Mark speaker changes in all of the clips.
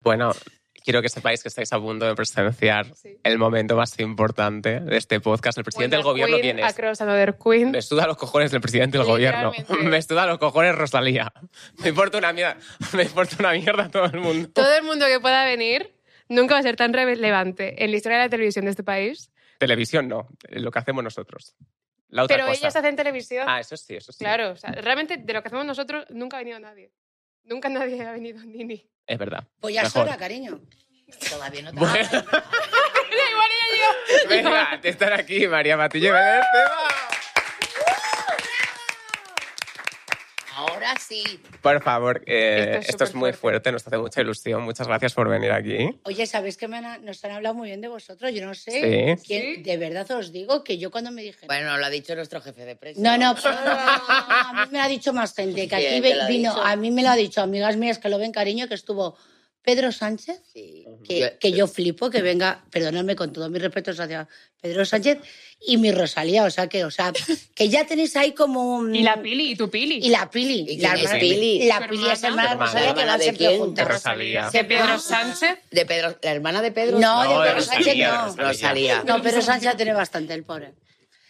Speaker 1: Bueno, quiero que sepáis que estáis a punto de presenciar
Speaker 2: Sí.
Speaker 1: el momento más importante de este podcast. El presidente del
Speaker 2: Wonder
Speaker 1: gobierno,
Speaker 2: Queen,
Speaker 1: ¿quién es?
Speaker 2: Across Another Queen.
Speaker 1: Me suda los cojones el presidente del gobierno.
Speaker 2: Literalmente.
Speaker 1: Me suda los cojones Rosalía. Me importa una mierda. Me importa una mierda todo el mundo.
Speaker 2: Todo el mundo que pueda venir nunca va a ser tan relevante en la historia de la televisión de este país.
Speaker 1: Televisión no, lo que hacemos nosotros. La otra
Speaker 2: Pero
Speaker 1: cosa.
Speaker 2: ellos hacen televisión.
Speaker 1: Ah, eso sí, eso sí.
Speaker 2: Claro, o sea, realmente de lo que hacemos nosotros nunca ha venido nadie. Nunca nadie ha venido ni ni.
Speaker 1: Es verdad.
Speaker 3: Pues ya es
Speaker 1: Mejor.
Speaker 3: hora, cariño. Todavía
Speaker 2: Ah.
Speaker 3: no te
Speaker 1: Bueno.
Speaker 2: Da igual ella y yo.
Speaker 1: Venga, de estar aquí, María Matillo y Belén Esteban.
Speaker 3: Ahora sí.
Speaker 1: Por favor, eh,
Speaker 2: Esto
Speaker 1: esto
Speaker 2: es
Speaker 1: es,
Speaker 2: superfuerte.
Speaker 1: muy fuerte, nos hace mucha ilusión. Muchas gracias por venir aquí.
Speaker 3: Oye, ¿sabéis que me han- nos han hablado muy bien de vosotros? Yo no sé.
Speaker 1: Sí.
Speaker 3: quién-
Speaker 2: Sí.
Speaker 3: De verdad os digo que yo cuando me dije...
Speaker 4: Bueno, lo ha dicho nuestro jefe de prensa.
Speaker 3: No, no, pero a mí me lo ha dicho más gente. Que
Speaker 4: Sí,
Speaker 3: aquí
Speaker 4: te
Speaker 3: ve-
Speaker 4: lo ha
Speaker 3: vino,
Speaker 4: dicho.
Speaker 3: a mí me lo ha dicho amigas mías que lo ven cariño, que estuvo Pedro Sánchez,
Speaker 4: Sí.
Speaker 3: que, que yo flipo que venga, perdonadme con todos mis respetos hacia Pedro Sánchez y mi Rosalía, o sea que, o sea, que ya tenéis ahí como un-
Speaker 2: Y la Pili, y tu Pili.
Speaker 3: y la Pili,
Speaker 4: ¿Y
Speaker 3: la
Speaker 4: quién es
Speaker 3: hermana-
Speaker 4: Pili?
Speaker 3: la
Speaker 2: ¿Su
Speaker 3: Pili es hermana de
Speaker 1: hermana?
Speaker 3: Rosalía que
Speaker 4: ¿Hermana
Speaker 3: van
Speaker 4: de
Speaker 3: siempre
Speaker 4: quién?
Speaker 2: De
Speaker 3: juntas.
Speaker 1: Rosalía.
Speaker 2: ¿De
Speaker 3: Ah.
Speaker 2: Pedro Sánchez?
Speaker 4: De Pedro, la hermana de Pedro.
Speaker 3: No,
Speaker 1: No,
Speaker 3: de
Speaker 1: de
Speaker 3: Pedro Sánchez
Speaker 1: Rosalía,
Speaker 3: no.
Speaker 1: de Rosalía.
Speaker 4: Rosalía.
Speaker 3: No, Pedro Sánchez tiene bastante el pobre.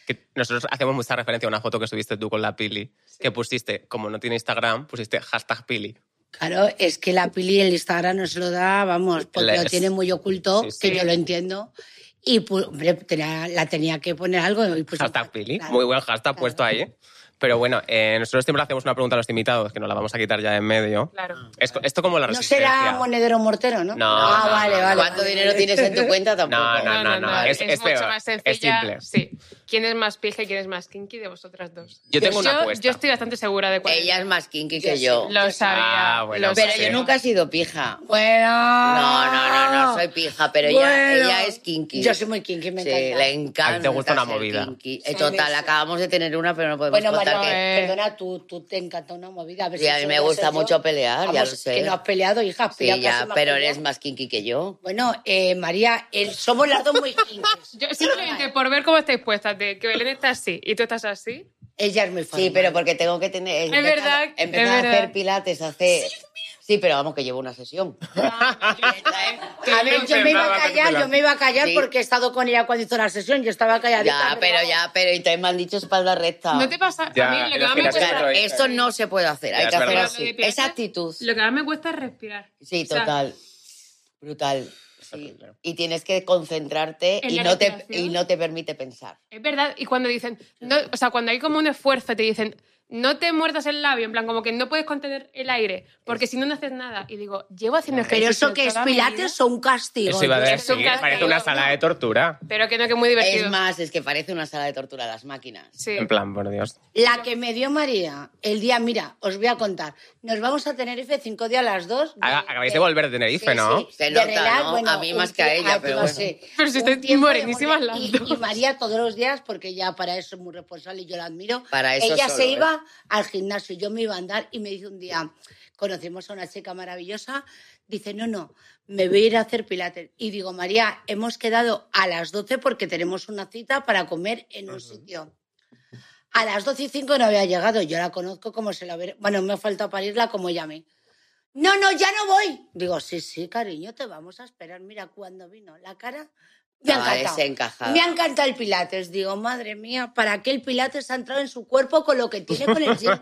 Speaker 1: Que nosotros hacemos mucha referencia a una foto que subiste tú con la Pili, que pusiste, como no tiene Instagram, pusiste hashtag Pili.
Speaker 3: Claro, es que la Pili el Instagram nos lo da, vamos, porque
Speaker 1: La-
Speaker 3: lo tiene muy oculto,
Speaker 1: Sí, sí.
Speaker 3: que yo lo entiendo. Y pu- hombre, tenía- la tenía que poner algo. Y puso-
Speaker 1: hashtag Pili.
Speaker 3: Pues claro.
Speaker 1: Muy buen hashtag puesto ahí. Pero bueno, eh, nosotros siempre le hacemos una pregunta a los invitados, que nos la vamos a quitar ya de en medio.
Speaker 2: Claro.
Speaker 1: Es- esto como la
Speaker 3: No
Speaker 1: resistencia.
Speaker 3: será monedero mortero, ¿no?
Speaker 1: No,
Speaker 3: Ah,
Speaker 1: no,
Speaker 3: vale,
Speaker 1: no,
Speaker 3: vale.
Speaker 4: ¿Cuánto dinero tienes en tu cuenta tampoco?
Speaker 1: No, no,
Speaker 2: Es,
Speaker 1: es- es
Speaker 2: mucho
Speaker 1: peor,
Speaker 2: más
Speaker 1: es
Speaker 2: sencilla.
Speaker 1: simple.
Speaker 2: sí. ¿Quién es más pija y quién es más kinky de vosotras dos?
Speaker 1: Yo tengo una
Speaker 2: yo,
Speaker 1: apuesta.
Speaker 2: Yo estoy bastante segura de cuál. es.
Speaker 4: Ella es más kinky
Speaker 3: Yo
Speaker 4: que
Speaker 3: sí.
Speaker 4: yo.
Speaker 2: Lo sabía.
Speaker 1: Ah, bueno,
Speaker 2: lo
Speaker 4: Pero
Speaker 1: sí.
Speaker 2: sabía.
Speaker 4: yo nunca he sido pija.
Speaker 3: Bueno.
Speaker 4: No, no, no, no, soy pija, pero ella,
Speaker 3: Ah. Bueno.
Speaker 4: ella es kinky.
Speaker 3: Yo soy muy kinky, me
Speaker 4: Sí,
Speaker 3: encanta.
Speaker 4: le encanta.
Speaker 1: A ti te gusta una
Speaker 4: ser
Speaker 1: movida.
Speaker 4: kinky. Eh,
Speaker 3: Sí,
Speaker 4: Total,
Speaker 3: sí.
Speaker 4: acabamos de tener una, pero no podemos
Speaker 3: Bueno,
Speaker 4: contar
Speaker 3: Mario,
Speaker 4: que.
Speaker 2: que-
Speaker 3: perdona, tú, tú te encanta una movida. A, ver
Speaker 4: Sí,
Speaker 3: si
Speaker 4: a mí
Speaker 3: eso
Speaker 4: me
Speaker 3: voy
Speaker 4: gusta
Speaker 3: ser yo.
Speaker 4: mucho pelear, ya
Speaker 3: Vamos,
Speaker 4: lo sé.
Speaker 3: Que no has peleado, hija. has
Speaker 4: Sí,
Speaker 3: peleado casi
Speaker 4: ya,
Speaker 3: más
Speaker 4: pero
Speaker 3: que yo.
Speaker 4: eres más kinky que yo.
Speaker 3: Bueno, eh, María, eh, somos las dos muy kinkies.
Speaker 2: Yo simplemente por ver cómo estáis puestas, de que Belén está así y tú estás así.
Speaker 3: Ella es muy formal.
Speaker 4: Sí, pero porque tengo que tener. he
Speaker 2: Es
Speaker 4: empezado-
Speaker 2: verdad,
Speaker 4: he
Speaker 2: es
Speaker 4: empezado a
Speaker 2: verdad.
Speaker 4: hacer pilates, a hacer. Sí, pero vamos, que llevo una sesión.
Speaker 2: Ah,
Speaker 3: A ver, yo me iba a callar, yo me iba a callar
Speaker 4: Sí.
Speaker 3: porque he estado con ella cuando hizo la sesión, yo estaba calladita.
Speaker 4: Ya, pero ya, pero entonces me han dicho espalda recta.
Speaker 2: No te pasa.
Speaker 1: Ya,
Speaker 2: a mí lo que
Speaker 1: lo
Speaker 2: más
Speaker 1: que
Speaker 2: me
Speaker 1: la
Speaker 2: cuesta.
Speaker 1: centro
Speaker 4: Claro,
Speaker 1: ahí.
Speaker 4: esto no se puede hacer,
Speaker 1: Ya,
Speaker 4: hay
Speaker 1: es
Speaker 4: que hacer
Speaker 1: verdad.
Speaker 2: Lo de
Speaker 4: así.
Speaker 2: pilates,
Speaker 4: Esa actitud.
Speaker 2: Lo que más me cuesta es respirar.
Speaker 4: Sí,
Speaker 2: O sea,
Speaker 4: total. Brutal. Sí. Y tienes que concentrarte
Speaker 2: ¿En
Speaker 4: y
Speaker 2: la
Speaker 4: no, te,
Speaker 2: respiración?
Speaker 4: y no te permite pensar.
Speaker 2: Es verdad, y cuando dicen, no, o sea, cuando hay como un esfuerzo, te dicen, no te muerdas el labio, en plan, como que no puedes contener el aire, porque si no, no haces nada. Y digo, llevo haciendo
Speaker 3: Pero
Speaker 2: ejercicio.
Speaker 3: eso que es
Speaker 2: toda mi vida,
Speaker 3: pilates o un castigo.
Speaker 1: Eso iba a
Speaker 3: Yo-
Speaker 2: Es un
Speaker 1: decir,
Speaker 2: castigo.
Speaker 1: parece una sala de tortura.
Speaker 2: Pero que no, que muy divertido.
Speaker 4: Es más, es que parece una sala de tortura a las máquinas.
Speaker 2: Sí.
Speaker 1: En plan, por Dios.
Speaker 3: La que me dio María el día, mira, os voy a contar. Nos vamos a Tenerife cinco días a las dos. de-
Speaker 1: Haga- Acabáis de volver de Tenerife,
Speaker 3: Sí,
Speaker 1: ¿no?
Speaker 3: sí,
Speaker 4: Se
Speaker 3: de
Speaker 4: nota,
Speaker 3: relax,
Speaker 4: ¿no?
Speaker 3: bueno,
Speaker 4: A mí
Speaker 3: un
Speaker 4: más que a
Speaker 3: tie-
Speaker 4: ella,
Speaker 3: ti
Speaker 4: pero
Speaker 3: no
Speaker 4: bueno.
Speaker 3: sé.
Speaker 2: Pero si
Speaker 3: Un
Speaker 2: estáis
Speaker 3: tiempo de
Speaker 2: morenísimas las
Speaker 3: morir.
Speaker 2: dos.
Speaker 3: y, y María todos los días, porque ya para eso es muy responsable y yo la admiro.
Speaker 4: Para eso
Speaker 3: ella
Speaker 4: solo,
Speaker 3: se
Speaker 4: ¿eh?
Speaker 3: iba al gimnasio, yo me iba a andar y me dice un día, conocimos a una chica maravillosa, dice, no, no, me voy a ir a hacer pilates. Y digo, María, hemos quedado a las 12 porque tenemos una cita para comer en un sitio. A las 12 y 5 no había llegado. Yo la conozco como se la veré. Bueno, me ha faltado parirla como llamé. No, no, ya no voy. Digo, sí, sí, cariño, te vamos a esperar. Mira, cuando vino la cara, me ha
Speaker 4: Estaba
Speaker 3: encantado.
Speaker 4: desencajada.
Speaker 3: Me ha encantado el pilates. Digo, madre mía, ¿para qué el pilates ha entrado en su cuerpo con lo que tiene con el gym?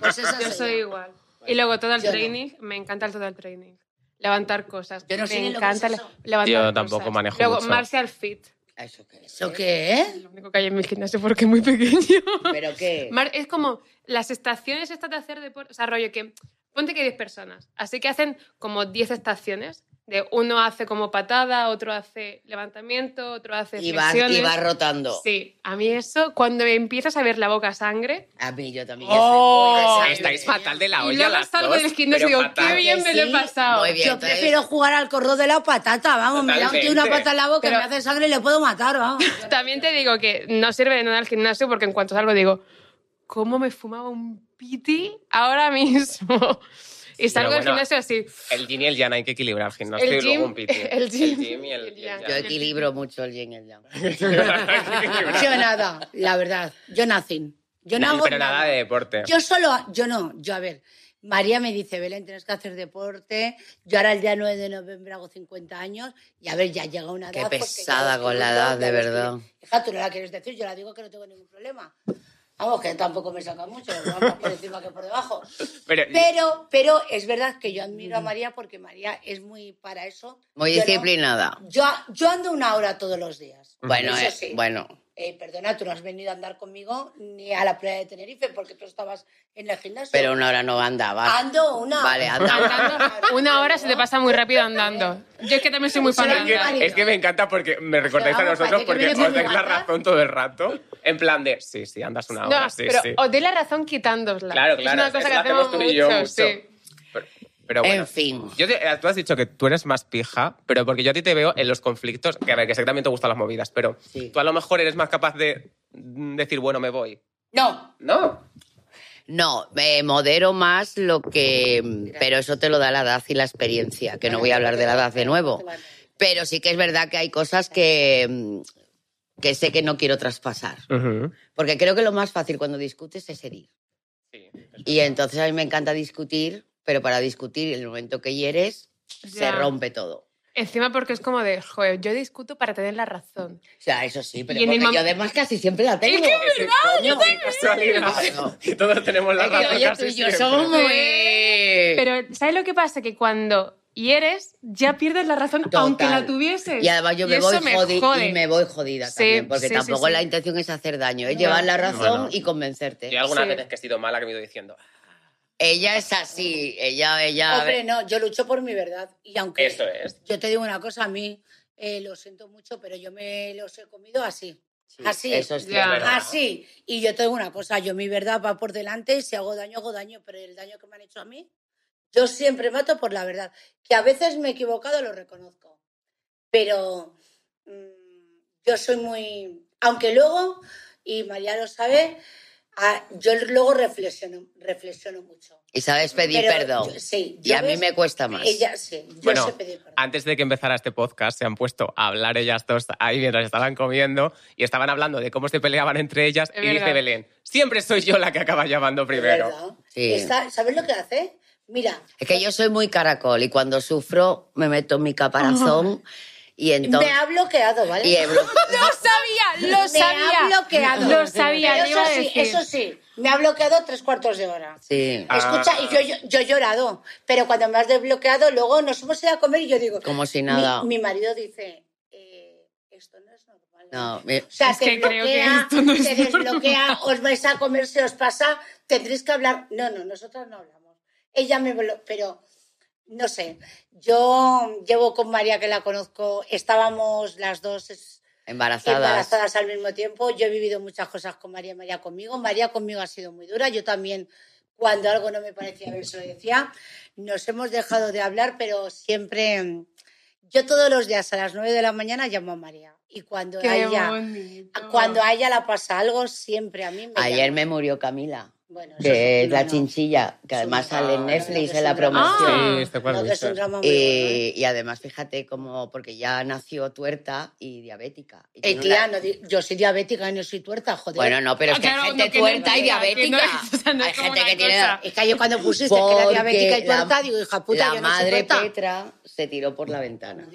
Speaker 3: Pues esa
Speaker 2: Yo
Speaker 3: soy
Speaker 2: soy
Speaker 3: yo.
Speaker 2: igual. Y luego todo el
Speaker 3: Yo no.
Speaker 2: training, me encanta el todo el training. Levantar cosas.
Speaker 3: Yo no
Speaker 2: me
Speaker 3: sé ni lo que
Speaker 2: encanta
Speaker 3: es
Speaker 2: le-
Speaker 3: eso.
Speaker 2: levantar
Speaker 1: Yo tampoco
Speaker 2: cosas.
Speaker 1: manejo
Speaker 2: Luego,
Speaker 1: mucho.
Speaker 2: martial fit.
Speaker 4: ¿Eso qué es?
Speaker 3: ¿Eso qué eh?
Speaker 2: Lo único que hay en mi gimnasio porque es muy pequeño.
Speaker 4: ¿Pero qué?
Speaker 2: Mar- es como las estaciones estas de hacer deporte, o sea, rollo que ponte que hay 10 personas, así que hacen como 10 estaciones, de uno hace como patada, otro hace levantamiento, otro hace
Speaker 4: Y vas,
Speaker 2: flexiones.
Speaker 4: y vas rotando.
Speaker 2: Sí, a mí eso cuando empiezas a ver la boca sangre
Speaker 4: A mí yo también.
Speaker 2: Oh,
Speaker 4: Yo soy muy
Speaker 1: Estáis
Speaker 4: desagradable.
Speaker 1: fatal de la
Speaker 2: Y
Speaker 1: olla.
Speaker 2: luego
Speaker 1: las
Speaker 2: salgo
Speaker 1: dos,
Speaker 2: del gimnasio y
Speaker 1: pero
Speaker 2: digo, qué
Speaker 1: fatal.
Speaker 2: bien me lo he
Speaker 3: Sí,
Speaker 2: pasado.
Speaker 4: muy bien.
Speaker 3: Yo
Speaker 4: entonces-
Speaker 3: prefiero jugar al cordón de la patata, vamos, me da un tío una
Speaker 1: Totalmente.
Speaker 3: pata en la boca,
Speaker 2: Pero-
Speaker 3: me hace sangre y le puedo matar, vamos.
Speaker 2: También te digo que no sirve de nada el gimnasio porque en cuanto salgo digo, ¿cómo me fumaba un piti ahora mismo? Y salgo del
Speaker 1: bueno,
Speaker 2: gimnasio así.
Speaker 1: El yin y el yang hay que equilibrar gimnasio
Speaker 2: El
Speaker 1: y luego
Speaker 2: gym-
Speaker 1: un piti.
Speaker 2: el gym
Speaker 1: y el, y
Speaker 2: y el
Speaker 1: el
Speaker 2: yang.
Speaker 4: Yo
Speaker 1: yang.
Speaker 4: equilibro mucho el yin y el yang.
Speaker 3: Yo nada, la verdad. Yo nothing. Yo no hago
Speaker 1: Pero nada de deporte.
Speaker 3: Yo solo, yo no, yo a ver, María me dice, Belén, tienes que hacer deporte. Yo ahora el día 9 de noviembre hago 50 años y a ver, ya llega una edad.
Speaker 4: Qué
Speaker 3: porque ya
Speaker 4: pesada
Speaker 3: los
Speaker 4: con la
Speaker 3: frutos,
Speaker 4: edad,
Speaker 3: ya
Speaker 4: de
Speaker 3: los
Speaker 4: verdad.
Speaker 3: tienes. Hija, tú no la quieres decir, yo la digo que no tengo ningún problema. Vamos, que tampoco me saca mucho, va más por encima que por debajo.
Speaker 1: Pero,
Speaker 3: Pero, pero es verdad que yo admiro a María porque María es muy para eso.
Speaker 4: Muy
Speaker 3: Yo no.
Speaker 4: disciplinada.
Speaker 3: Yo, yo ando una hora todos los días.
Speaker 4: Bueno,
Speaker 3: Eso
Speaker 4: eh,
Speaker 3: sí.
Speaker 4: bueno.
Speaker 3: Eh, perdona, tú no has venido a andar conmigo ni a la playa de Tenerife porque tú estabas en el gimnasio.
Speaker 4: Pero una hora no andaba.
Speaker 3: ando una.
Speaker 4: Vale, anda.
Speaker 2: Andando, una hora se te pasa muy rápido andando. Yo es que también soy muy fan de
Speaker 1: Es que-
Speaker 2: andar.
Speaker 1: es que me encanta porque me recordáis a
Speaker 3: vamos,
Speaker 1: nosotros
Speaker 3: parece que
Speaker 1: porque
Speaker 3: viene
Speaker 1: os
Speaker 3: con
Speaker 1: dais la
Speaker 3: guarda.
Speaker 1: razón todo el rato. En plan de, sí, sí, andas una hora,
Speaker 2: No,
Speaker 1: sí,
Speaker 2: pero
Speaker 1: sí.
Speaker 2: os doy la razón quitándosla.
Speaker 1: Claro,
Speaker 2: Es
Speaker 1: claro.
Speaker 2: una cosa
Speaker 1: eso
Speaker 2: que
Speaker 1: lo
Speaker 2: hacemos
Speaker 1: tú y yo
Speaker 2: mucho,
Speaker 1: mucho.
Speaker 2: sí.
Speaker 1: Pero, pero bueno.
Speaker 4: En fin.
Speaker 1: Yo te- eh, tú has dicho que tú eres más pija, pero porque yo a ti te veo en los conflictos, que a ver, que sé que también te gustan las movidas, pero
Speaker 4: Sí.
Speaker 1: tú a lo mejor eres más capaz de mm, decir, bueno, me voy.
Speaker 3: No,
Speaker 1: ¿No?
Speaker 4: No, me modero más lo que... Pero eso te lo da la edad y la experiencia, que no voy a hablar de la edad de nuevo. Pero sí que es verdad que hay cosas que, mm, que sé que no quiero traspasar. Porque creo que lo más fácil cuando discutes es herir.
Speaker 1: Sí.
Speaker 4: Y entonces a mí me encanta discutir, pero para discutir, en el momento que hieres, se
Speaker 2: Ya.
Speaker 4: rompe todo.
Speaker 2: Encima porque es como de, joder, yo discuto para tener la razón.
Speaker 4: O sea, eso sí, pero
Speaker 2: Y en el
Speaker 4: porque yo
Speaker 2: mom-
Speaker 4: además casi siempre la tengo. Coño. Claro.
Speaker 1: Y todos tenemos la
Speaker 4: Es que,
Speaker 1: razón
Speaker 4: oye,
Speaker 1: casi
Speaker 4: tú y yo
Speaker 1: siempre.
Speaker 4: somos muy-
Speaker 2: Pero ¿sabes lo que pasa? Que cuando hieres, ya pierdes la razón,
Speaker 4: Total.
Speaker 2: aunque la tuvieses.
Speaker 4: Y además yo me
Speaker 2: eso
Speaker 4: voy
Speaker 2: me
Speaker 4: jodi-
Speaker 2: jode.
Speaker 4: y me voy jodida
Speaker 2: Sí,
Speaker 4: también, porque
Speaker 2: sí, sí,
Speaker 4: tampoco
Speaker 2: sí.
Speaker 4: la intención es hacer daño, es llevar la razón
Speaker 1: Bueno.
Speaker 4: y convencerte.
Speaker 1: Yo algunas
Speaker 2: Sí.
Speaker 1: veces que he sido mala que me he ido diciendo,
Speaker 4: Ella es así, ella, ella.
Speaker 3: hombre, no, yo lucho por mi verdad. Y aunque
Speaker 1: eso es.
Speaker 3: yo te digo una cosa, a mí eh, lo siento mucho, pero yo me los he comido así.
Speaker 4: Sí,
Speaker 3: así.
Speaker 4: Eso es
Speaker 2: Ya.
Speaker 4: cierto.
Speaker 1: Claro.
Speaker 3: Así. Y yo te digo una cosa, yo mi verdad va por delante, si hago daño, hago daño, pero el daño que me han hecho a mí, yo siempre mato por la verdad. Que a veces me he equivocado, lo reconozco. Pero mm, yo soy muy... Aunque luego, y María lo sabe, ah, yo luego reflexiono, reflexiono mucho.
Speaker 4: Y sabes pedir
Speaker 3: Pero
Speaker 4: perdón.
Speaker 3: yo- sí,
Speaker 4: y
Speaker 3: yo
Speaker 4: a mí
Speaker 3: ves-
Speaker 4: me cuesta más.
Speaker 3: Ella, sí, yo
Speaker 1: Bueno,
Speaker 3: sé pedir perdón.
Speaker 1: Antes de que empezara este podcast, se han puesto a hablar ellas dos ahí mientras estaban comiendo y estaban hablando de cómo se peleaban entre ellas.
Speaker 2: Es
Speaker 1: y dice
Speaker 2: verdad.
Speaker 1: Belén: Siempre soy yo la que acaba llamando primero.
Speaker 3: ¿Verdad?
Speaker 4: Sí.
Speaker 3: Está- ¿Sabes lo que hace? Mira,
Speaker 4: Es que yo soy muy caracol y cuando sufro me meto en mi caparazón y entonces.
Speaker 3: me ha bloqueado, ¿vale?
Speaker 4: y he blo-
Speaker 2: ¡Lo sabía! ¡Lo
Speaker 3: me
Speaker 2: sabía!
Speaker 3: ha bloqueado.
Speaker 2: Lo sabía,
Speaker 3: Pero
Speaker 2: le iba
Speaker 3: eso
Speaker 2: a
Speaker 3: sí,
Speaker 2: decir.
Speaker 3: eso sí, me ha bloqueado tres cuartos de hora.
Speaker 4: sí.
Speaker 1: Ah.
Speaker 3: Escucha, y yo, yo, yo he llorado, pero cuando me has desbloqueado, luego nos hemos ido a comer y yo digo,
Speaker 4: Como si
Speaker 3: mi-
Speaker 4: nada.
Speaker 3: Mi, marido dice, eh, esto no es normal.
Speaker 4: No, me-
Speaker 3: O sea,
Speaker 2: Es
Speaker 3: te
Speaker 2: que creo que
Speaker 3: bloquea,
Speaker 2: esto no es
Speaker 3: te desbloquea, os vais a comer, se os pasa, tendréis que hablar. No, no, nosotras no hablamos. Ella me blo- pero no sé. Yo llevo con María, que la conozco, estábamos las dos es-
Speaker 4: embarazadas.
Speaker 3: embarazadas al mismo tiempo. Yo he vivido muchas cosas con María, María conmigo. María conmigo ha sido muy dura. Yo también, cuando algo no me parecía bien, se lo decía. Nos hemos dejado de hablar, pero siempre. mm, Yo todos los días a las 9 de la mañana llamo a María. Y cuando
Speaker 2: Qué
Speaker 3: a ella.
Speaker 2: bonito.
Speaker 3: Cuando a ella la pasa algo, siempre a mí me.
Speaker 4: Ayer
Speaker 3: llama.
Speaker 4: me murió Camila,
Speaker 3: Bueno, eso
Speaker 4: que
Speaker 3: es
Speaker 4: es
Speaker 3: un
Speaker 4: la
Speaker 3: drama.
Speaker 4: chinchilla, que además
Speaker 3: Sí.
Speaker 4: sale en
Speaker 1: Ah,
Speaker 4: Netflix
Speaker 3: no,
Speaker 4: en la
Speaker 3: es un drama.
Speaker 4: promoción.
Speaker 2: Ah.
Speaker 1: este cual
Speaker 3: No, que es un drama muy bueno, ¿eh?
Speaker 4: Y, y además, fíjate como, porque ya nació tuerta y diabética. Y
Speaker 3: Eh,
Speaker 4: tiene
Speaker 3: tía,
Speaker 4: una-
Speaker 3: no di- yo soy diabética y no soy tuerta, joder.
Speaker 4: Bueno, no, pero es
Speaker 2: Ah,
Speaker 4: que
Speaker 2: claro,
Speaker 4: hay
Speaker 2: no,
Speaker 4: gente
Speaker 2: que no,
Speaker 4: tuerta y
Speaker 2: que no, que no,
Speaker 4: diabética.
Speaker 2: o sea, no es
Speaker 4: hay
Speaker 2: como
Speaker 4: gente
Speaker 2: una
Speaker 4: que tiene.
Speaker 2: cosa.
Speaker 3: es que ayer cuando pusiste que era
Speaker 4: Porque
Speaker 3: diabética y
Speaker 4: la-
Speaker 3: tuerta, digo, hija puta,
Speaker 4: la
Speaker 3: yo no soy
Speaker 4: madre
Speaker 3: tuerta.
Speaker 4: Petra se tiró por la ventana.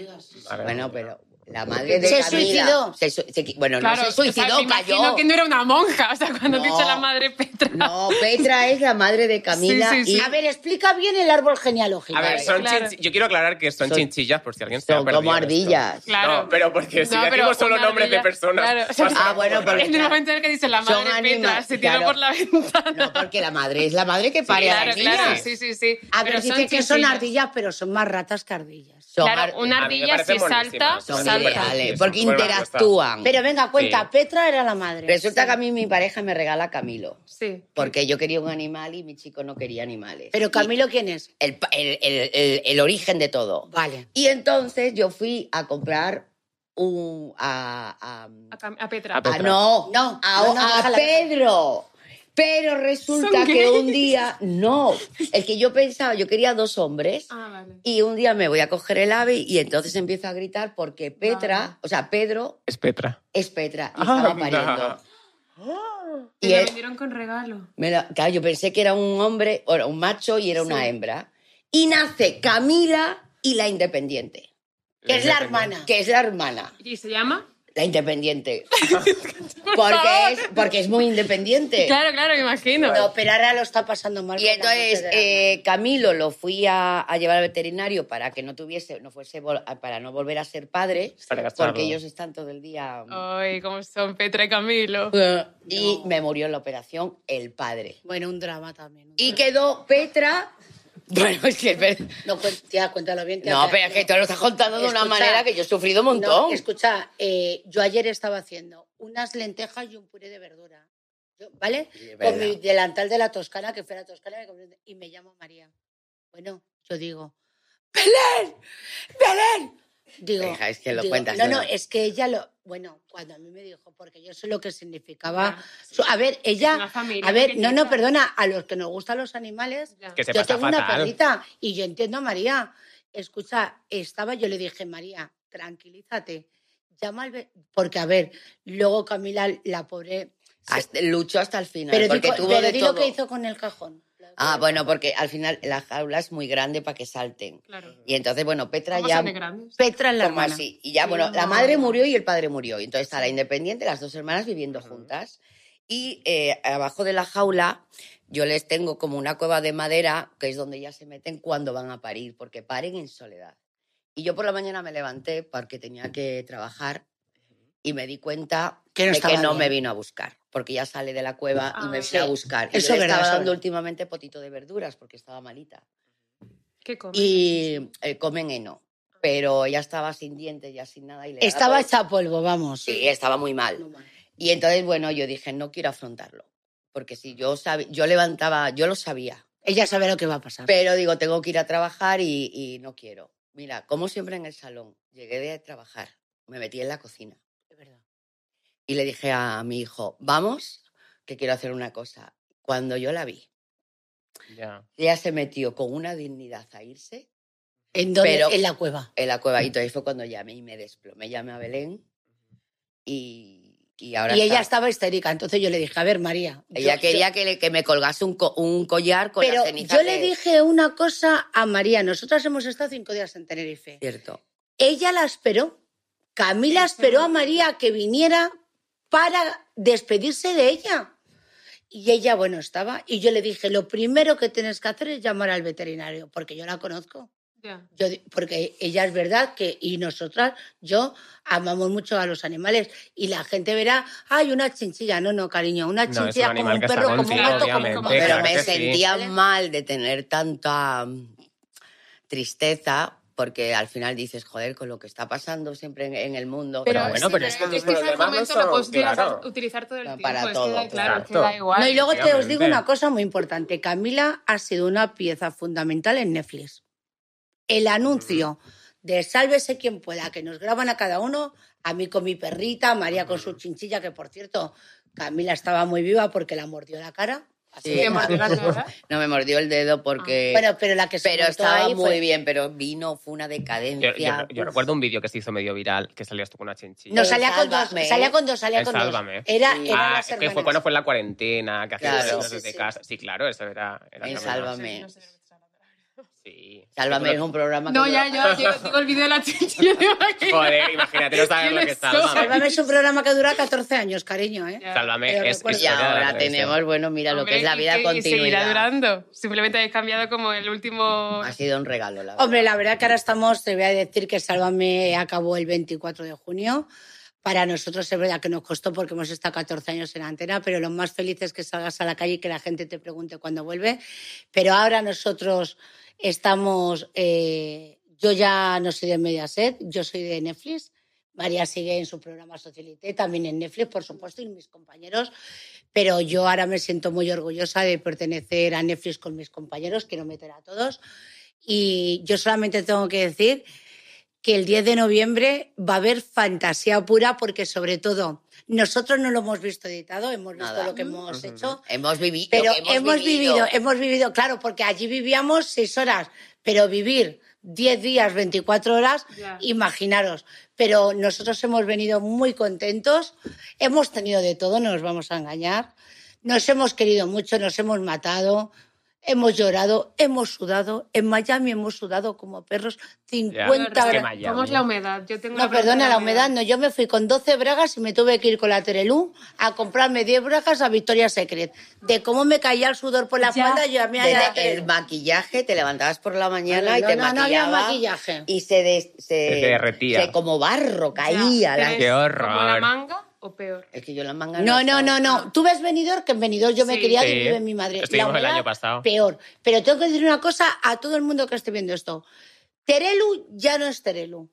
Speaker 4: Bueno, pero la madre de
Speaker 3: Se
Speaker 4: Camila-
Speaker 3: suicidó.
Speaker 4: se su- se qui- bueno,
Speaker 2: Claro,
Speaker 4: no se suicidó,
Speaker 2: o sea, me
Speaker 4: cayó.
Speaker 2: imagino que no era una monja, o sea, cuando
Speaker 4: No.
Speaker 2: has dicho la madre Petra.
Speaker 4: No, Petra es la madre de Camila
Speaker 2: Sí, sí, sí.
Speaker 4: y
Speaker 3: A ver, explica bien el árbol genealógico.
Speaker 1: A ver, son
Speaker 2: Claro.
Speaker 1: chinchi- yo quiero aclarar que son,
Speaker 4: Son-
Speaker 1: chinchillas por si alguien se ha
Speaker 4: son
Speaker 1: perdido
Speaker 4: como
Speaker 1: esto.
Speaker 4: ardillas.
Speaker 2: Claro.
Speaker 1: No, pero porque si
Speaker 2: No, pero
Speaker 1: decimos solo
Speaker 2: una
Speaker 1: nombres
Speaker 2: ardilla-
Speaker 1: de personas.
Speaker 2: claro.
Speaker 1: va a ser-
Speaker 4: Ah, bueno, porque-
Speaker 2: En el momento en el que dice la madre
Speaker 4: Son
Speaker 2: Petra,
Speaker 4: animales,
Speaker 2: se tiró
Speaker 4: claro.
Speaker 2: por la ventana.
Speaker 4: No, porque la madre es la madre que pare a
Speaker 2: claro,
Speaker 4: las niñas.
Speaker 2: claro, sí, sí, sí.
Speaker 3: A ver,
Speaker 2: Pero
Speaker 3: Ah, dice que son
Speaker 2: sencillas.
Speaker 3: ardillas, pero son más ratas que ardillas.
Speaker 4: Son ar-
Speaker 2: Claro, una
Speaker 1: A mí me
Speaker 2: ardilla si
Speaker 1: parecen
Speaker 2: salta,
Speaker 1: monísimas.
Speaker 4: son
Speaker 1: Son
Speaker 2: salta.
Speaker 1: ideales.
Speaker 4: ideales,
Speaker 1: Sí,
Speaker 4: porque
Speaker 1: son buenas
Speaker 4: interactúan.
Speaker 3: Pero venga, cuenta,
Speaker 1: Sí.
Speaker 3: Petra era la madre.
Speaker 4: Resulta que a mí mi pareja me regala Camilo,
Speaker 2: Sí.
Speaker 4: porque yo quería un animal y mi chico no quería animales.
Speaker 3: Pero Camilo, ¿quién es?
Speaker 4: el, pa- el- el- el- el origen de todo.
Speaker 3: Vale.
Speaker 4: Y entonces yo fui a comprar un... A, a-
Speaker 2: A, Cam- a Petra.
Speaker 1: A Petra.
Speaker 4: a- no,
Speaker 3: No,
Speaker 4: a,
Speaker 3: no, no,
Speaker 4: a
Speaker 3: déjala,
Speaker 4: Pedro. Pero resulta
Speaker 2: Son
Speaker 4: que
Speaker 2: gays.
Speaker 4: un día... No, es que yo pensaba, yo quería dos hombres.
Speaker 2: Ah, vale.
Speaker 4: Y un día me voy a coger el ave y entonces empiezo a gritar porque Petra,
Speaker 2: Vale.
Speaker 4: o sea, Pedro
Speaker 1: Es Petra.
Speaker 4: es Petra y
Speaker 1: Ah,
Speaker 4: estaba pariendo.
Speaker 1: anda.
Speaker 2: Me
Speaker 4: Y
Speaker 2: lo
Speaker 4: él-
Speaker 2: vendieron con regalo.
Speaker 4: me la- claro, yo pensé que era un hombre, o era un macho y era una hembra. Y nace Camila y la Independiente,
Speaker 3: Que es la
Speaker 1: Independiente.
Speaker 3: hermana.
Speaker 4: que es la hermana.
Speaker 2: ¿Y se llama?
Speaker 4: La Independiente. porque, es, porque es muy independiente.
Speaker 2: Claro, claro, me imagino.
Speaker 3: No, pero ahora lo está pasando mal.
Speaker 4: Y
Speaker 3: con la
Speaker 4: entonces
Speaker 3: muerte de
Speaker 4: eh, Camilo lo fui a, a llevar al veterinario para que no tuviese, no fuese, vol- para no volver a ser padre,
Speaker 1: Estaré gastado.
Speaker 4: porque ellos están todo el día.
Speaker 2: Ay, cómo son Petra y Camilo.
Speaker 4: Pues Y me murió en la operación el padre.
Speaker 3: la- Bueno, un drama también. un
Speaker 4: Y
Speaker 3: drama.
Speaker 4: quedó Petra. Bueno, es que. es ver-
Speaker 3: No, cuen- tía, cuéntalo bien. tía,
Speaker 4: No,
Speaker 3: tía,
Speaker 4: pero es que tú lo estás contando de una
Speaker 3: eh, Escucha,
Speaker 4: manera que yo he sufrido un montón.
Speaker 3: No, escucha, eh, yo ayer estaba haciendo unas lentejas y un puré de verdura. Yo, ¿Vale?
Speaker 4: Sí, es verdad.
Speaker 3: Con mi delantal de la Toscana, que fue a la Toscana, me compré un- y me llamo María. Bueno, yo digo, ¡Belén! ¡Belén! Digo,
Speaker 4: Hija, es que lo
Speaker 3: digo,
Speaker 4: cuentas,
Speaker 3: No,
Speaker 4: yo
Speaker 3: no,
Speaker 4: no.
Speaker 3: es que ella lo. Bueno, cuando a mí me dijo, porque yo sé lo que significaba.
Speaker 2: Ya,
Speaker 3: su- a ver,
Speaker 2: una
Speaker 3: ella.
Speaker 2: familia
Speaker 3: A ver,
Speaker 2: pequeñita.
Speaker 3: no, no, perdona, a los que nos gustan los animales,
Speaker 2: Ya.
Speaker 1: Que se
Speaker 3: yo
Speaker 1: pasa
Speaker 3: tengo una
Speaker 1: fatal.
Speaker 3: perrita y yo entiendo a María. Escucha, estaba, yo le dije, María, tranquilízate, llama al... ve-". Porque, a ver, luego Camila, la pobre...
Speaker 4: Hasta- luchó hasta el final.
Speaker 3: pero
Speaker 4: porque
Speaker 3: dijo-
Speaker 4: tuvo
Speaker 3: pero
Speaker 4: de
Speaker 3: di
Speaker 4: todo.
Speaker 3: lo que hizo con el cajón.
Speaker 4: Ah, bueno, porque al final la jaula es muy grande para que salten.
Speaker 2: Claro.
Speaker 4: Y entonces, bueno, Petra
Speaker 2: ¿Cómo
Speaker 4: ya.
Speaker 2: son de grandes?
Speaker 3: Petra en la
Speaker 4: como
Speaker 3: hermana.
Speaker 4: así. Y ya, bueno, la madre murió y el padre murió. Y Entonces está la independiente, las dos hermanas viviendo juntas. Y eh, abajo de la jaula yo les tengo como una cueva de madera, que es donde ellas se meten cuando van a parir, porque paren en soledad. Y yo por la mañana me levanté porque tenía que trabajar y me di cuenta
Speaker 3: Que no
Speaker 4: de que
Speaker 3: estaba
Speaker 4: no
Speaker 3: bien.
Speaker 4: me vino a buscar, porque ya sale de la cueva y me
Speaker 2: Ah.
Speaker 4: vino a buscar. Y
Speaker 3: Eso
Speaker 4: yo
Speaker 3: es
Speaker 4: le
Speaker 3: verdad,
Speaker 4: estaba
Speaker 3: eso es
Speaker 4: dando
Speaker 3: verdad.
Speaker 4: últimamente potito de verduras porque estaba malita
Speaker 2: ¿Qué comen?
Speaker 4: y eh, comen heno.
Speaker 3: Ah.
Speaker 4: Pero ella estaba sin dientes, ya sin nada. Y le daba
Speaker 3: Estaba
Speaker 4: todo.
Speaker 3: hecha polvo, vamos.
Speaker 4: Sí, estaba muy
Speaker 3: No,
Speaker 4: mal.
Speaker 3: mal.
Speaker 4: Y entonces, bueno, yo dije, no quiero afrontarlo. Porque si yo sabía, yo levantaba, yo lo sabía.
Speaker 3: Ella sabe lo que va a pasar.
Speaker 4: Pero digo, tengo que ir a trabajar y, y no quiero. Mira, como siempre en el salón, llegué de trabajar, me metí en la cocina
Speaker 3: Es verdad.
Speaker 4: y le dije a mi hijo, vamos, que quiero hacer una cosa. Cuando yo la vi,
Speaker 1: Ya.
Speaker 4: ella se metió con una dignidad a irse
Speaker 3: ¿En, dónde?
Speaker 4: Pero-
Speaker 3: en la cueva.
Speaker 4: en la cueva. Y entonces fue cuando llamé y me desplomé. Llamé a Belén y, y ahora.
Speaker 3: Y ella
Speaker 4: está-
Speaker 3: estaba histérica. Entonces yo le dije, a ver, María.
Speaker 4: Ella
Speaker 3: yo-
Speaker 4: quería que, le- que me colgase un, co- un collar con
Speaker 3: Pero
Speaker 4: la ceniza.
Speaker 3: yo le
Speaker 4: que-
Speaker 3: dije una cosa a María. Nosotras hemos estado cinco días en Tenerife.
Speaker 4: Cierto.
Speaker 3: ella la esperó. Camila esperó a María que viniera para despedirse de ella. Y ella, bueno, estaba. Y yo le dije, lo primero que tienes que hacer es llamar al veterinario, porque yo la conozco.
Speaker 2: Ya.
Speaker 3: Yo, di- porque ella es verdad que, y nosotras, yo, amamos mucho a los animales. Y la gente verá, hay una chinchilla. No, no, cariño, una
Speaker 1: No, es un
Speaker 3: chinchilla como
Speaker 1: animal
Speaker 3: un
Speaker 1: que está
Speaker 3: perro, como un
Speaker 1: contigo,
Speaker 3: gato, como
Speaker 1: obviamente,
Speaker 3: como...
Speaker 1: claro.
Speaker 4: Pero me
Speaker 1: que sí.
Speaker 4: sentía mal de tener tanta mm, tristeza porque al final dices, joder, con lo que está pasando siempre en, en el mundo.
Speaker 1: Pero bueno,
Speaker 4: es-
Speaker 1: pero es que los
Speaker 2: ese
Speaker 1: problemas no
Speaker 2: argumento
Speaker 1: son-
Speaker 2: lo este puedes utilizar,
Speaker 1: claro.
Speaker 2: utilizar todo el
Speaker 4: No,
Speaker 2: tiempo.
Speaker 4: para
Speaker 2: es
Speaker 4: todo,
Speaker 2: que da, claro, es que
Speaker 1: exacto.
Speaker 2: da igual.
Speaker 3: No, y luego te os digo
Speaker 1: Efectivamente.
Speaker 3: una cosa muy importante. Camila ha sido una pieza fundamental en Netflix. El anuncio de Sálvese quien pueda, que nos graban a cada uno, a mí con mi perrita, a María con su chinchilla, que por cierto, Camila estaba muy viva porque la mordió la cara.
Speaker 4: Sí.
Speaker 2: Te emocionas, ¿verdad?
Speaker 4: No me mordió el dedo porque.
Speaker 3: Bueno, Ah, pero la que se
Speaker 4: pero
Speaker 3: montó
Speaker 4: estaba
Speaker 3: ahí
Speaker 4: muy
Speaker 3: fue-
Speaker 4: bien, pero vino, fue una
Speaker 1: Yo,
Speaker 4: decadencia.
Speaker 1: yo- yo
Speaker 4: Uf.
Speaker 1: recuerdo un vídeo que se hizo medio viral que salías tú con una chinchilla.
Speaker 3: No,
Speaker 4: En
Speaker 3: salía con dos,
Speaker 4: Sálvame.
Speaker 3: salía con dos, salía
Speaker 1: En
Speaker 3: con dos.
Speaker 1: eh, Sálvame.
Speaker 3: Era, eran
Speaker 4: Sí.
Speaker 1: Ah,
Speaker 3: las
Speaker 1: es que fue
Speaker 3: hermanas.
Speaker 1: cuando fue la cuarentena, que hacías
Speaker 4: Claro.
Speaker 1: cosas
Speaker 3: Sí, sí,
Speaker 1: desde
Speaker 3: sí.
Speaker 1: casa. Sí, claro, eso era. era
Speaker 4: En
Speaker 1: tremendo.
Speaker 4: Sálvame.
Speaker 2: Sí, no sé de lo que estás hablando.
Speaker 1: Sí.
Speaker 4: Sálvame es un programa. que
Speaker 2: No,
Speaker 4: dura-
Speaker 2: ya, yo digo, digo el vídeo de la chinchilla. de María.
Speaker 1: Joder, imagínate, no sabes lo que es
Speaker 2: ¿Quiénes son?
Speaker 1: Sálvame.
Speaker 3: Sálvame es un programa que dura 14 años, cariño, ¿eh?
Speaker 2: Ya.
Speaker 3: Pero
Speaker 1: Sálvame es
Speaker 3: recuerdo-
Speaker 4: Y
Speaker 1: historia de la
Speaker 4: ahora
Speaker 1: televisión.
Speaker 4: tenemos, bueno, mira lo
Speaker 2: Hombre,
Speaker 4: que es la
Speaker 2: y
Speaker 4: vida
Speaker 2: que- Y seguirá
Speaker 4: continuidad.
Speaker 2: durando. Simplemente habéis cambiado como el último...
Speaker 4: Ha sido un regalo, la verdad.
Speaker 3: Hombre, la verdad que ahora estamos, te voy a decir que Sálvame acabó el 24 de junio. Para nosotros es verdad que nos costó porque hemos estado 14 años en antena, pero lo más feliz es que salgas a la calle y que la gente te pregunte cuándo vuelve. Pero ahora nosotros estamos, eh, yo ya no soy de Mediaset, yo soy de Netflix. María sigue en su programa Socialité, también en Netflix, por supuesto, y mis compañeros. Pero yo ahora me siento muy orgullosa de pertenecer a Netflix con mis compañeros, quiero meter a todos. Y yo solamente tengo que decir que el 10 de noviembre va a haber fantasía pura porque sobre todo nosotros no lo hemos visto editado, hemos visto
Speaker 4: Nada.
Speaker 3: lo que hemos hecho,
Speaker 4: Hemos vivido.
Speaker 3: pero hemos, vivido, hemos vivido, claro, porque allí vivíamos seis horas, pero vivir 10 días, 24 horas,
Speaker 2: Ya.
Speaker 3: imaginaros. Pero nosotros hemos venido muy contentos, hemos tenido de todo, no nos vamos a engañar. Nos hemos querido mucho, nos hemos matado, hemos llorado, hemos sudado. En Miami hemos sudado como perros 50
Speaker 2: Es que
Speaker 3: gra-
Speaker 1: Miami.
Speaker 2: ¿Cómo es la humedad? Yo tengo
Speaker 3: no,
Speaker 2: una pregunta
Speaker 3: perdona,
Speaker 2: de
Speaker 3: la humedad no. Yo me fui con 12 bragas y me tuve que ir con la Terelú a comprarme 10 bragas a Victoria's Secret. De cómo me caía el sudor por la
Speaker 2: Ya.
Speaker 3: espalda, yo a mí
Speaker 4: Desde
Speaker 3: era-
Speaker 4: el maquillaje, te levantabas por la mañana y
Speaker 3: No,
Speaker 4: te
Speaker 3: no, no había
Speaker 4: maquillabas.
Speaker 3: maquillaje.
Speaker 4: Y se, des- se,
Speaker 1: Se te derretía.
Speaker 4: se- como barro
Speaker 2: Ya,
Speaker 4: caía. la-
Speaker 2: ¿pero
Speaker 1: Qué
Speaker 2: es
Speaker 1: horror.
Speaker 2: ¿Como la manga o peor?
Speaker 4: Es que yo la manga
Speaker 3: No, no, no, no. Tú ves venidor, que en venidor yo me
Speaker 2: Sí.
Speaker 3: quería
Speaker 1: Sí.
Speaker 3: vivir en mi madre.
Speaker 1: Estuvimos el
Speaker 3: humedad,
Speaker 1: año pasado.
Speaker 3: Peor. Pero tengo que decir una cosa a todo el mundo que esté viendo esto. Terelu ya no es Terelu.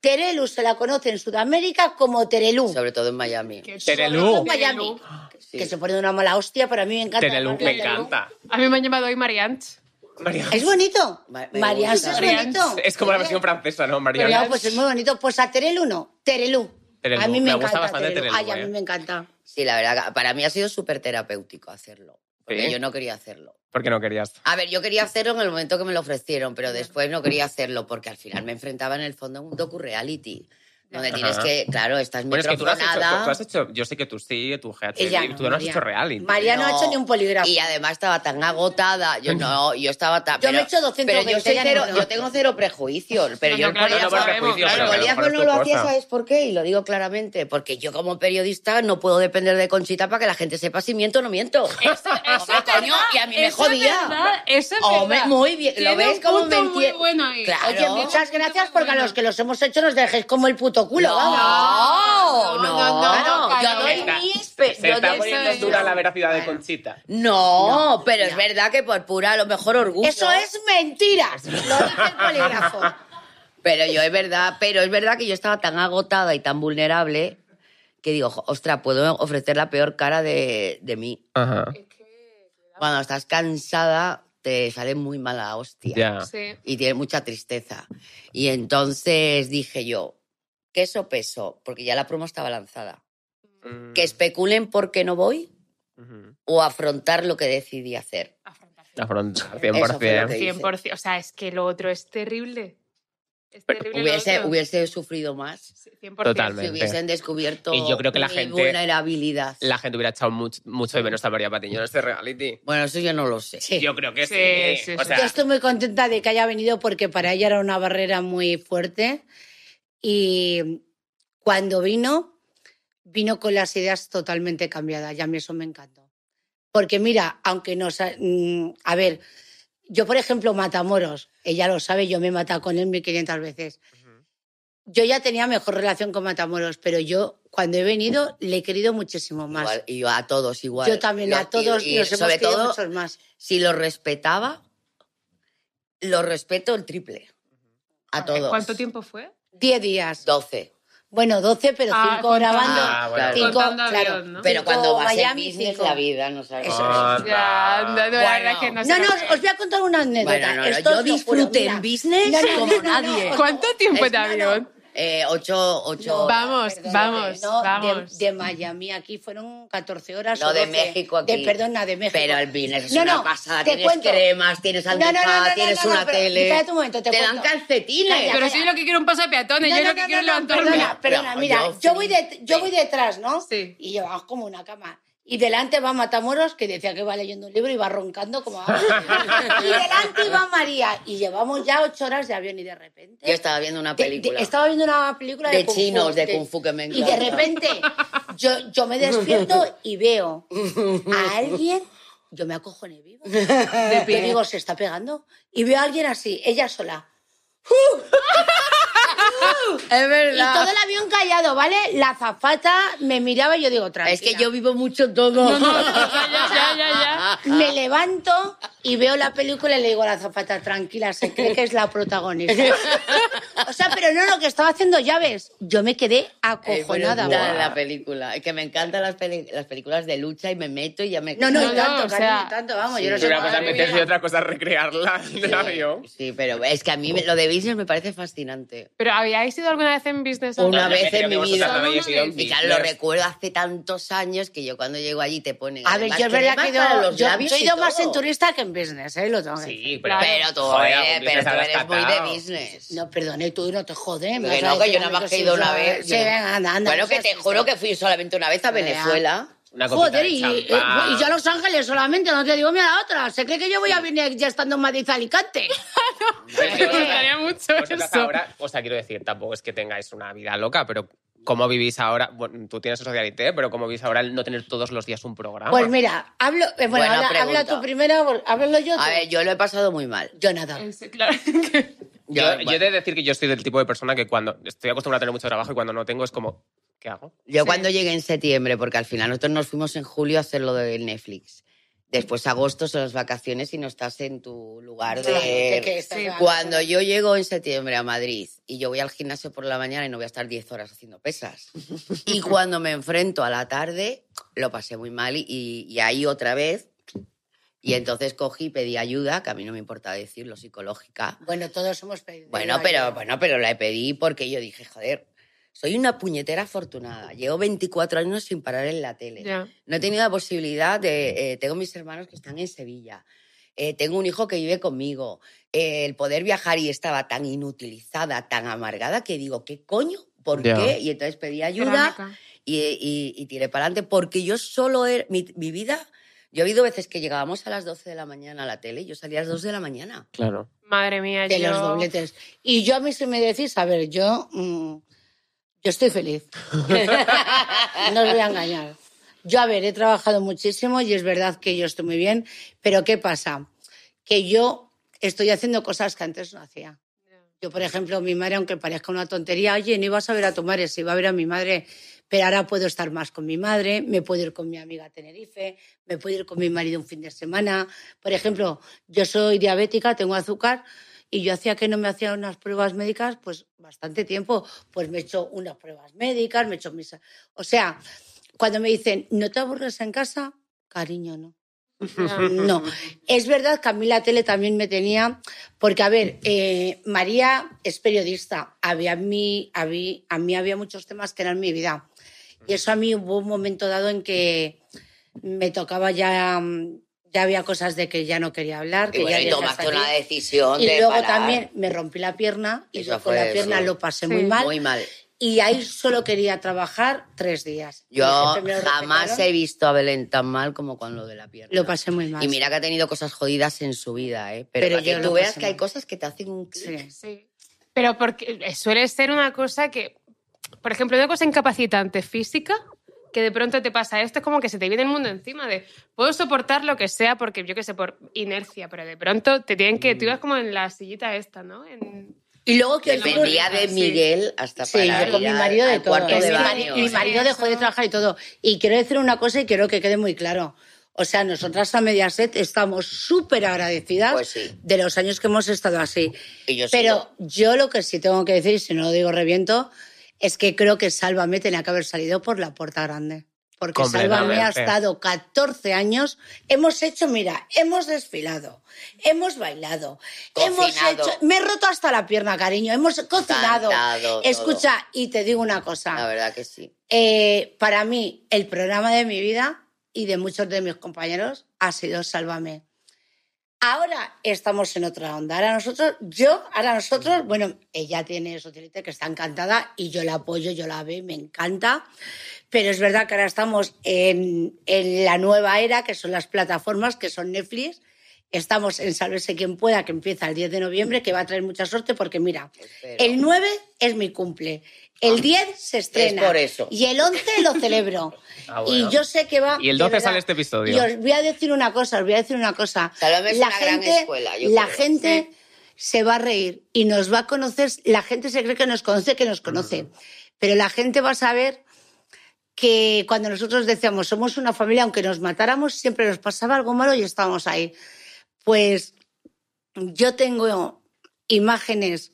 Speaker 3: Terelu se la conoce en Sudamérica como Terelu.
Speaker 4: Sobre todo en Miami.
Speaker 2: Que-
Speaker 1: Terelú.
Speaker 3: Miami.
Speaker 4: Sí.
Speaker 3: Que se pone de una mala hostia, pero a mí me encanta.
Speaker 1: Terelú,
Speaker 3: llamarla
Speaker 1: me encanta.
Speaker 2: A mí me han llamado hoy Marianch.
Speaker 1: María-
Speaker 3: Es bonito.
Speaker 4: Ma- me
Speaker 3: Marians
Speaker 4: gusta.
Speaker 3: es bonito.
Speaker 1: Es como la versión francesa, ¿no,
Speaker 3: Pero
Speaker 1: María?
Speaker 3: no, pues es muy bonito. Pues a Terelu no. Terelu.
Speaker 1: Terelu,
Speaker 3: A mí me,
Speaker 1: me
Speaker 3: encanta.
Speaker 1: gusta bastante
Speaker 3: Terelu.
Speaker 1: Terelu,
Speaker 3: Ay, a
Speaker 1: eh.
Speaker 3: mí me encanta.
Speaker 4: Sí, la verdad, que para mí ha sido súper terapéutico hacerlo. Porque
Speaker 1: Sí.
Speaker 4: yo no quería hacerlo.
Speaker 1: Porque no querías.
Speaker 4: A ver, yo quería hacerlo en el momento que me lo ofrecieron, pero después no quería hacerlo porque al final me enfrentaba en el fondo a un docu-reality. Donde
Speaker 1: Ajá.
Speaker 4: tienes que, claro, estás
Speaker 1: Bueno, es que tú lo has hecho.
Speaker 4: microfonada.
Speaker 1: Tú, tú has hecho yo sé que tú sí, tú
Speaker 3: Ella
Speaker 1: GH,
Speaker 3: no,
Speaker 1: tú no has
Speaker 3: María.
Speaker 1: hecho reality.
Speaker 3: María no, ha hecho ni un polígrafo.
Speaker 4: Y además estaba tan agotada. Yo no, yo estaba tan.
Speaker 3: Yo me
Speaker 4: pero-
Speaker 3: he hecho 220,
Speaker 4: Pero yo, soy
Speaker 3: ya no
Speaker 4: cero,
Speaker 3: me lo-
Speaker 4: yo tengo cero prejuicios. Pero
Speaker 2: No,
Speaker 4: yo
Speaker 2: no,
Speaker 4: el
Speaker 2: claro,
Speaker 1: no,
Speaker 4: poliazmo-
Speaker 1: por
Speaker 2: sabemos,
Speaker 1: prejuicios,
Speaker 2: claro.
Speaker 1: pero a
Speaker 4: el
Speaker 1: lo
Speaker 4: poliazmo
Speaker 1: mejor
Speaker 4: no
Speaker 1: es
Speaker 4: lo
Speaker 1: tu
Speaker 4: hacía,
Speaker 1: cosa.
Speaker 4: ¿sabes por qué? Y lo digo claramente. Porque yo, como periodista, no puedo depender de Conchita para que la gente sepa si miento o no miento.
Speaker 2: Eso, eso
Speaker 4: Hombre,
Speaker 2: es
Speaker 4: Ah, coño,
Speaker 2: verdad,
Speaker 4: y a mí me
Speaker 2: eso es
Speaker 4: jodía.
Speaker 2: verdad, Eso es
Speaker 4: Hombre,
Speaker 2: verdad.
Speaker 4: muy bien. ¿Lo
Speaker 2: Tiene
Speaker 4: ves
Speaker 2: un
Speaker 4: cómo
Speaker 2: punto
Speaker 4: me
Speaker 2: muy
Speaker 4: entie-
Speaker 2: bueno ahí.
Speaker 4: Claro.
Speaker 3: Oye, muchas gracias porque a los que los hemos hecho nos dejéis como el puto culo. vamos.
Speaker 4: No, no,
Speaker 2: No, no, no,
Speaker 4: no, yo
Speaker 2: no,
Speaker 4: doy
Speaker 1: no.
Speaker 4: mis pe-
Speaker 1: Se
Speaker 4: yo
Speaker 1: está
Speaker 4: doy
Speaker 1: poniendo
Speaker 4: mis-
Speaker 2: eso.
Speaker 1: dura la veracidad de Conchita.
Speaker 4: No,
Speaker 3: No,
Speaker 4: pero
Speaker 3: ya.
Speaker 4: es verdad que por pura, a lo mejor orgullo.
Speaker 3: Eso es mentira. Lo dice el polígrafo.
Speaker 4: Pero yo es verdad, pero es verdad que yo estaba tan agotada y tan vulnerable que digo, "Jo, ostra, puedo ofrecer la peor cara de, de mí.
Speaker 1: Ajá.
Speaker 4: Cuando estás cansada, te sale muy mala hostia.
Speaker 1: Ya.
Speaker 2: Sí.
Speaker 4: Y tienes mucha tristeza. Y entonces dije yo, queso peso, porque ya la promo estaba lanzada.
Speaker 1: Mm.
Speaker 4: Que especulen por qué no voy
Speaker 1: Ujú.
Speaker 4: o afrontar lo que decidí hacer.
Speaker 1: La frontal,
Speaker 4: Eso fue lo
Speaker 1: 100%.
Speaker 4: que-
Speaker 2: 100%. O sea, es que lo otro es terrible. Es terrible. lo
Speaker 4: Hubiese,
Speaker 2: otro.
Speaker 4: hubiese sufrido más
Speaker 2: Sí, 100%.
Speaker 1: Totalmente.
Speaker 4: si hubiesen descubierto
Speaker 1: Y yo creo que la
Speaker 4: mi
Speaker 1: gente-
Speaker 4: vulnerabilidad.
Speaker 1: La gente hubiera echado mucho, mucho de menos a María Patiño en este reality.
Speaker 4: Bueno, eso yo no lo sé.
Speaker 3: Sí.
Speaker 1: Yo creo que sí.
Speaker 2: Sí, sí,
Speaker 1: o
Speaker 2: sí.
Speaker 1: sea,
Speaker 3: Yo estoy muy contenta de que haya venido porque para ella era una barrera muy fuerte. Y cuando vino, vino con las ideas totalmente cambiadas. Y a mí eso me encantó. Porque mira, aunque no... sa- mm, A ver, yo por ejemplo, Matamoros, ella lo sabe, yo me he matado con él 1500 veces. Yo ya tenía mejor relación con Matamoros, pero yo cuando he venido le he querido muchísimo más.
Speaker 4: Igual, y yo a todos igual.
Speaker 3: Yo también,
Speaker 4: Yo-
Speaker 3: a todos
Speaker 4: y- y
Speaker 3: nos hemos
Speaker 4: sobre
Speaker 3: querido
Speaker 4: todo,
Speaker 3: muchos más.
Speaker 4: si lo respetaba, lo respeto el triple. A todos.
Speaker 2: ¿Cuánto tiempo fue?
Speaker 3: 10 días.
Speaker 4: 12.
Speaker 3: Bueno, 12, pero 5
Speaker 2: Ah, contando.
Speaker 3: grabando.
Speaker 1: Ah, bueno.
Speaker 3: cinco,
Speaker 2: Contando
Speaker 3: claro.
Speaker 2: avión, ¿no?
Speaker 4: Pero
Speaker 3: Cinco
Speaker 4: cuando vas
Speaker 3: Miami,
Speaker 4: en business,
Speaker 3: cinco.
Speaker 4: la vida no sabes.
Speaker 3: Eso
Speaker 1: Anda.
Speaker 2: Ya, no, no, la verdad es que no sé
Speaker 3: No, no,
Speaker 2: lo que-
Speaker 3: os voy a contar una anécdota.
Speaker 4: Bueno, no, no,
Speaker 3: Esto
Speaker 4: yo
Speaker 3: os lo juro,
Speaker 4: disfruté
Speaker 3: mira.
Speaker 4: en business
Speaker 3: No, no, no,
Speaker 4: como
Speaker 3: no, no,
Speaker 4: nadie.
Speaker 3: os-
Speaker 2: ¿Cuánto tiempo
Speaker 3: es
Speaker 2: de
Speaker 3: nada.
Speaker 2: avión?
Speaker 4: Eh, ocho, ocho.
Speaker 3: No,
Speaker 2: Vamos,
Speaker 3: perdóname,
Speaker 2: vamos,
Speaker 3: no, de-
Speaker 2: vamos.
Speaker 3: De, Miami aquí fueron 14 horas.
Speaker 4: No,
Speaker 3: o
Speaker 4: de
Speaker 3: 12.
Speaker 4: México aquí.
Speaker 3: De, perdona, de México.
Speaker 4: Pero el business es
Speaker 3: No,
Speaker 4: una
Speaker 3: no,
Speaker 4: pasada.
Speaker 3: te
Speaker 4: Tienes
Speaker 3: cuento.
Speaker 4: cremas, tienes
Speaker 3: No, no, no,
Speaker 4: almohada,
Speaker 3: no, no,
Speaker 4: tienes
Speaker 3: no,
Speaker 4: una
Speaker 3: pero
Speaker 4: tele.
Speaker 3: espérate un momento, te
Speaker 4: dan
Speaker 3: cuento.
Speaker 4: calcetines.
Speaker 3: Calla.
Speaker 2: Pero sí lo que quiero un paso de peatones.
Speaker 3: No,
Speaker 2: yo
Speaker 3: no,
Speaker 2: lo que
Speaker 3: no,
Speaker 2: quiero
Speaker 3: no,
Speaker 2: es
Speaker 3: no,
Speaker 2: levantarme.
Speaker 3: Perdona, perdona,
Speaker 4: Pero
Speaker 3: mira,
Speaker 4: yo
Speaker 3: yo, voy de- yo voy detrás, ¿no?
Speaker 2: Sí.
Speaker 3: Y llevabas como una cama. Y delante va Matamoros, que decía que iba leyendo un libro y va roncando como... y delante iba María. Y llevamos ya ocho horas de avión y de repente...
Speaker 4: Yo estaba viendo una
Speaker 3: de-
Speaker 4: película.
Speaker 3: de- estaba viendo una película de,
Speaker 4: De
Speaker 3: Kung Fu,
Speaker 4: chinos, de Kung Fu que me
Speaker 3: Y de
Speaker 4: encanta.
Speaker 3: repente yo, yo me despierto y veo a alguien... Yo me acojoné vivo.
Speaker 2: De
Speaker 3: Y
Speaker 2: pie.
Speaker 3: digo, se está pegando. Y veo a alguien así, ella sola.
Speaker 4: Es
Speaker 3: Y
Speaker 4: verdad.
Speaker 3: todo el avión callado, ¿vale? La zafata me miraba y yo digo, tranquila.
Speaker 4: Es que yo vivo mucho todo.
Speaker 2: No, no, no, ya, ya, ya, ya.
Speaker 3: Me levanto y veo la película y le digo a la zafata, tranquila, se cree que es la protagonista. o sea, pero no, lo que estaba haciendo llaves. Yo me quedé
Speaker 4: Es
Speaker 3: acojonada.
Speaker 4: brutal
Speaker 3: guau.
Speaker 4: Eh, la película. Es que me encantan las, peli- las películas de lucha y me meto y ya me...
Speaker 3: No, no,
Speaker 2: No,
Speaker 3: y
Speaker 2: no,
Speaker 3: tanto,
Speaker 2: o
Speaker 3: cariño,
Speaker 2: sea,
Speaker 3: y tanto, vamos,
Speaker 4: sí.
Speaker 3: yo no
Speaker 4: Pero
Speaker 3: sé.
Speaker 1: Una cosa
Speaker 2: madre
Speaker 1: es meterse
Speaker 2: mía.
Speaker 1: y otra cosa es recrearla en el avión.
Speaker 4: Sí, pero es que a mí me- lo de business me parece fascinante.
Speaker 2: ¿Pero habíais ido alguna vez en business?
Speaker 4: Una
Speaker 1: Yo
Speaker 4: vez
Speaker 1: creo
Speaker 4: en
Speaker 1: que
Speaker 4: mi
Speaker 1: vosotras
Speaker 4: vida.
Speaker 1: habéis
Speaker 2: Solo
Speaker 1: ido en
Speaker 2: una
Speaker 4: Y claro, lo
Speaker 1: business.
Speaker 4: recuerdo hace tantos años que yo cuando llego allí te ponen...
Speaker 3: A ver,
Speaker 4: además,
Speaker 3: yo es verdad
Speaker 4: cremas
Speaker 3: que
Speaker 4: para
Speaker 3: yo,
Speaker 4: los
Speaker 3: yo,
Speaker 4: labios
Speaker 3: yo he
Speaker 4: y
Speaker 3: ido más
Speaker 4: todo.
Speaker 3: en turista que en en business, ¿eh? Lo tengo que decir.
Speaker 1: Sí, pero.
Speaker 2: Claro.
Speaker 4: Pero tú,
Speaker 1: Joder,
Speaker 4: eh,
Speaker 1: algún
Speaker 4: pero
Speaker 1: business
Speaker 4: tú
Speaker 1: habrás
Speaker 4: eres muy
Speaker 1: catado.
Speaker 4: de business.
Speaker 3: No, perdone, tú no te jodes. me
Speaker 4: Que
Speaker 3: vas a
Speaker 4: no, que
Speaker 3: decir
Speaker 4: yo
Speaker 3: a mí
Speaker 4: nada más
Speaker 3: que
Speaker 4: que he ido
Speaker 3: soy
Speaker 4: una
Speaker 3: yo.
Speaker 4: vez.
Speaker 3: Sí,
Speaker 4: yo-
Speaker 3: venga, anda, anda,
Speaker 4: bueno,
Speaker 3: no
Speaker 4: que
Speaker 3: seas
Speaker 4: te
Speaker 3: tonta.
Speaker 4: juro que fui solamente una vez a Venezuela.
Speaker 1: Una copita
Speaker 3: Joder,
Speaker 1: de
Speaker 3: y, eh,
Speaker 1: champán.
Speaker 3: y yo a Los Ángeles solamente, no te digo, mira la otra. Se cree que yo voy a venir ya estando en Madrid a Alicante.
Speaker 1: Pero,
Speaker 2: Me
Speaker 1: o sea,
Speaker 2: gustaría mucho
Speaker 1: Vosotras
Speaker 2: eso.
Speaker 1: ahora, o sea, quiero decir, tampoco es que tengáis una vida loca, pero ¿cómo vivís ahora? Bueno, tú tienes socialité, pero ¿cómo vivís ahora el no tener todos los días un programa?
Speaker 3: Pues mira, hablo. eh, Bueno,
Speaker 4: Buena
Speaker 3: habla, habla
Speaker 4: pregunta.
Speaker 3: tú primero, vol- hablo yo.
Speaker 4: A
Speaker 3: tú.
Speaker 4: ver, yo lo he pasado muy mal.
Speaker 3: Yo nada.
Speaker 2: Eso, Claro.
Speaker 1: yo,
Speaker 4: Yo,
Speaker 1: yo he de decir que yo soy del tipo de persona que cuando estoy acostumbrada a tener mucho trabajo y cuando no tengo es como, ¿qué hago?
Speaker 4: Yo
Speaker 2: Sí.
Speaker 4: cuando llegué en septiembre, porque al final nosotros nos fuimos en julio a hacer lo de Netflix. Después agosto son las vacaciones y no estás en tu lugar
Speaker 3: Sí, que- que
Speaker 4: de...
Speaker 3: estás
Speaker 2: Sí,
Speaker 3: grabando.
Speaker 4: eh, Cuando yo llego en septiembre a Madrid y yo voy al gimnasio por la mañana y no voy a estar 10 horas haciendo pesas. Y cuando me enfrento a la tarde, lo pasé muy mal y, y- y ahí otra vez. Y entonces cogí y pedí ayuda, que a mí no me importa decirlo, psicológica.
Speaker 3: Bueno, todos hemos pedido.
Speaker 4: Bueno,
Speaker 3: ayuda.
Speaker 4: pero, bueno, pero la pedí porque yo dije, joder, soy una puñetera afortunada. Llevo 24 años sin parar en la tele.
Speaker 2: Ya.
Speaker 4: No he tenido la posibilidad de... eh, tengo mis hermanos que están en Sevilla. Eh, tengo un hijo que vive conmigo. Eh, el poder viajar y estaba tan inutilizada, tan amargada, que digo, ¿qué coño? ¿Por
Speaker 1: Ya.
Speaker 4: qué? Y entonces pedí ayuda
Speaker 2: Cerámica.
Speaker 4: y, y- y tiré para adelante porque yo solo... era- mi, mi vida... Yo he habido veces que llegábamos a las 12 de la mañana a la tele y yo salía a las 2 de la mañana.
Speaker 1: Claro.
Speaker 2: Madre mía,
Speaker 3: De
Speaker 2: yo...
Speaker 3: los dobletes. Y yo a mí si me decís, a ver, yo. mm, yo estoy feliz. no os voy a engañar. Yo, a ver, he trabajado muchísimo y es verdad que yo estoy muy bien, pero ¿qué pasa? Que yo estoy haciendo cosas que antes no hacía. Yo, por ejemplo, mi madre, aunque parezca una tontería, oye, no ibas a ver a tu madre, se iba a ver a mi madre, pero ahora puedo estar más con mi madre, me puedo ir con mi amiga a Tenerife, me puedo ir con mi marido un fin de semana. Por ejemplo, yo soy diabética, tengo azúcar y yo hacía que no me hacía unas pruebas médicas, pues bastante tiempo, pues me he hecho unas pruebas médicas, me he hecho mis... O sea, cuando me dicen, ¿no te aburres en casa? Cariño, no.
Speaker 2: Ya.
Speaker 3: No, es verdad que a mí la tele también me tenía, porque a ver, eh, María es periodista, había a, mí, a, mí, a mí había muchos temas que eran mi vida. Y eso a mí hubo un momento dado en que me tocaba ya, mm, ya había cosas de que ya no quería hablar.
Speaker 4: Y
Speaker 3: que
Speaker 4: bueno,
Speaker 3: ya
Speaker 4: y
Speaker 3: dije
Speaker 4: tomaste
Speaker 3: hasta
Speaker 4: una
Speaker 3: aquí.
Speaker 4: decisión
Speaker 3: Y
Speaker 4: de
Speaker 3: luego
Speaker 4: parar.
Speaker 3: también me rompí la pierna y
Speaker 4: Eso
Speaker 3: yo con la
Speaker 4: fue,
Speaker 3: pierna
Speaker 4: sí.
Speaker 3: lo pasé
Speaker 2: Sí.
Speaker 3: muy mal.
Speaker 4: Muy mal.
Speaker 3: Y ahí solo quería trabajar tres días.
Speaker 4: Yo
Speaker 3: Mis jefes me lo
Speaker 4: jamás he
Speaker 3: respetaron,
Speaker 4: visto a Belén tan mal como con lo de la pierna.
Speaker 3: Lo pasé muy mal.
Speaker 4: Y mira que ha tenido cosas jodidas en su vida, ¿eh? Pero,
Speaker 3: Pero
Speaker 4: para
Speaker 3: yo
Speaker 4: que
Speaker 3: lo
Speaker 4: tú veas
Speaker 3: pasé
Speaker 4: que hay
Speaker 3: mal.
Speaker 4: cosas que te hacen un clic.
Speaker 3: Sí.
Speaker 2: Sí. Pero porque suele ser una cosa que, por ejemplo, una cosa incapacitante física, que de pronto te pasa esto, es como que se te viene el mundo encima de, puedo soportar lo que sea porque yo qué sé, por inercia, pero de pronto te tienen que, tú ibas como en la sillita esta, ¿no? En-
Speaker 3: Y luego que
Speaker 4: Dependía de
Speaker 2: Sí.
Speaker 4: Miguel hasta
Speaker 3: Sí,
Speaker 4: para
Speaker 3: yo con
Speaker 4: ir
Speaker 3: mi
Speaker 4: al-
Speaker 3: marido de
Speaker 4: al
Speaker 3: todo.
Speaker 4: cuarto de
Speaker 3: mi, mari-
Speaker 4: baño.
Speaker 3: mi marido dejó de trabajar y todo. Y quiero decir una cosa y quiero que quede muy claro. O sea, nosotras a Mediaset estamos súper agradecidas
Speaker 4: Pues sí.
Speaker 3: de los años que hemos estado así.
Speaker 4: Y yo sí
Speaker 3: Pero yo lo que sí tengo que decir, y si no lo digo reviento, es que creo que Sálvame tenía que haber salido por la puerta grande. Porque Sálvame ha
Speaker 4: eh.
Speaker 1: Completamente.
Speaker 3: estado 14 años. Hemos hecho, mira, hemos desfilado, hemos bailado, hemos
Speaker 4: Cocinado.
Speaker 3: hecho. Me he roto hasta la pierna, cariño. Hemos cocinado.
Speaker 4: Cantado, todo.
Speaker 3: Escucha, y te digo una
Speaker 4: La
Speaker 3: cosa.
Speaker 4: verdad que sí.
Speaker 3: Eh, para mí, el programa de mi vida y de muchos de mis compañeros ha sido Sálvame. Ahora estamos en otra onda. Ahora nosotros, yo, ahora nosotros, bueno, ella tiene socialite que está encantada y yo la apoyo, yo la veo, y me encanta. Pero es verdad que ahora estamos en, en la nueva era, que son las plataformas, que son Netflix. Estamos en Sálvese quien pueda, que empieza el 10 de noviembre, que va a traer mucha suerte, porque mira,
Speaker 4: Espero.
Speaker 3: el 9 es mi cumple, el 10 se estrena.
Speaker 4: Ah, Es por eso.
Speaker 3: Y el 11 lo celebro.
Speaker 1: Ah, bueno.
Speaker 3: Ah, Y yo sé que va.
Speaker 1: Y el
Speaker 3: de
Speaker 1: 12
Speaker 3: verdad.
Speaker 1: sale este episodio.
Speaker 3: Y os voy a decir una cosa, os voy a decir una cosa.
Speaker 4: Salomé es una gran escuela, yo
Speaker 3: la
Speaker 4: creo.
Speaker 3: gente se va a reír y nos va a conocer. La gente se cree que nos conoce, que nos conoce. Pero la gente va a saber que cuando nosotros decíamos somos una familia, aunque nos matáramos, siempre nos pasaba algo malo y estábamos ahí. Pues yo tengo imágenes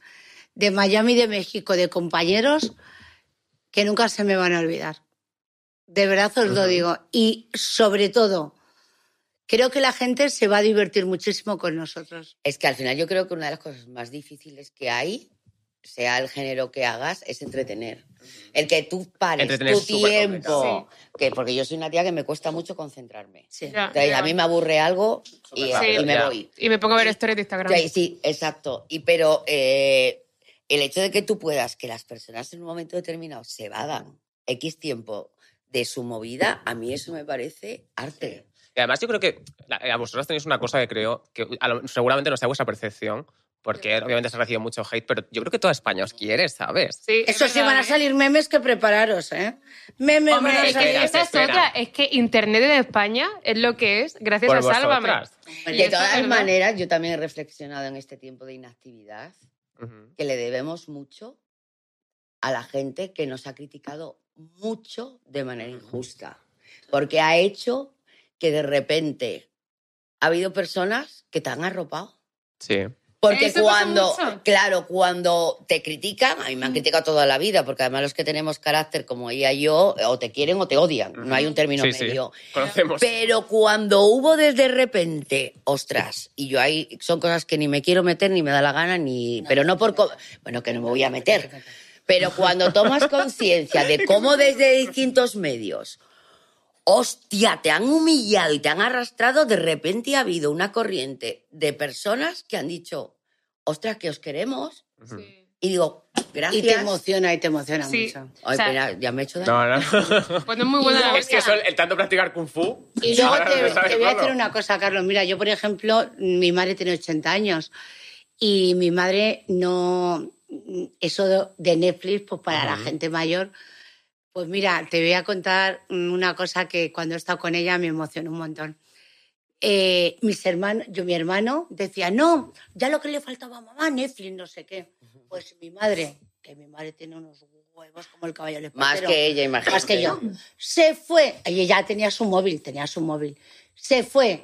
Speaker 3: de Miami, de México, de compañeros que nunca se me van a olvidar. De verdad os lo digo. Y sobre todo, creo que la gente se va a divertir muchísimo con nosotros.
Speaker 4: Es que al final yo creo que una de las cosas más difíciles que hay sea el género que hagas, es entretener. El que tú pares
Speaker 1: Entretener
Speaker 4: tu
Speaker 1: es súper
Speaker 4: tiempo.
Speaker 2: complicado.
Speaker 4: Que, porque yo soy una tía que me cuesta mucho concentrarme.
Speaker 3: Sí.
Speaker 2: Ya.
Speaker 4: Entonces, a mí me aburre algo y,
Speaker 2: rápido,
Speaker 4: y me
Speaker 1: ya.
Speaker 4: voy.
Speaker 2: Y me pongo a ver stories de Instagram.
Speaker 4: Sí, sí, exacto. Y pero eh, el hecho de que tú puedas que las personas en un momento determinado se vadan X tiempo de su movida, a mí eso me parece arte.
Speaker 1: Y además yo creo que la- eh, a vosotros tenéis una cosa que creo que a lo- seguramente no sea vuestra percepción, porque obviamente se ha recibido mucho hate, pero yo creo que toda España os quiere, ¿sabes?
Speaker 2: Sí,
Speaker 3: Eso
Speaker 2: es
Speaker 3: sí,
Speaker 2: verdad,
Speaker 3: van a
Speaker 2: ¿eh?
Speaker 3: salir memes que prepararos, ¿eh? Memes
Speaker 2: Hombre,
Speaker 3: van a
Speaker 2: es
Speaker 1: salir.
Speaker 2: que
Speaker 3: salir.
Speaker 2: esa es
Speaker 1: Espera.
Speaker 2: otra. Es que Internet en España es lo que es, gracias
Speaker 1: Por
Speaker 2: a Sálvame.
Speaker 1: vosotras.
Speaker 3: Y
Speaker 4: De
Speaker 2: eso es
Speaker 4: todas
Speaker 2: verdad.
Speaker 4: maneras, yo también he reflexionado en este tiempo de inactividad
Speaker 1: Ujú.
Speaker 4: que le debemos mucho a la gente que nos ha criticado mucho de manera injusta, porque ha hecho que de repente ha habido personas que te han arropado.
Speaker 1: Sí.
Speaker 4: Porque
Speaker 2: Eso pasa
Speaker 4: cuando,
Speaker 2: mucho.
Speaker 4: claro, cuando te critican, a mí me han criticado toda la vida, porque además los que tenemos carácter como ella y yo, o te quieren o te odian, no hay un término
Speaker 1: Sí, sí.
Speaker 4: medio.
Speaker 1: Conocemos.
Speaker 4: Pero cuando hubo desde repente, ostras, y yo ahí son cosas que ni me quiero meter, ni me da la gana, ni. pero no por. co- Bueno, que no me voy a meter. Pero cuando tomas conciencia de cómo desde distintos medios, hostia, te han humillado y te han arrastrado, de repente ha habido una corriente de personas que han dicho, ostras, que os queremos.
Speaker 1: Ujú.
Speaker 2: Sí.
Speaker 4: Y digo,
Speaker 3: Y te
Speaker 4: gracias.
Speaker 3: emociona, y te emociona
Speaker 2: Sí.
Speaker 3: mucho.
Speaker 2: O
Speaker 4: Ay,
Speaker 2: sea,
Speaker 4: mira, ya me he hecho daño.
Speaker 1: No, no.
Speaker 2: Pues no es muy buena
Speaker 3: Ah,
Speaker 2: la
Speaker 1: es que eso, el, el tanto practicar kung fu.
Speaker 3: Y luego
Speaker 1: ahora no
Speaker 3: te,
Speaker 1: sabes
Speaker 3: te voy a
Speaker 1: solo.
Speaker 3: decir una cosa, Carlos. Mira, yo, por ejemplo, mi madre tiene 80 años y mi madre no... Eso de- de Netflix, pues para la gente mayor, pues mira, te voy a contar una cosa que cuando he estado con ella me emocionó un montón. Eh, mis hermanos, yo, mi hermano decía, no, ya lo que le faltaba a mamá, Netflix, no sé qué. Pues mi madre, que mi madre tiene unos huevos como el caballo del
Speaker 4: Más
Speaker 3: espartero,
Speaker 4: que ella, imagínate.
Speaker 3: más que yo. Se fue, y ya tenía su móvil, tenía su móvil. Se fue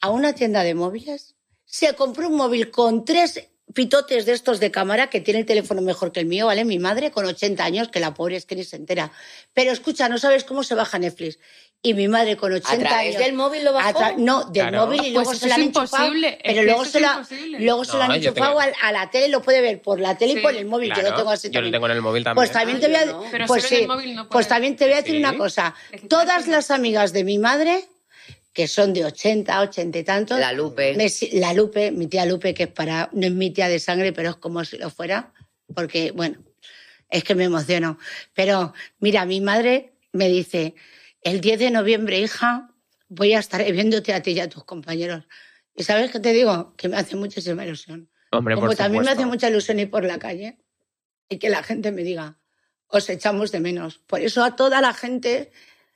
Speaker 3: a una tienda de móviles, se compró un móvil con tres pitotes de estos de cámara, que tiene el teléfono mejor que el mío, ¿vale? Mi madre con 80 años, que la pobre es que ni se entera. Pero escucha, no sabes cómo se baja Netflix. Y mi madre con 80
Speaker 4: través
Speaker 3: años...
Speaker 4: del móvil lo bajó?
Speaker 3: a tra- No, del
Speaker 1: Claro.
Speaker 3: móvil
Speaker 2: Pues
Speaker 3: y luego
Speaker 2: eso
Speaker 3: se la han
Speaker 2: es
Speaker 3: enchufado,
Speaker 2: imposible, es
Speaker 3: Pero
Speaker 2: que
Speaker 3: luego
Speaker 2: eso
Speaker 3: se
Speaker 2: es
Speaker 3: la,
Speaker 2: imposible.
Speaker 3: luego se
Speaker 1: No,
Speaker 3: lo han
Speaker 1: yo
Speaker 3: enchufado
Speaker 1: tengo-
Speaker 3: a, a la tele, lo puede ver por la tele y
Speaker 2: Sí.
Speaker 3: por el móvil. Yo
Speaker 1: Claro,
Speaker 3: lo tengo así
Speaker 1: yo lo
Speaker 3: también.
Speaker 1: tengo en el móvil también.
Speaker 3: Pues también te voy
Speaker 4: Ah,
Speaker 3: a...
Speaker 4: yo no.
Speaker 2: Pero
Speaker 3: pues
Speaker 2: solo en
Speaker 3: sí.
Speaker 2: el móvil no
Speaker 3: pues
Speaker 2: puedes.
Speaker 3: también te voy a decir
Speaker 1: Sí.
Speaker 3: una cosa.
Speaker 2: Es que
Speaker 3: Todas
Speaker 2: parece-
Speaker 3: las amigas de mi madre, que son de 80, 80 y tantos...
Speaker 4: La Lupe.
Speaker 3: me si- la Lupe, mi tía Lupe, que es para... No es mi tía de sangre, pero es como si lo fuera, porque, bueno, es que me emociono. Pero, mira, mi madre me dice, el 10 de noviembre, hija, voy a estar viéndote a ti y a tus compañeros. ¿Y sabes qué te digo? Que me hace muchísima ilusión.
Speaker 1: Hombre,
Speaker 3: Como
Speaker 1: por
Speaker 3: Pues también me hace
Speaker 1: supuesto.
Speaker 3: mucha ilusión ir por la calle y que la gente me diga, os echamos de menos. Por eso a toda la gente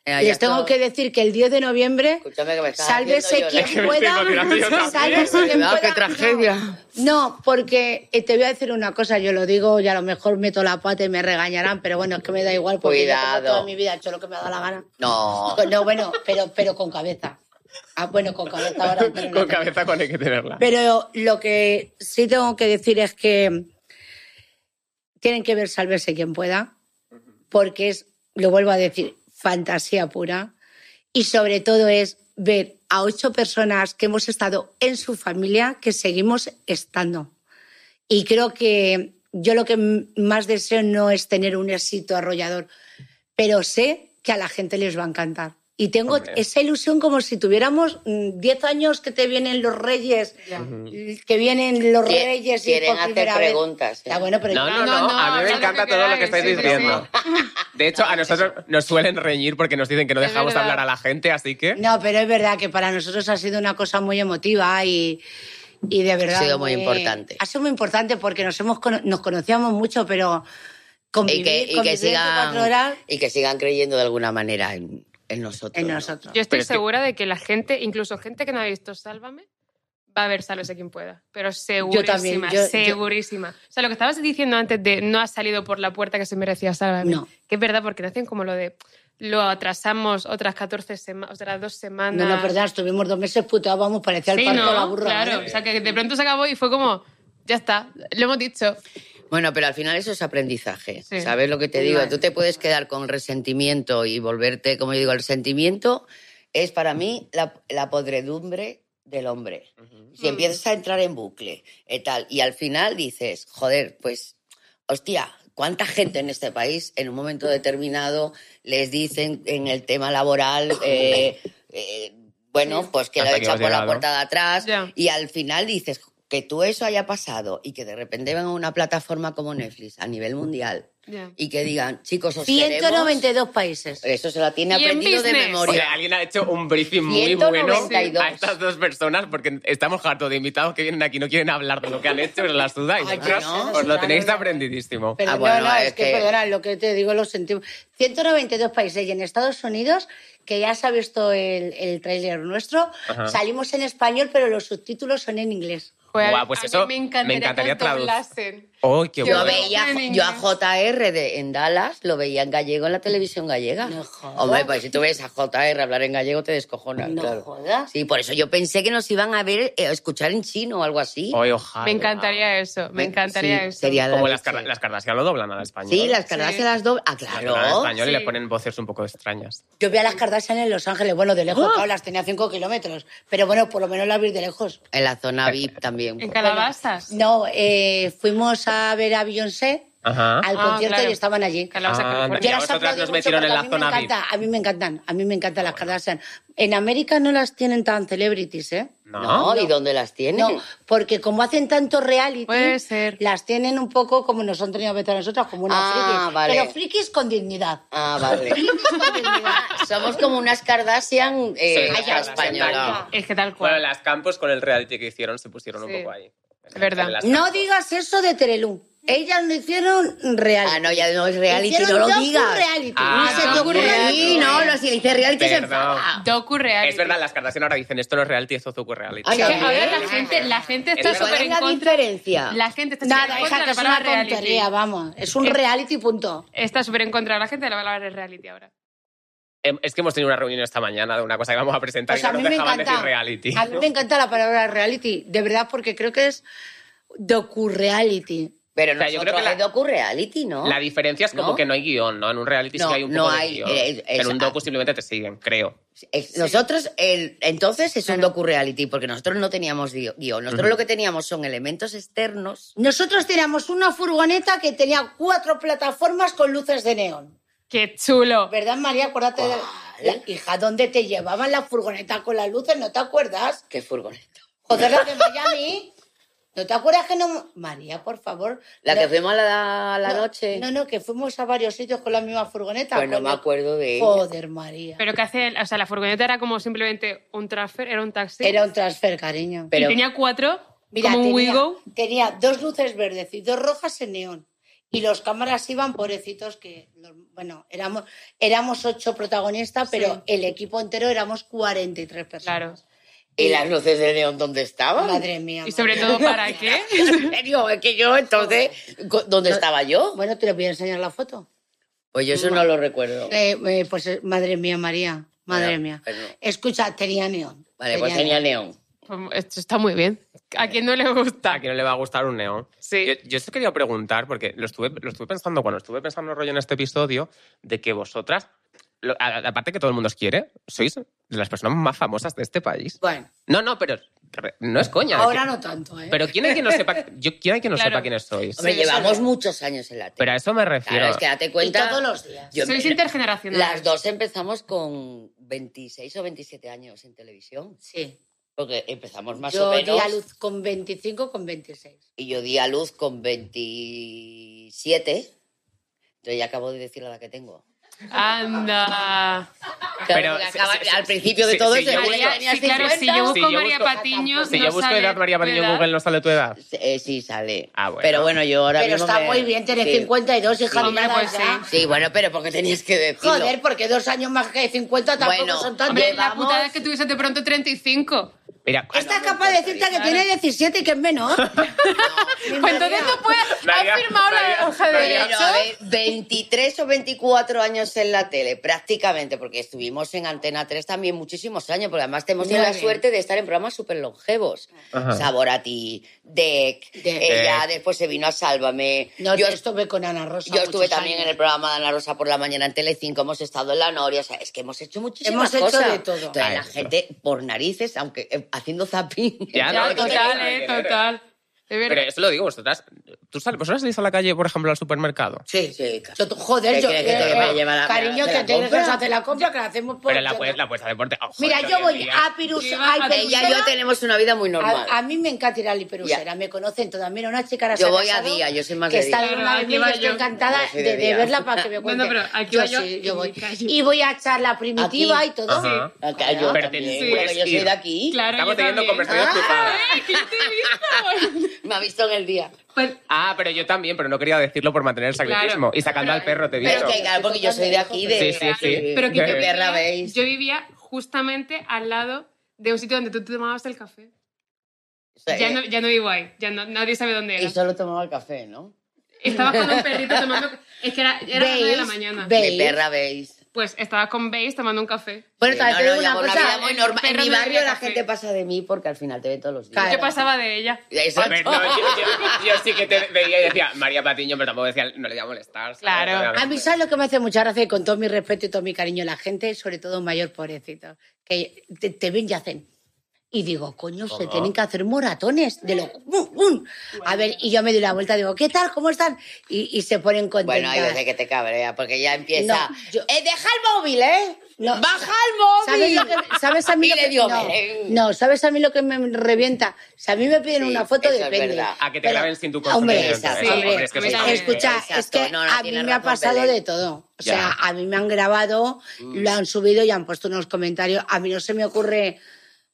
Speaker 4: Eh, ya
Speaker 3: les tengo
Speaker 4: estoy-
Speaker 3: que decir que el 10 de noviembre,
Speaker 4: Escúchame que me estás
Speaker 3: sálvese
Speaker 4: haciendo
Speaker 1: Es
Speaker 4: llorar.
Speaker 1: que
Speaker 3: quien
Speaker 1: me
Speaker 3: pueda,
Speaker 1: estoy emocionando yo también.
Speaker 3: sálvese quien
Speaker 4: Cuidado,
Speaker 3: pueda.
Speaker 4: ¡Qué tragedia!
Speaker 3: No, porque eh, te voy a decir una cosa, yo lo digo y a lo mejor meto la pata y me regañarán, pero bueno, es que me da igual porque yo como
Speaker 4: Cuidado.
Speaker 3: toda mi vida he hecho lo que me ha dado la gana.
Speaker 4: No.
Speaker 3: No, bueno, pero, pero con cabeza. Ah, bueno, con cabeza ahora. pero no
Speaker 1: Con
Speaker 3: tengo.
Speaker 1: cabeza con hay que tenerla.
Speaker 3: Pero lo que sí tengo que decir es que tienen que ver Sálvese quien pueda, porque es, lo vuelvo a decir, fantasía pura. Y sobre todo es ver a ocho personas que hemos estado en su familia, que seguimos estando. Y creo que yo lo que m- más deseo no es tener un éxito arrollador, pero sé que a la gente les va a encantar. Y tengo
Speaker 1: Hombre.
Speaker 3: esa ilusión como si tuviéramos mm, 10 años que te vienen los reyes,
Speaker 1: Mm.
Speaker 3: que vienen los
Speaker 4: Tie-
Speaker 3: reyes y
Speaker 4: Quieren
Speaker 3: por
Speaker 4: hacer
Speaker 3: primera vez.
Speaker 4: preguntas. ¿eh?
Speaker 3: Está bueno, pero
Speaker 1: No, no, no,
Speaker 2: No, no,
Speaker 1: a mí me
Speaker 2: no,
Speaker 1: encanta
Speaker 2: no
Speaker 1: todo lo que
Speaker 2: queráis,
Speaker 1: estáis
Speaker 2: sí, sí,
Speaker 1: diciendo. De hecho, a nosotros nos suelen reñir porque nos dicen que no
Speaker 2: Es
Speaker 1: dejamos
Speaker 2: verdad.
Speaker 1: hablar a la gente, así que...
Speaker 3: No, pero es verdad que para nosotros ha sido una cosa muy emotiva y, y de verdad.
Speaker 4: sido muy importante.
Speaker 3: Ha sido muy importante porque nos, hemos, cono- nos conocíamos mucho, pero convivir,
Speaker 4: y que, y que
Speaker 3: convivir 24 horas
Speaker 4: sigan, y que sigan creyendo de alguna manera en, en nosotros.
Speaker 3: en
Speaker 4: ¿no?
Speaker 3: nosotros.
Speaker 2: Yo estoy
Speaker 1: Pero es que-
Speaker 2: segura de que la gente, incluso gente que no ha visto Sálvame, va a ver Sálvese quien pueda. Pero segurísima,
Speaker 3: también, yo- yo-
Speaker 2: segurísima. O sea, lo que estabas diciendo antes de no ha salido por la puerta que se merecía Sálvame,
Speaker 3: No.
Speaker 2: que es verdad porque no hacen como lo de lo atrasamos otras 14 semanas, otras dos
Speaker 3: No
Speaker 2: semanas.
Speaker 3: nos perdamos, estuvimos dos meses puteábamos, parecía el
Speaker 2: Sí,
Speaker 3: parto
Speaker 2: ¿no?
Speaker 3: de la burra.
Speaker 2: claro.
Speaker 3: ¿eh?
Speaker 2: O sea, que de pronto se acabó y fue como, ya está, lo hemos dicho.
Speaker 4: Bueno, pero al final eso es aprendizaje.
Speaker 2: Sí.
Speaker 4: ¿Sabes lo que te digo? Tú te puedes quedar con resentimiento y volverte, como yo digo, el resentimiento es para mí la, la podredumbre del hombre. eh, Si empiezas a entrar en bucle y tal, y al final dices, joder, pues hostia, ¿cuánta gente en este país en un momento determinado les dicen en el tema laboral, eh, eh, bueno, pues que lo
Speaker 1: Hasta que
Speaker 4: echan
Speaker 1: has
Speaker 4: por la
Speaker 1: llegado.
Speaker 4: puerta de atrás
Speaker 2: Ya.
Speaker 4: y al final dices que tú eso haya pasado y que de repente venga una plataforma como Netflix a nivel mundial
Speaker 2: Ya.
Speaker 4: y que digan, chicos, os queremos.
Speaker 3: 192 países.
Speaker 4: Eso se la tiene
Speaker 2: Y en
Speaker 4: aprendido de
Speaker 2: business.
Speaker 1: O
Speaker 4: memoria.
Speaker 1: sea, alguien ha hecho un briefing muy
Speaker 4: 192.
Speaker 1: bueno a estas dos personas porque estamos hartos de invitados que vienen aquí no quieren hablar de lo que han hecho, pero las dudáis.
Speaker 3: Ay,
Speaker 1: Vosotros Os
Speaker 4: no,
Speaker 1: lo
Speaker 3: claro,
Speaker 1: tenéis
Speaker 3: claro.
Speaker 1: aprendidísimo.
Speaker 3: Pero
Speaker 4: Ah, bueno,
Speaker 3: no, no, es,
Speaker 4: es
Speaker 3: que,
Speaker 4: que-
Speaker 3: perdona, lo que te digo lo sentimos. 192 países y en Estados Unidos, que ya se ha visto el, el tráiler nuestro,
Speaker 1: Ajá.
Speaker 3: salimos en español, pero los subtítulos son en inglés.
Speaker 2: Joder,
Speaker 1: Guau, pues
Speaker 2: a mí
Speaker 1: eso
Speaker 2: me encantaría,
Speaker 1: me encantaría
Speaker 2: que
Speaker 1: traduc-
Speaker 2: doblasen.
Speaker 1: ¡Ay, qué
Speaker 2: Yo
Speaker 4: Yo
Speaker 1: bueno!
Speaker 2: veo-
Speaker 4: veía
Speaker 2: en
Speaker 4: yo a
Speaker 2: inglés.
Speaker 4: JR de, en Dallas, lo veía en gallego en la televisión gallega.
Speaker 3: No jodas.
Speaker 4: Hombre, pues si tú ves a JR hablar en gallego te descojonas.
Speaker 3: No
Speaker 4: claro.
Speaker 3: jodas.
Speaker 4: Sí, por eso yo pensé que nos iban a ver, eh, a escuchar en chino o algo así.
Speaker 1: Ay, ojalá.
Speaker 2: Me encantaría eso, me encantaría
Speaker 4: Sí,
Speaker 2: eso.
Speaker 4: sería la
Speaker 1: Como las,
Speaker 4: leche.
Speaker 1: Kar- las Kardashian lo doblan al español.
Speaker 4: Sí, las cargas
Speaker 2: Sí.
Speaker 4: se las doble. Ah,
Speaker 1: Las doblan al
Speaker 4: claro.
Speaker 1: español y
Speaker 2: Sí.
Speaker 1: le ponen voces un poco extrañas.
Speaker 3: Yo vi a las Kardashian en Los Ángeles, bueno, de
Speaker 2: ¡Ah!
Speaker 3: lejos, claro, las tenía a 5 kilómetros, pero bueno, por lo menos las vi de lejos.
Speaker 4: En la zona VIP también. pues.
Speaker 2: En calabazas.
Speaker 3: No, eh, fuimos a ver a Beyoncé
Speaker 1: Ajá.
Speaker 3: al
Speaker 2: Ah,
Speaker 3: concierto
Speaker 2: claro.
Speaker 3: y estaban allí.
Speaker 2: Calabazas,
Speaker 1: Ah,
Speaker 2: California.
Speaker 1: Y a
Speaker 3: las
Speaker 1: vosotras
Speaker 3: aplaudo
Speaker 1: nos
Speaker 3: mucho
Speaker 1: metieron
Speaker 3: porque
Speaker 1: en
Speaker 3: a
Speaker 1: la
Speaker 3: mí me
Speaker 1: zona
Speaker 3: encanta, A mí me encantan, a mí me encantan las Kardashian. En América no las tienen tan celebrities, ¿eh?
Speaker 1: No.
Speaker 4: No, ¿y dónde las tienen?
Speaker 3: No, porque como hacen tanto reality,
Speaker 2: Puede
Speaker 4: Pues,
Speaker 2: ser.
Speaker 3: las tienen un poco como nos han tenido a vetar a nosotras, como una
Speaker 4: Ah,
Speaker 3: friki.
Speaker 4: vale.
Speaker 3: Pero frikis con dignidad.
Speaker 4: Ah, vale. Somos como unas Kardashian eh,
Speaker 1: Sí,
Speaker 4: a la española.
Speaker 2: Es que tal
Speaker 1: Bueno,
Speaker 2: cual.
Speaker 1: las campos con el reality que hicieron se pusieron
Speaker 2: Sí.
Speaker 1: un poco ahí.
Speaker 2: Es verdad.
Speaker 1: En las
Speaker 3: No
Speaker 1: Campos.
Speaker 3: digas eso de Terelú. Ellas no hicieron reality.
Speaker 4: Ah, no, ya no es reality,
Speaker 3: Hicieron
Speaker 4: no lo
Speaker 3: docu
Speaker 4: digas.
Speaker 3: reality.
Speaker 1: Ah,
Speaker 3: Ni se te
Speaker 2: docu
Speaker 3: ocurra
Speaker 2: reality.
Speaker 4: Sí,
Speaker 3: decirlo.
Speaker 4: no, no, si dice reality se
Speaker 1: Perdón.
Speaker 4: enfada.
Speaker 2: Docu reality.
Speaker 1: Es verdad, las Kardashian ahora dicen esto no es reality, esto es Zucu reality.
Speaker 4: Ay,
Speaker 2: Es que
Speaker 4: también.
Speaker 2: ahora la gente, la gente está
Speaker 1: Es verdad.
Speaker 2: súper
Speaker 4: ¿Cuál es
Speaker 2: en
Speaker 4: la
Speaker 2: contra.
Speaker 4: diferencia?
Speaker 2: La gente está súper
Speaker 3: Nada,
Speaker 2: en
Speaker 3: hija,
Speaker 2: contra
Speaker 3: que
Speaker 2: de
Speaker 3: es
Speaker 2: la
Speaker 3: una
Speaker 2: palabra reality.
Speaker 3: tontería, vamos. Es un
Speaker 2: Es-
Speaker 3: reality, punto.
Speaker 2: Está súper en contra de la gente de la palabra reality ahora.
Speaker 1: Em, Es que hemos tenido una reunión esta mañana de una cosa que vamos a presentar
Speaker 3: Pues a
Speaker 1: y no
Speaker 3: mí
Speaker 1: nos
Speaker 3: me
Speaker 1: dejaban
Speaker 3: encanta.
Speaker 1: decir reality.
Speaker 3: A mí me encanta la palabra reality, de verdad, porque creo que es docu-reality.
Speaker 4: Pero
Speaker 1: O
Speaker 4: no
Speaker 1: sea, yo creo que la-
Speaker 4: es docu-reality, ¿no?
Speaker 1: La diferencia es como
Speaker 4: ¿No?
Speaker 1: que no hay guión, ¿no? En un reality sí
Speaker 4: No,
Speaker 1: que hay un
Speaker 4: no
Speaker 1: poco de
Speaker 4: hay,
Speaker 1: guión.
Speaker 4: eh, es-
Speaker 1: en un docu simplemente te siguen, creo.
Speaker 4: Eh, Nosotros, el, entonces es un docu-reality, porque nosotros no teníamos guio- guión. Nosotros lo que teníamos son elementos externos.
Speaker 3: Nosotros teníamos una furgoneta que tenía cuatro plataformas con luces de neón.
Speaker 2: ¡Qué chulo!
Speaker 3: ¿Verdad, María? Acuérdate de... La- hija, ¿dónde te llevaban la furgoneta con las luces? ¿No te acuerdas?
Speaker 4: Qué furgoneta.
Speaker 3: Joder, la de Miami. ¿No te acuerdas que no...? María, por favor.
Speaker 4: La
Speaker 3: No-
Speaker 4: que fuimos a la, a la
Speaker 3: no,
Speaker 4: noche.
Speaker 3: No, no, que fuimos a varios sitios con la misma furgoneta.
Speaker 4: pues no me
Speaker 3: coño.
Speaker 4: acuerdo de ella.
Speaker 3: Joder, María.
Speaker 2: Pero que hace, o sea, la furgoneta era como simplemente un transfer, era un taxi.
Speaker 3: Era un transfer, cariño.
Speaker 2: y
Speaker 4: Pero
Speaker 2: tenía cuatro,
Speaker 3: Mira,
Speaker 2: como un
Speaker 3: tenía,
Speaker 2: Wigo.
Speaker 3: tenía dos luces verdes y dos rojas en neón. Y los cámaras iban pobrecitos que, los- bueno, éramos, éramos ocho protagonistas, pero
Speaker 2: Sí.
Speaker 3: el equipo entero éramos 43
Speaker 2: Claro.
Speaker 3: personas.
Speaker 4: ¿Y las luces de neón dónde estaban?
Speaker 3: Madre mía.
Speaker 2: Y sobre
Speaker 3: madre
Speaker 2: todo,
Speaker 3: mía.
Speaker 2: ¿para qué?
Speaker 4: En serio, es que yo entonces, co- ¿dónde estaba yo?
Speaker 3: Bueno, te lo voy a enseñar la foto.
Speaker 4: Pues yo eso no lo recuerdo.
Speaker 3: Eh, eh, pues eh, madre mía, María. Madre
Speaker 4: Bueno,
Speaker 3: mía.
Speaker 4: pues no.
Speaker 3: Escucha, tenía neón.
Speaker 4: Vale, pues
Speaker 3: neón.
Speaker 4: tenía neón.
Speaker 2: Pues Esto está muy bien. ¿A quién no le gusta?
Speaker 1: A quien no le va a gustar un neón.
Speaker 2: Sí.
Speaker 1: Yo, yo os quería preguntar, porque lo estuve, lo estuve pensando cuando estuve pensando rollo en este episodio, de que vosotras, lo- a- a- aparte que todo el mundo os quiere, sois de las personas más famosas de este país.
Speaker 3: Bueno,
Speaker 1: No, no, pero re- no es coña.
Speaker 3: ahora
Speaker 1: Que-
Speaker 3: no tanto, ¿eh?
Speaker 1: Pero ¿quién hay que no sepa, yo, ¿quién hay que no
Speaker 2: Claro.
Speaker 1: sepa quiénes sois?
Speaker 4: Hombre,
Speaker 3: Sí,
Speaker 4: llevamos
Speaker 3: sí.
Speaker 4: muchos años en la tele.
Speaker 1: Pero a eso me refiero.
Speaker 4: claro, es que date
Speaker 3: y
Speaker 4: cuenta.
Speaker 3: todos los días.
Speaker 4: yo
Speaker 2: Sois
Speaker 4: me-
Speaker 2: intergeneracionales.
Speaker 4: Las dos empezamos con 26 o 27 años en televisión.
Speaker 3: Sí.
Speaker 4: Porque empezamos más
Speaker 3: Yo
Speaker 4: o menos.
Speaker 3: di a luz con 25, con 26.
Speaker 4: Y yo di a luz con 27. Entonces ya acabo de decir la edad que tengo.
Speaker 2: Anda.
Speaker 4: Claro,
Speaker 1: Pero,
Speaker 4: porque
Speaker 1: sí,
Speaker 4: acaba-
Speaker 1: sí, sí,
Speaker 4: al principio
Speaker 1: sí,
Speaker 4: de todo
Speaker 1: sí,
Speaker 4: eso,
Speaker 1: yo
Speaker 4: yo
Speaker 1: busco-
Speaker 4: tenía
Speaker 2: sí, claro, si
Speaker 4: 50.
Speaker 2: yo busco
Speaker 1: Si yo
Speaker 2: María
Speaker 1: busco- Ah,
Speaker 2: Patiño,
Speaker 1: Si
Speaker 2: no
Speaker 1: yo busco
Speaker 2: sale
Speaker 1: edad María
Speaker 2: tu
Speaker 1: Mariño en
Speaker 2: edad.
Speaker 1: Google, ¿no sale tu edad?
Speaker 4: Eh, sí, sale.
Speaker 1: Ah, bueno.
Speaker 4: Pero bueno, yo ahora
Speaker 3: Pero
Speaker 4: mismo
Speaker 3: está
Speaker 4: me-
Speaker 3: muy bien, tienes
Speaker 4: sí.
Speaker 3: 52, hija
Speaker 2: Hombre,
Speaker 3: mía,
Speaker 2: pues
Speaker 3: ya.
Speaker 2: sí.
Speaker 4: Sí, bueno, pero porque tenías que decirlo.
Speaker 3: Joder, porque dos años más que 50 tampoco
Speaker 4: Bueno,
Speaker 3: son tantos.
Speaker 2: Hombre, la
Speaker 4: Llevamos-
Speaker 2: putada es que tuviese de pronto 35.
Speaker 1: Mira,
Speaker 3: Estás capaz de decirte que tiene 17 y que es menos.
Speaker 2: Pues entonces tú puedes.
Speaker 1: María,
Speaker 2: Has firmado
Speaker 1: María,
Speaker 2: la hoja de
Speaker 1: María.
Speaker 4: Pero
Speaker 2: derecho.
Speaker 4: a ver, 23 o 24 años en la tele, prácticamente, porque estuvimos en Antena 3 también muchísimos años, porque además hemos tenido
Speaker 3: Muy
Speaker 4: la
Speaker 3: bien.
Speaker 4: suerte de estar en programas súper longevos.
Speaker 1: Ajá.
Speaker 4: Sabor a ti, Deck,
Speaker 3: Deck.
Speaker 4: ella
Speaker 1: Deck.
Speaker 4: después se vino a Sálvame.
Speaker 3: No,
Speaker 4: yo
Speaker 3: yo estuve con Ana Rosa.
Speaker 4: yo estuve
Speaker 3: muchos
Speaker 4: también
Speaker 3: años.
Speaker 4: en el programa de Ana Rosa por la mañana en Telecinco, hemos estado en La Noria, o sea, es que hemos hecho
Speaker 3: Hemos
Speaker 4: muchísimas
Speaker 3: hecho
Speaker 4: cosas.
Speaker 3: de todo.
Speaker 4: Entonces,
Speaker 1: Ah,
Speaker 4: la
Speaker 1: eso.
Speaker 4: gente por narices, aunque eh, haciendo zapping.
Speaker 1: Ya,
Speaker 2: Ya,
Speaker 1: no,
Speaker 2: total, eh, total. De
Speaker 1: Pero
Speaker 2: verdad.
Speaker 1: eso lo digo, vosotras ¿Tú sales, ¿Vosotros salís a la calle, por ejemplo, al supermercado?
Speaker 4: Sí, sí. claro.
Speaker 3: Yo, joder,
Speaker 4: ¿Qué
Speaker 3: yo. eh,
Speaker 4: quieres que te vaya a llevar a-
Speaker 3: cariño,
Speaker 4: te
Speaker 3: que
Speaker 4: la
Speaker 3: te
Speaker 4: compra?
Speaker 3: dejas hacer la compra, que la hacemos por.
Speaker 4: Pues
Speaker 1: Pero la puesta la puesta de deporte. oh, joder,
Speaker 3: Mira,
Speaker 1: hoy
Speaker 3: yo
Speaker 1: en
Speaker 3: voy
Speaker 1: día.
Speaker 3: a Pirus.
Speaker 2: Yo-
Speaker 3: a
Speaker 4: Ella y yo
Speaker 3: Pirusera.
Speaker 4: tenemos una vida muy normal.
Speaker 3: A, a mí me encanta ir a Lipirusera, me conocen todas. Mira, una chica ahora se
Speaker 4: Yo
Speaker 3: ha
Speaker 4: voy a
Speaker 3: casado,
Speaker 4: día, yo soy más
Speaker 3: que
Speaker 4: de
Speaker 3: está
Speaker 4: día.
Speaker 2: Claro,
Speaker 3: una vez
Speaker 2: aquí
Speaker 3: mía,
Speaker 2: voy
Speaker 3: estoy
Speaker 2: yo.
Speaker 3: encantada
Speaker 4: Yo soy
Speaker 3: de,
Speaker 4: de
Speaker 3: de
Speaker 4: día.
Speaker 3: verla para que me
Speaker 2: no,
Speaker 3: cuente.
Speaker 2: pero aquí
Speaker 3: yo
Speaker 2: voy yo
Speaker 3: sí,
Speaker 2: y
Speaker 3: yo voy.
Speaker 2: casi-
Speaker 3: Y voy a echar la primitiva
Speaker 4: Aquí.
Speaker 3: y todo.
Speaker 1: Ajá.
Speaker 4: Acá yo
Speaker 1: Ah, Pero
Speaker 4: también,
Speaker 1: te-
Speaker 4: porque
Speaker 1: puedes
Speaker 4: yo soy
Speaker 1: ir.
Speaker 4: de aquí.
Speaker 2: Claro,
Speaker 1: Estamos
Speaker 2: yo
Speaker 1: teniendo
Speaker 2: también. Ah,
Speaker 1: conversaciones cruzadas.
Speaker 2: ¡Ay, que yo te he visto!
Speaker 4: Me ha visto en el día.
Speaker 2: Pues,
Speaker 1: Ah, pero yo también, pero no quería decirlo por mantener el sacrificismo.
Speaker 2: Claro.
Speaker 1: Y sacando al perro, te he
Speaker 4: Pero
Speaker 1: dicho.
Speaker 4: es que, claro, porque yo soy de aquí, de...
Speaker 1: Sí, sí, sí.
Speaker 2: pero que yo
Speaker 1: De
Speaker 2: vivía-
Speaker 4: perra, veis.
Speaker 2: yo vivía justamente al lado de un sitio donde tú tomabas el café.
Speaker 4: Sí.
Speaker 2: Ya no, ya no vivo ahí, ya no, nadie sabe dónde
Speaker 4: Y
Speaker 2: era.
Speaker 4: solo tomaba el café, ¿no?
Speaker 2: Estabas con un perrito tomando... Es que era, era las nueve de la mañana.
Speaker 3: ¿Veis?
Speaker 4: De perra, veis.
Speaker 2: Pues estaba con Bass tomando un café.
Speaker 3: Bueno, también
Speaker 4: Eh, No,
Speaker 3: te
Speaker 4: no,
Speaker 3: digo una
Speaker 4: llevo una
Speaker 3: cosa.
Speaker 4: vida muy normal. En
Speaker 2: Perra
Speaker 4: mi
Speaker 2: no
Speaker 4: barrio
Speaker 2: bebía
Speaker 4: la
Speaker 2: café.
Speaker 4: gente pasa de mí porque al final te ve todos los días.
Speaker 3: Claro.
Speaker 2: Yo pasaba de ella.
Speaker 1: A ver, no, yo, yo- yo sí que te veía y decía María Patiño, pero tampoco decía, no le voy a molestar. ¿sabes?
Speaker 2: Claro.
Speaker 1: No le voy
Speaker 3: A mí, ¿sabes lo que me hace mucha gracia? Y Con todo mi respeto y todo mi cariño, la gente, sobre todo mayor pobrecito, que te, te ven y hacen. Y digo, coño, se
Speaker 1: ¿Cómo?
Speaker 3: tienen que hacer moratones de lo. ¡Bum, bum! A ver, y yo me doy la vuelta y digo, ¿qué tal? ¿Cómo están? Y, y se ponen contentas.
Speaker 4: Bueno, hay veces que te cabrea porque ya empieza...
Speaker 3: No, yo-
Speaker 4: "Eh, deja el móvil, ¿eh?
Speaker 3: No.
Speaker 4: Baja el
Speaker 3: ¿Sabes,
Speaker 4: móvil.
Speaker 3: lo que- sabes a mí
Speaker 4: Y
Speaker 3: lo
Speaker 4: le
Speaker 3: que,
Speaker 4: digo,
Speaker 3: no,
Speaker 4: "Ven".
Speaker 3: no, ¿sabes a mí lo que me revienta? Si a mí me piden
Speaker 4: Sí,
Speaker 3: una foto,
Speaker 4: eso es
Speaker 3: depende.
Speaker 4: verdad.
Speaker 1: A que te graben sin tu
Speaker 3: Hombre,
Speaker 1: consentimiento,
Speaker 3: exacto,
Speaker 2: ¿eh?
Speaker 3: hombre,
Speaker 2: Hombre, es que eso también.
Speaker 3: escucha, es
Speaker 4: eh, Exacto,
Speaker 3: que
Speaker 4: no, no,
Speaker 3: a mí
Speaker 4: tienes
Speaker 3: me ha
Speaker 4: razón,
Speaker 3: pasado
Speaker 4: Belén.
Speaker 3: de todo. O
Speaker 1: Ya. Mm.
Speaker 3: sea, a mí me han grabado, lo han subido y han puesto unos comentarios. A mí no se me ocurre...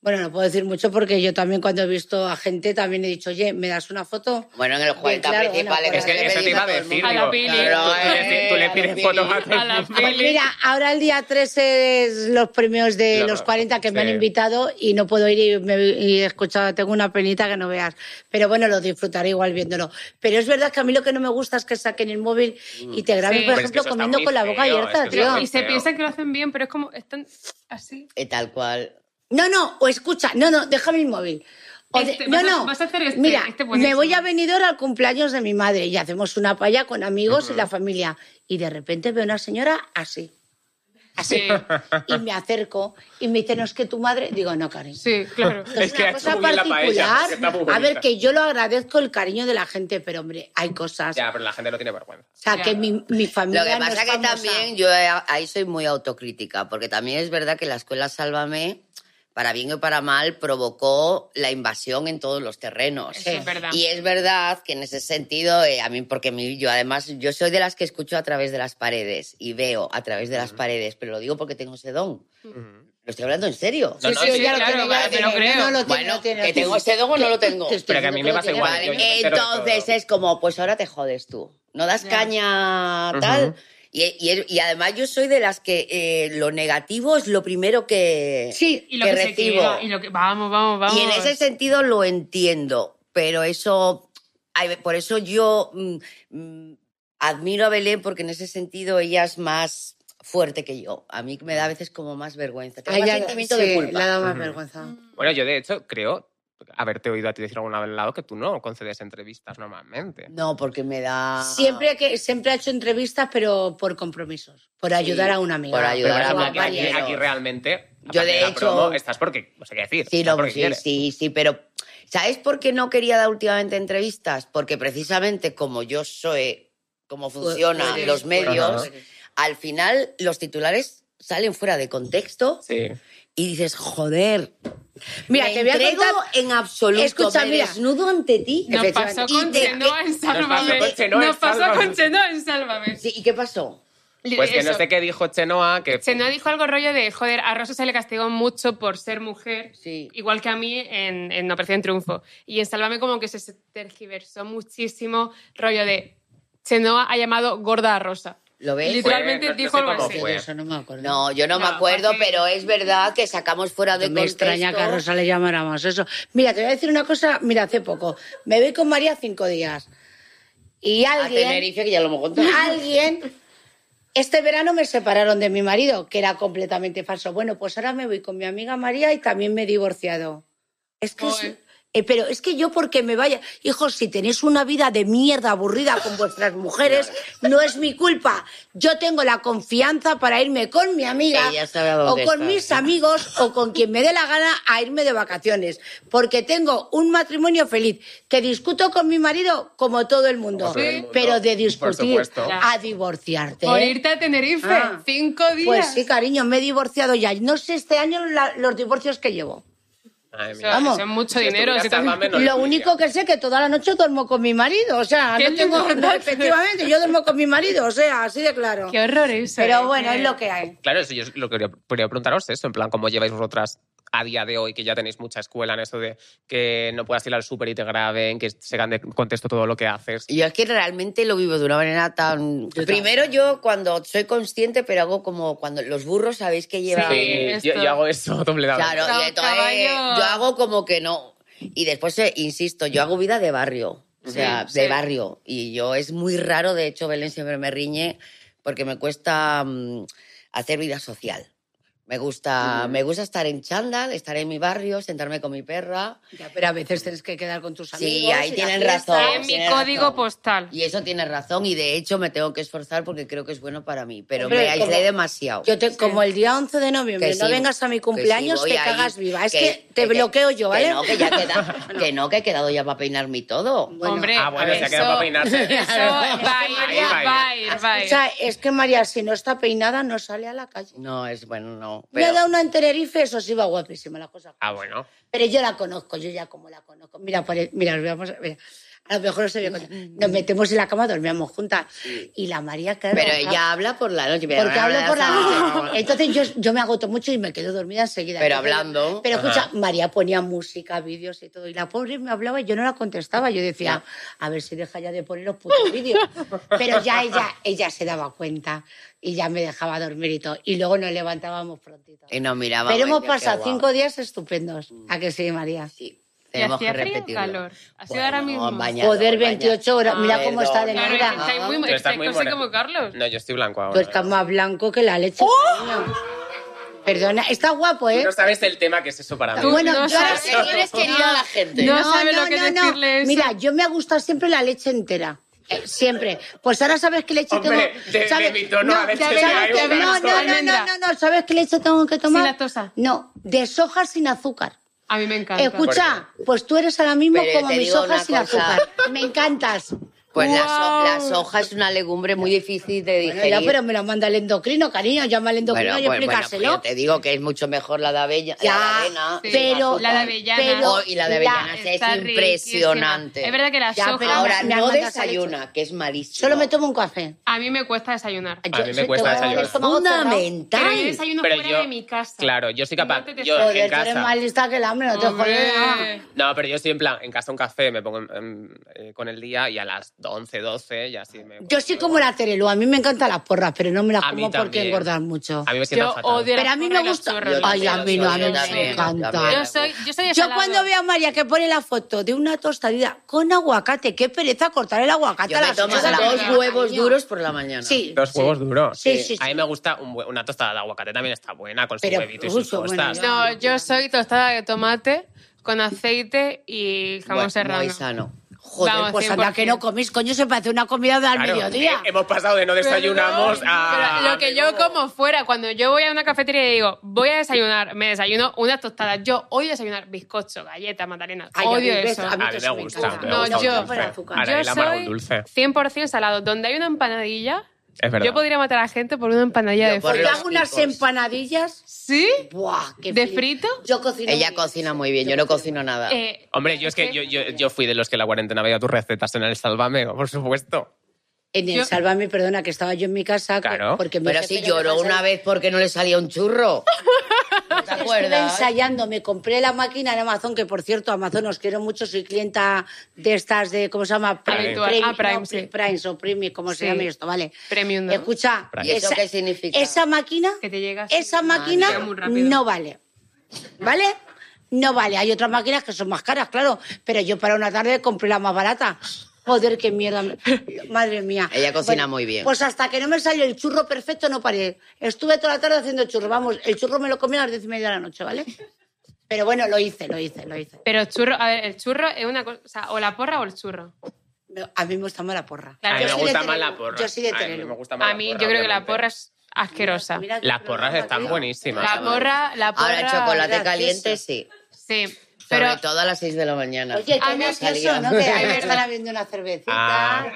Speaker 3: Bueno, no puedo decir mucho porque yo también cuando he visto a gente también he dicho, oye, ¿me das una foto?
Speaker 4: Bueno, en el
Speaker 3: Bien,
Speaker 4: 40
Speaker 3: claro, bueno,
Speaker 4: principales...
Speaker 1: pues Es que
Speaker 3: Pero
Speaker 1: eso
Speaker 4: pedís
Speaker 1: te iba a
Speaker 4: todo el
Speaker 1: decir.
Speaker 4: mundo.
Speaker 2: A la
Speaker 1: digo,
Speaker 2: Pili.
Speaker 1: tú- tú le pides- Tú
Speaker 4: eh, a
Speaker 1: le
Speaker 4: la
Speaker 1: pides
Speaker 4: Pili.
Speaker 1: fotos a
Speaker 2: A la
Speaker 3: Pues
Speaker 2: Pili.
Speaker 3: mira, ahora el día 13 es los premios de
Speaker 1: Claro,
Speaker 3: los 40 que me han
Speaker 1: sí.
Speaker 3: invitado y no puedo ir y, me, y he escuchado, tengo una penita que no veas. Pero bueno, lo disfrutaré igual viéndolo. Pero es verdad que a mí lo que no me gusta es que saquen el móvil y te graben,
Speaker 2: Sí.
Speaker 3: por
Speaker 2: Pero
Speaker 1: es que eso
Speaker 3: ejemplo,
Speaker 1: está
Speaker 3: comiendo
Speaker 1: muy
Speaker 3: con la boca
Speaker 1: feo,
Speaker 3: abierta,
Speaker 1: es que eso
Speaker 3: tío.
Speaker 2: Y se
Speaker 1: feo.
Speaker 2: piensan que lo hacen bien, pero es como... Están así.
Speaker 4: Y tal cual.
Speaker 3: No, no, o escucha, no, no, déjame el móvil. O de-
Speaker 2: Este,
Speaker 3: no,
Speaker 2: vas a-
Speaker 3: no.
Speaker 2: vas a hacer este,
Speaker 3: Mira,
Speaker 2: este buenísimo.
Speaker 3: me voy a venir al cumpleaños de mi madre y hacemos una paya con amigos y la familia. Y de repente veo una señora así. Así.
Speaker 2: Sí.
Speaker 3: Y me acerco y me dicen, "No, es que tu madre. Digo, no, cariño.
Speaker 2: Sí, claro.
Speaker 3: Esto Es,
Speaker 1: Es que
Speaker 3: una
Speaker 1: ha
Speaker 3: cosa
Speaker 1: hecho muy bien la paella,
Speaker 3: particular.
Speaker 1: porque está muy
Speaker 3: a
Speaker 1: bonita.
Speaker 3: ver, que yo lo agradezco el cariño de la gente, pero hombre, hay cosas.
Speaker 1: Ya, pero la gente no tiene vergüenza.
Speaker 3: O sea,
Speaker 2: Ya.
Speaker 3: que mi, mi familia.
Speaker 4: Lo que
Speaker 3: no
Speaker 4: pasa
Speaker 3: es
Speaker 4: que
Speaker 3: famosa.
Speaker 4: también yo eh, ahí soy muy autocrítica, porque también es verdad que la escuela Sálvame, para bien o para mal, provocó la invasión en todos los terrenos.
Speaker 2: Eso es verdad.
Speaker 4: Y es verdad que en ese sentido, eh, a mí, porque mi- yo además, yo soy de las que escucho a través de las paredes y veo a través de las paredes, pero lo digo porque tengo ese don. Lo estoy hablando en serio.
Speaker 1: No,
Speaker 3: Sí, sí,
Speaker 2: sí,
Speaker 3: ya lo
Speaker 2: claro,
Speaker 3: tiene, ya
Speaker 2: vale,
Speaker 3: lo
Speaker 2: pero
Speaker 3: tiene.
Speaker 2: creo.
Speaker 3: No lo tiene,
Speaker 4: Bueno,
Speaker 3: lo tiene,
Speaker 4: que
Speaker 3: lo tiene.
Speaker 4: tengo ese don o no lo
Speaker 3: Te-
Speaker 4: tengo.
Speaker 3: te estoy
Speaker 1: Pero que a mí
Speaker 3: diciendo
Speaker 1: me pasa
Speaker 3: lo tiene.
Speaker 1: igual,
Speaker 4: Vale,
Speaker 1: yo me entero de
Speaker 4: entonces
Speaker 1: todo.
Speaker 4: es como, pues ahora te jodes tú, no das
Speaker 2: Ya.
Speaker 4: caña tal.
Speaker 1: Ujú.
Speaker 4: y, y- y además yo soy de las que eh, lo negativo es lo primero que,
Speaker 3: Sí,
Speaker 2: Y lo
Speaker 4: que
Speaker 2: que, se
Speaker 4: recibo.
Speaker 2: quiera, y lo que... Vamos, vamos, vamos.
Speaker 4: Y en ese sentido lo entiendo, pero eso, ay, por eso yo mm, mm, admiro a Belén porque en ese sentido ella es más fuerte que yo. A mí me da a veces como más vergüenza. Tengo
Speaker 3: Ay,
Speaker 4: más
Speaker 3: ya,
Speaker 4: sentimiento
Speaker 3: sí,
Speaker 4: de culpa.
Speaker 3: Le ha dado más
Speaker 1: Ujú.
Speaker 3: vergüenza.
Speaker 1: Bueno, yo de hecho creo haberte oído a ti decir a algún lado que tú no concedes entrevistas normalmente.
Speaker 4: No, porque me da...
Speaker 3: Siempre, que, siempre ha hecho entrevistas, pero por compromisos. Por ayudar a una amiga.
Speaker 4: por
Speaker 1: Pero por
Speaker 4: ayudar a
Speaker 1: ejemplo,
Speaker 4: una
Speaker 1: aquí, aquí-
Speaker 4: compañera.
Speaker 1: aquí realmente,
Speaker 4: Yo,
Speaker 1: aparte
Speaker 4: de
Speaker 1: la
Speaker 4: hecho-
Speaker 1: promo, estás porque, o sea, qué decir,
Speaker 4: Sí,
Speaker 1: estás
Speaker 4: no,
Speaker 1: porque
Speaker 4: sí,
Speaker 1: quieres.
Speaker 4: sí, sí, pero ¿sabes por qué no quería dar últimamente entrevistas? Porque precisamente como yo soy, cómo funcionan
Speaker 3: eres-
Speaker 4: los
Speaker 3: tú
Speaker 4: medios,
Speaker 3: eres-
Speaker 4: al final los titulares salen fuera de contexto
Speaker 1: Sí.
Speaker 4: y dices, joder,
Speaker 3: Mira,
Speaker 4: me
Speaker 3: te voy a
Speaker 4: entrego
Speaker 3: contar.
Speaker 4: en absoluto,
Speaker 3: Escucha,
Speaker 4: me
Speaker 3: mira.
Speaker 4: desnudo ante ti.
Speaker 2: Nos pasó
Speaker 3: efectivamente.
Speaker 2: con
Speaker 4: Y de-
Speaker 2: Chenoa en
Speaker 1: pasó
Speaker 2: Sálvame.
Speaker 1: con Chenoa en
Speaker 2: Nos pasó
Speaker 1: Sálvame.
Speaker 2: con Chenoa en Sálvame.
Speaker 4: Sí, ¿Y qué pasó?
Speaker 1: Pues que no
Speaker 2: Eso.
Speaker 1: sé qué dijo Chenoa, que
Speaker 2: Chenoa dijo algo rollo de, joder, a Rosa se le castigó mucho por ser mujer,
Speaker 4: Sí.
Speaker 2: igual que a mí en, en Operación Triunfo. Y en Sálvame como que se tergiversó muchísimo rollo de, Chenoa ha llamado gorda a Rosa.
Speaker 4: ¿Lo ves?
Speaker 2: Literalmente
Speaker 1: Fue, no- no
Speaker 2: dijo
Speaker 1: sé
Speaker 2: algo
Speaker 1: cómo
Speaker 2: así.
Speaker 1: fue.
Speaker 3: Yo eso no me acuerdo.
Speaker 4: No, yo no,
Speaker 2: No,
Speaker 4: me acuerdo,
Speaker 2: fue que-
Speaker 4: pero es verdad que sacamos fuera de
Speaker 3: me
Speaker 4: contexto.
Speaker 3: extraña que a Rosa le llamara más eso. Mira, te voy a decir una cosa. Mira, hace poco me voy con María cinco días. Y
Speaker 4: a
Speaker 3: alguien,
Speaker 4: Tenerife, que ya lo hemos contado.
Speaker 3: alguien, este verano me separaron de mi marido, que era completamente falso. Bueno, pues ahora me voy con mi amiga María y también me he divorciado. Es que es,
Speaker 2: Joder.
Speaker 3: Eh, pero es que yo porque me vaya, hijos, si tenéis una vida de mierda aburrida con vuestras mujeres, no es mi culpa. Yo tengo la confianza para irme con mi amiga
Speaker 4: Ella sabe a
Speaker 3: o
Speaker 4: dónde
Speaker 3: con
Speaker 4: está.
Speaker 3: mis amigos o con quien me dé la gana a irme de vacaciones, porque tengo un matrimonio feliz que discuto con mi marido como todo el mundo,
Speaker 1: Como todo el mundo,
Speaker 3: pero de
Speaker 1: por
Speaker 3: discutir
Speaker 1: supuesto.
Speaker 3: a divorciarte.
Speaker 2: Por
Speaker 3: ¿eh?
Speaker 2: irte a Tenerife,
Speaker 3: Ah.
Speaker 2: cinco días.
Speaker 3: Pues sí, cariño, me he divorciado ya. No sé este año la- los divorcios que llevo.
Speaker 1: Ay,
Speaker 2: O
Speaker 1: mira.
Speaker 2: sea,
Speaker 3: Vamos.
Speaker 2: Eso es mucho
Speaker 1: Si
Speaker 2: dinero.
Speaker 1: estuvieras
Speaker 2: eso también-
Speaker 1: Sálvame, no
Speaker 3: Lo
Speaker 1: lo
Speaker 3: único
Speaker 1: diría.
Speaker 3: que sé que toda la noche duermo con mi marido, o sea,
Speaker 2: Qué
Speaker 3: no tengo
Speaker 2: lindo.
Speaker 3: efectivamente, yo duermo con mi marido, o sea, así de claro.
Speaker 2: Qué horror eso.
Speaker 3: Pero
Speaker 2: ¿eh?
Speaker 3: bueno,
Speaker 2: Qué-
Speaker 3: es lo que hay.
Speaker 1: Claro, eso yo es lo que quería, quería preguntaros eso, en plan, ¿cómo lleváis vosotras a día de hoy, que ya tenéis mucha escuela en eso de que no puedas ir al súper y te graben, que se gane contexto todo lo que haces?
Speaker 4: Yo es que realmente lo vivo de una manera tan...
Speaker 3: Yo
Speaker 4: Primero yo cuando soy consciente, pero hago como cuando los burros sabéis que llevan...
Speaker 2: Sí,
Speaker 1: yo,
Speaker 2: esto.
Speaker 1: yo hago eso doble dado.
Speaker 4: Claro,
Speaker 2: Claro,
Speaker 4: y entonces
Speaker 2: caballo.
Speaker 4: yo hago como que no. Y después, eh, insisto, yo hago vida de barrio. O sea,
Speaker 2: Sí,
Speaker 4: de
Speaker 2: sí.
Speaker 4: barrio. Y yo es muy raro, de hecho, Belén siempre me riñe porque me cuesta mm, hacer vida social. Me gusta, me gusta estar en chándal, estar en mi barrio, sentarme con mi perra.
Speaker 3: Ya, pero a veces tienes que quedar con tus
Speaker 4: Sí,
Speaker 3: amigos.
Speaker 4: ahí
Speaker 3: ir a
Speaker 4: tienen
Speaker 3: fiestas.
Speaker 4: razón.
Speaker 2: En mi
Speaker 4: Tienes
Speaker 2: código
Speaker 4: razón.
Speaker 2: postal.
Speaker 4: Y eso tiene razón y de hecho me tengo que esforzar porque creo que es bueno para mí. Pero
Speaker 3: Hombre,
Speaker 4: me aislé
Speaker 3: como-
Speaker 4: demasiado.
Speaker 3: Yo te, como el día 11 de noviembre
Speaker 4: Que
Speaker 3: no
Speaker 4: sí,
Speaker 3: vengas a mi
Speaker 4: que
Speaker 3: cumpleaños,
Speaker 4: sí, voy
Speaker 3: te
Speaker 4: ahí,
Speaker 3: cagas viva. Es que, te bloqueo yo, ¿vale?
Speaker 4: Que no, que ya queda, que no, que he quedado ya para peinarme y todo.
Speaker 3: Bueno.
Speaker 2: Hombre,
Speaker 1: Ah, bueno, se ha
Speaker 2: eso-
Speaker 1: quedado para peinarse.
Speaker 2: Eso va a
Speaker 1: Ahí
Speaker 2: ir,
Speaker 1: va a ir.
Speaker 2: va a ir, va a
Speaker 3: O
Speaker 2: ir.
Speaker 3: sea, es que María, si no está peinada, no sale a la calle.
Speaker 4: No, es bueno, no.
Speaker 3: Me ha
Speaker 4: Pero,
Speaker 3: dado una en Tenerife, eso sí va guapísima la cosa.
Speaker 1: Ah, bueno.
Speaker 3: Pero yo la conozco, yo ya como la conozco. Mira, por el- mira, nos vamos a, mira, a lo mejor no se ve cosa.
Speaker 4: Mm.
Speaker 3: Nos metemos en la cama, dormíamos juntas. Y la María, claro.
Speaker 4: pero
Speaker 3: habla-
Speaker 4: ella habla por la noche. mira,
Speaker 3: Porque hablo por la
Speaker 4: habla-
Speaker 3: noche. Entonces yo, yo me agoto mucho y me quedo dormida enseguida.
Speaker 4: Pero
Speaker 3: Entonces,
Speaker 4: hablando.
Speaker 3: Pero escucha, María ponía música, vídeos y todo. Y la pobre me hablaba y yo no la contestaba. Yo decía, a ver si deja ya de poner los putos vídeos. Pero ya ella, ella se daba cuenta y ya me dejaba dormir y todo. Y luego nos levantábamos prontito.
Speaker 4: Y nos miraba.
Speaker 3: Pero
Speaker 4: bueno,
Speaker 3: hemos
Speaker 4: qué
Speaker 3: pasado
Speaker 4: guapo.
Speaker 3: cinco días estupendos. ¿A que sí, María?
Speaker 4: Sí,
Speaker 2: ¿Y
Speaker 4: tenemos que
Speaker 2: hacía frío o
Speaker 4: repetirlo.
Speaker 2: calor? Ha sido ahora mismo.
Speaker 4: bañador,
Speaker 3: Joder,
Speaker 4: bañador.
Speaker 3: 28 horas. Mira
Speaker 4: Ah,
Speaker 3: cómo está de
Speaker 4: perdón.
Speaker 2: Claro,
Speaker 3: negra.
Speaker 2: estáis muy,
Speaker 4: Tú
Speaker 1: Tú estás
Speaker 2: estáis
Speaker 1: muy
Speaker 2: casi
Speaker 1: morena.
Speaker 2: como Carlos.
Speaker 1: No, yo estoy blanco
Speaker 3: Tú
Speaker 1: ahora.
Speaker 3: estás más blanco que la leche.
Speaker 2: ¡Oh!
Speaker 3: cariño. Perdona, está guapo, ¿eh?
Speaker 1: No sabes el tema que es eso para mí.
Speaker 2: Tú-
Speaker 3: Bueno,
Speaker 2: no
Speaker 3: yo ahora
Speaker 2: sabes.
Speaker 3: sé quién es querido a la gente.
Speaker 2: No sabe lo que decirle eso.
Speaker 3: Mira, yo me ha gustado siempre la leche entera. Eh, siempre. Pues ahora sabes qué leche
Speaker 1: Hombre,
Speaker 3: tengo.
Speaker 1: de- de
Speaker 3: ¿sabes?
Speaker 1: mi tono a leche
Speaker 3: ¿sabes
Speaker 1: te caigo,
Speaker 3: qué? no,
Speaker 1: Carlos.
Speaker 3: no, no, no,
Speaker 2: Almendra.
Speaker 3: no, no, ¿Sabes qué leche tengo que tomar?
Speaker 2: Sin lactosa.
Speaker 3: No, de soja sin azúcar.
Speaker 2: A mí me encanta.
Speaker 3: Escucha, pues tú eres ahora mismo
Speaker 4: Pero
Speaker 3: como
Speaker 4: te
Speaker 3: mis
Speaker 4: digo
Speaker 3: hojas
Speaker 4: una
Speaker 3: sin
Speaker 4: cosa.
Speaker 3: azúcar. Me encantas.
Speaker 4: Pues la, so-
Speaker 2: Wow.
Speaker 4: la soja es una legumbre muy difícil de
Speaker 3: Bueno, ya,
Speaker 4: digerir.
Speaker 3: pero me lo manda el endocrino, cariño. Llama al endocrino y
Speaker 4: pues- pues
Speaker 3: explícaselo.
Speaker 4: yo te digo que es mucho mejor la de avella,
Speaker 3: Ya,
Speaker 4: la de avena.
Speaker 2: Sí.
Speaker 3: pero-
Speaker 4: azúcar.
Speaker 2: la de avellana.
Speaker 3: pero
Speaker 4: Oh, y la de avellana
Speaker 3: la-
Speaker 4: sí, es
Speaker 2: Está riquísima.
Speaker 4: impresionante.
Speaker 2: Es verdad que la
Speaker 3: Ya,
Speaker 2: soja...
Speaker 3: pero
Speaker 4: Ahora
Speaker 3: Me han
Speaker 4: no
Speaker 3: mandado esa
Speaker 4: desayuna, que es malísimo.
Speaker 3: Solo me tomo un café.
Speaker 2: A mí me cuesta desayunar.
Speaker 1: mí me cuesta desayunar.
Speaker 4: Fundamental.
Speaker 2: Pero yo desayuno
Speaker 1: Pero
Speaker 2: fuera
Speaker 1: yo-
Speaker 2: de mi casa.
Speaker 1: Claro, yo soy capaz.
Speaker 2: No te- te-
Speaker 1: yo
Speaker 3: Joder,
Speaker 1: en
Speaker 3: tú eres
Speaker 1: casa.
Speaker 3: más lista que el hambre, no te
Speaker 2: Hombre.
Speaker 3: jodes. nada.
Speaker 1: No, pero yo estoy en plan, en casa un café, me pongo en- en- eh, con el día y a las 11, 12 y así me...
Speaker 3: Yo soy como la Terelu, a mí me encantan las porras, pero no me las
Speaker 1: A mí
Speaker 3: como porque
Speaker 1: también.
Speaker 3: engordar mucho.
Speaker 1: A mí me sientan
Speaker 2: Yo
Speaker 1: fatal.
Speaker 2: odio
Speaker 3: Pero
Speaker 2: las
Speaker 3: a mí me
Speaker 2: porras y los
Speaker 3: gusta-
Speaker 2: churros.
Speaker 3: Ay, a mí no, a mí
Speaker 4: Yo
Speaker 3: me
Speaker 4: también,
Speaker 3: encanta.
Speaker 4: también.
Speaker 2: Yo soy, yo soy de
Speaker 3: Ah. Yo
Speaker 2: salado.
Speaker 3: cuando veo a María que pone la foto de una tostadilla con aguacate, qué pereza cortar el aguacate
Speaker 4: Yo
Speaker 3: a
Speaker 4: me
Speaker 3: las
Speaker 4: tomo
Speaker 3: ocho de la
Speaker 4: dos
Speaker 3: mañana,
Speaker 4: huevos
Speaker 3: cariño.
Speaker 4: duros por la mañana.
Speaker 3: Sí.
Speaker 1: Dos
Speaker 3: sí.
Speaker 1: huevos duros.
Speaker 3: Sí, sí, sí.
Speaker 1: A mí me gusta un hue- una tostada de aguacate, también está buena, con su
Speaker 3: Pero,
Speaker 1: huevito y
Speaker 3: uy,
Speaker 1: sus
Speaker 3: qué buena
Speaker 1: costas.
Speaker 3: idea.
Speaker 2: No, yo soy tostada de tomate con aceite y jamón
Speaker 4: Bueno,
Speaker 2: serrano.
Speaker 4: Muy sano.
Speaker 3: Joder,
Speaker 2: Vamos,
Speaker 3: pues
Speaker 2: 100%.
Speaker 3: anda que no comís, coño, se parece una comida de al
Speaker 1: Claro,
Speaker 3: mediodía.
Speaker 1: eh, Hemos pasado de no desayunamos a...
Speaker 2: Pero lo que yo como fuera, cuando yo voy a una cafetería y digo, voy a desayunar, me desayuno unas tostadas. Yo odio desayunar bizcocho, galletas, magdalenas.
Speaker 3: Ay, a mí
Speaker 2: Odio
Speaker 3: ves,
Speaker 2: eso.
Speaker 3: a mí
Speaker 1: A mí
Speaker 3: eso
Speaker 1: me
Speaker 3: me
Speaker 1: gusta.
Speaker 3: encanta.
Speaker 1: me
Speaker 2: No,
Speaker 1: gusta un
Speaker 2: yo-
Speaker 1: dulce.
Speaker 3: Por azúcar.
Speaker 1: Ahora,
Speaker 2: Yo
Speaker 1: el amargo
Speaker 2: soy
Speaker 1: un dulce.
Speaker 2: 100% salado. Donde hay una empanadilla,
Speaker 1: Es verdad.
Speaker 2: yo podría matar a gente por una empanadilla
Speaker 4: Yo
Speaker 2: de
Speaker 4: por
Speaker 2: frito.
Speaker 3: Porque
Speaker 4: los
Speaker 3: hago unas
Speaker 4: picos.
Speaker 3: empanadillas.
Speaker 2: ¿Sí?
Speaker 3: Buah, qué
Speaker 2: ¿De
Speaker 3: flip.
Speaker 2: frito?
Speaker 3: Yo cocino.
Speaker 4: Ella
Speaker 3: muy bien.
Speaker 4: cocina muy bien, yo no cocino nada.
Speaker 2: Eh,
Speaker 1: Hombre, yo es que yo, yo, yo fui de los que la cuarentena veía tus recetas en el Sálvame, por supuesto.
Speaker 3: En el
Speaker 2: Yo-
Speaker 3: Sálvame, perdona, que estaba yo en mi casa. que-
Speaker 1: Claro.
Speaker 3: Porque mi
Speaker 4: Pero
Speaker 3: jefe
Speaker 4: sí
Speaker 3: no me
Speaker 4: lloró
Speaker 3: pasa-
Speaker 4: una vez porque no le salía un churro. ¿No te
Speaker 3: Estuve
Speaker 4: acuerdas?
Speaker 3: ensayando, me compré la máquina en Amazon, que por cierto, Amazon os quiero mucho, soy clienta de estas de, ¿cómo se llama?
Speaker 2: Habitual. Ah, Prime,
Speaker 3: no,
Speaker 2: sí.
Speaker 3: Prime, o Prime, ¿cómo se
Speaker 2: Sí.
Speaker 3: llama esto? Vale.
Speaker 2: Premium, ¿no?
Speaker 3: Escucha,
Speaker 1: Prime.
Speaker 4: ¿Y eso qué significa?
Speaker 3: Esa máquina,
Speaker 2: Que te llega así.
Speaker 3: esa
Speaker 2: Ah,
Speaker 3: máquina
Speaker 2: llega muy rápido.
Speaker 3: no vale. ¿Vale? No vale. Hay otras máquinas que son más caras, claro, pero yo para una tarde compré la más barata. Joder, qué mierda. me- Madre mía.
Speaker 4: Ella cocina muy bien.
Speaker 3: Pues hasta que no me salió el churro perfecto, no paré. Estuve toda la tarde haciendo churro. Vamos, el churro me lo comí a las diez y media de la noche, ¿vale? Pero bueno, lo hice, lo hice, lo hice.
Speaker 2: Pero churro, a ver, el churro es una cosa, o, sea, o la porra o el churro.
Speaker 3: Me- A mí me gusta más la porra.
Speaker 2: Claro,
Speaker 1: a mí
Speaker 2: yo
Speaker 1: me
Speaker 2: soy de
Speaker 1: gusta más
Speaker 3: Teruel.
Speaker 1: la porra.
Speaker 3: Yo soy de
Speaker 1: A mí
Speaker 3: Teruel.
Speaker 1: me gusta más
Speaker 2: A mí yo creo que la porra es asquerosa.
Speaker 3: Mira qué
Speaker 1: Las porras
Speaker 3: programa,
Speaker 1: están
Speaker 3: tío.
Speaker 1: buenísimas.
Speaker 2: La porra, la porra.
Speaker 4: Ahora, chocolate
Speaker 3: gracioso.
Speaker 4: caliente, sí.
Speaker 2: Sí,
Speaker 4: Sobre
Speaker 2: pero
Speaker 4: todo a las 6 de la mañana.
Speaker 3: Oye,
Speaker 2: A
Speaker 3: qué
Speaker 2: mí
Speaker 3: gracioso,
Speaker 4: salía.
Speaker 3: ¿no? Que ahí
Speaker 2: Es
Speaker 3: me
Speaker 2: verdad.
Speaker 3: están habiendo una cervecita.
Speaker 1: Ah,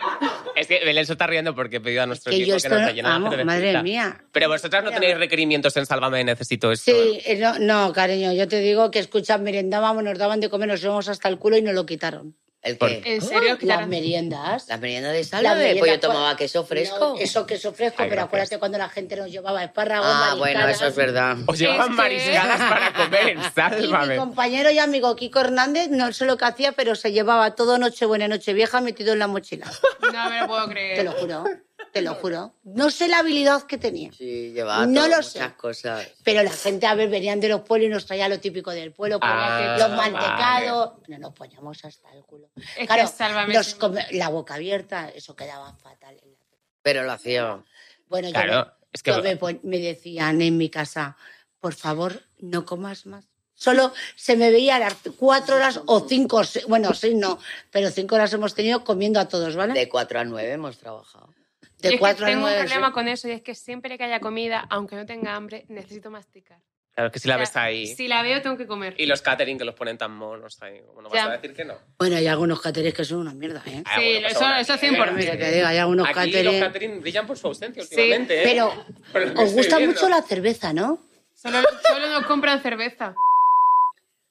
Speaker 1: es que Belén se está riendo porque he pedido a nuestro
Speaker 3: que
Speaker 1: equipo
Speaker 3: yo
Speaker 1: que
Speaker 3: esto...
Speaker 1: nos rellene la
Speaker 3: Vamos,
Speaker 1: cervecita.
Speaker 3: madre mía.
Speaker 1: Pero vosotras no
Speaker 3: Mira.
Speaker 1: tenéis requerimientos en Sálvame, necesito esto.
Speaker 3: Sí, eh, no, no, cariño, yo te digo que escucha, merendábamos, nos daban de comer, nos íbamos hasta el culo y nos lo quitaron.
Speaker 4: ¿El
Speaker 1: Por-
Speaker 4: qué?
Speaker 2: en
Speaker 3: Ah,
Speaker 2: serio, claro.
Speaker 3: Las meriendas.
Speaker 4: ¿La merienda de
Speaker 3: La
Speaker 4: sala?
Speaker 3: merienda
Speaker 4: Pues yo
Speaker 3: con-
Speaker 4: tomaba queso fresco.
Speaker 3: No, eso queso fresco,
Speaker 1: Ay,
Speaker 3: pero
Speaker 1: gracias.
Speaker 3: acuérdate cuando la gente nos llevaba espárragos,
Speaker 4: Ah, bueno,
Speaker 3: mariscadas.
Speaker 4: eso es verdad.
Speaker 1: Os
Speaker 2: Es
Speaker 1: llevaban
Speaker 2: que-
Speaker 1: mariscadas para comer en
Speaker 3: Y mi
Speaker 1: Sálvame.
Speaker 3: compañero y amigo Kiko Hernández, no sé lo que hacía, pero se llevaba todo Nochebuena y Nochevieja metido en la mochila.
Speaker 2: No me lo puedo creer.
Speaker 3: Te lo juro, te lo juro. No sé la habilidad que tenía.
Speaker 4: Sí, llevaba
Speaker 3: No
Speaker 4: todo,
Speaker 3: lo
Speaker 4: muchas
Speaker 3: sé.
Speaker 4: cosas.
Speaker 3: Pero la gente, a ver, venían de los pueblos y nos traía lo típico del pueblo, pues,
Speaker 1: Ah,
Speaker 3: los
Speaker 1: vale.
Speaker 3: mantecados. No nos poníamos hasta el culo.
Speaker 2: que
Speaker 3: claro,
Speaker 2: Sálvame
Speaker 3: nos
Speaker 2: es-
Speaker 3: come- la boca abierta, eso quedaba fatal. en la-
Speaker 4: Pero lo hacía.
Speaker 3: Bueno, yo
Speaker 1: Claro,
Speaker 3: me-
Speaker 1: es que-
Speaker 3: yo me, pon- me decían en mi casa, por favor, no comas más. Solo se me veía las cuatro horas o cinco, o seis- bueno, seis no, pero cinco horas hemos tenido comiendo a todos, ¿vale?
Speaker 4: De 4 a 9 hemos trabajado.
Speaker 2: Yo
Speaker 3: De
Speaker 2: es que
Speaker 3: cuatro a
Speaker 2: tengo
Speaker 3: nueve,
Speaker 2: un problema
Speaker 3: sí.
Speaker 2: con eso y es que siempre que haya comida, aunque no tenga hambre, necesito masticar.
Speaker 1: Claro, es que si la
Speaker 2: O sea,
Speaker 1: ves ahí.
Speaker 2: Si la veo, tengo que comer.
Speaker 1: Y los catering que los ponen tan monos ahí. ¿Cómo no vas
Speaker 2: Ya.
Speaker 1: a decir que no?
Speaker 3: Bueno, hay algunos caterés que son una mierda, ¿eh?
Speaker 1: Ah, bueno, pues
Speaker 2: eso-
Speaker 1: ahora-
Speaker 2: eso 100%.
Speaker 3: Mira, te digo, hay algunos
Speaker 1: Aquí
Speaker 3: catering-
Speaker 1: los catering brillan por su ausencia
Speaker 2: Sí,
Speaker 1: últimamente. ¿eh?
Speaker 3: Pero
Speaker 1: Por lo que
Speaker 3: os
Speaker 1: estoy
Speaker 3: gusta
Speaker 1: viendo.
Speaker 3: mucho la cerveza, ¿no?
Speaker 2: Solo, solo nos compran cerveza.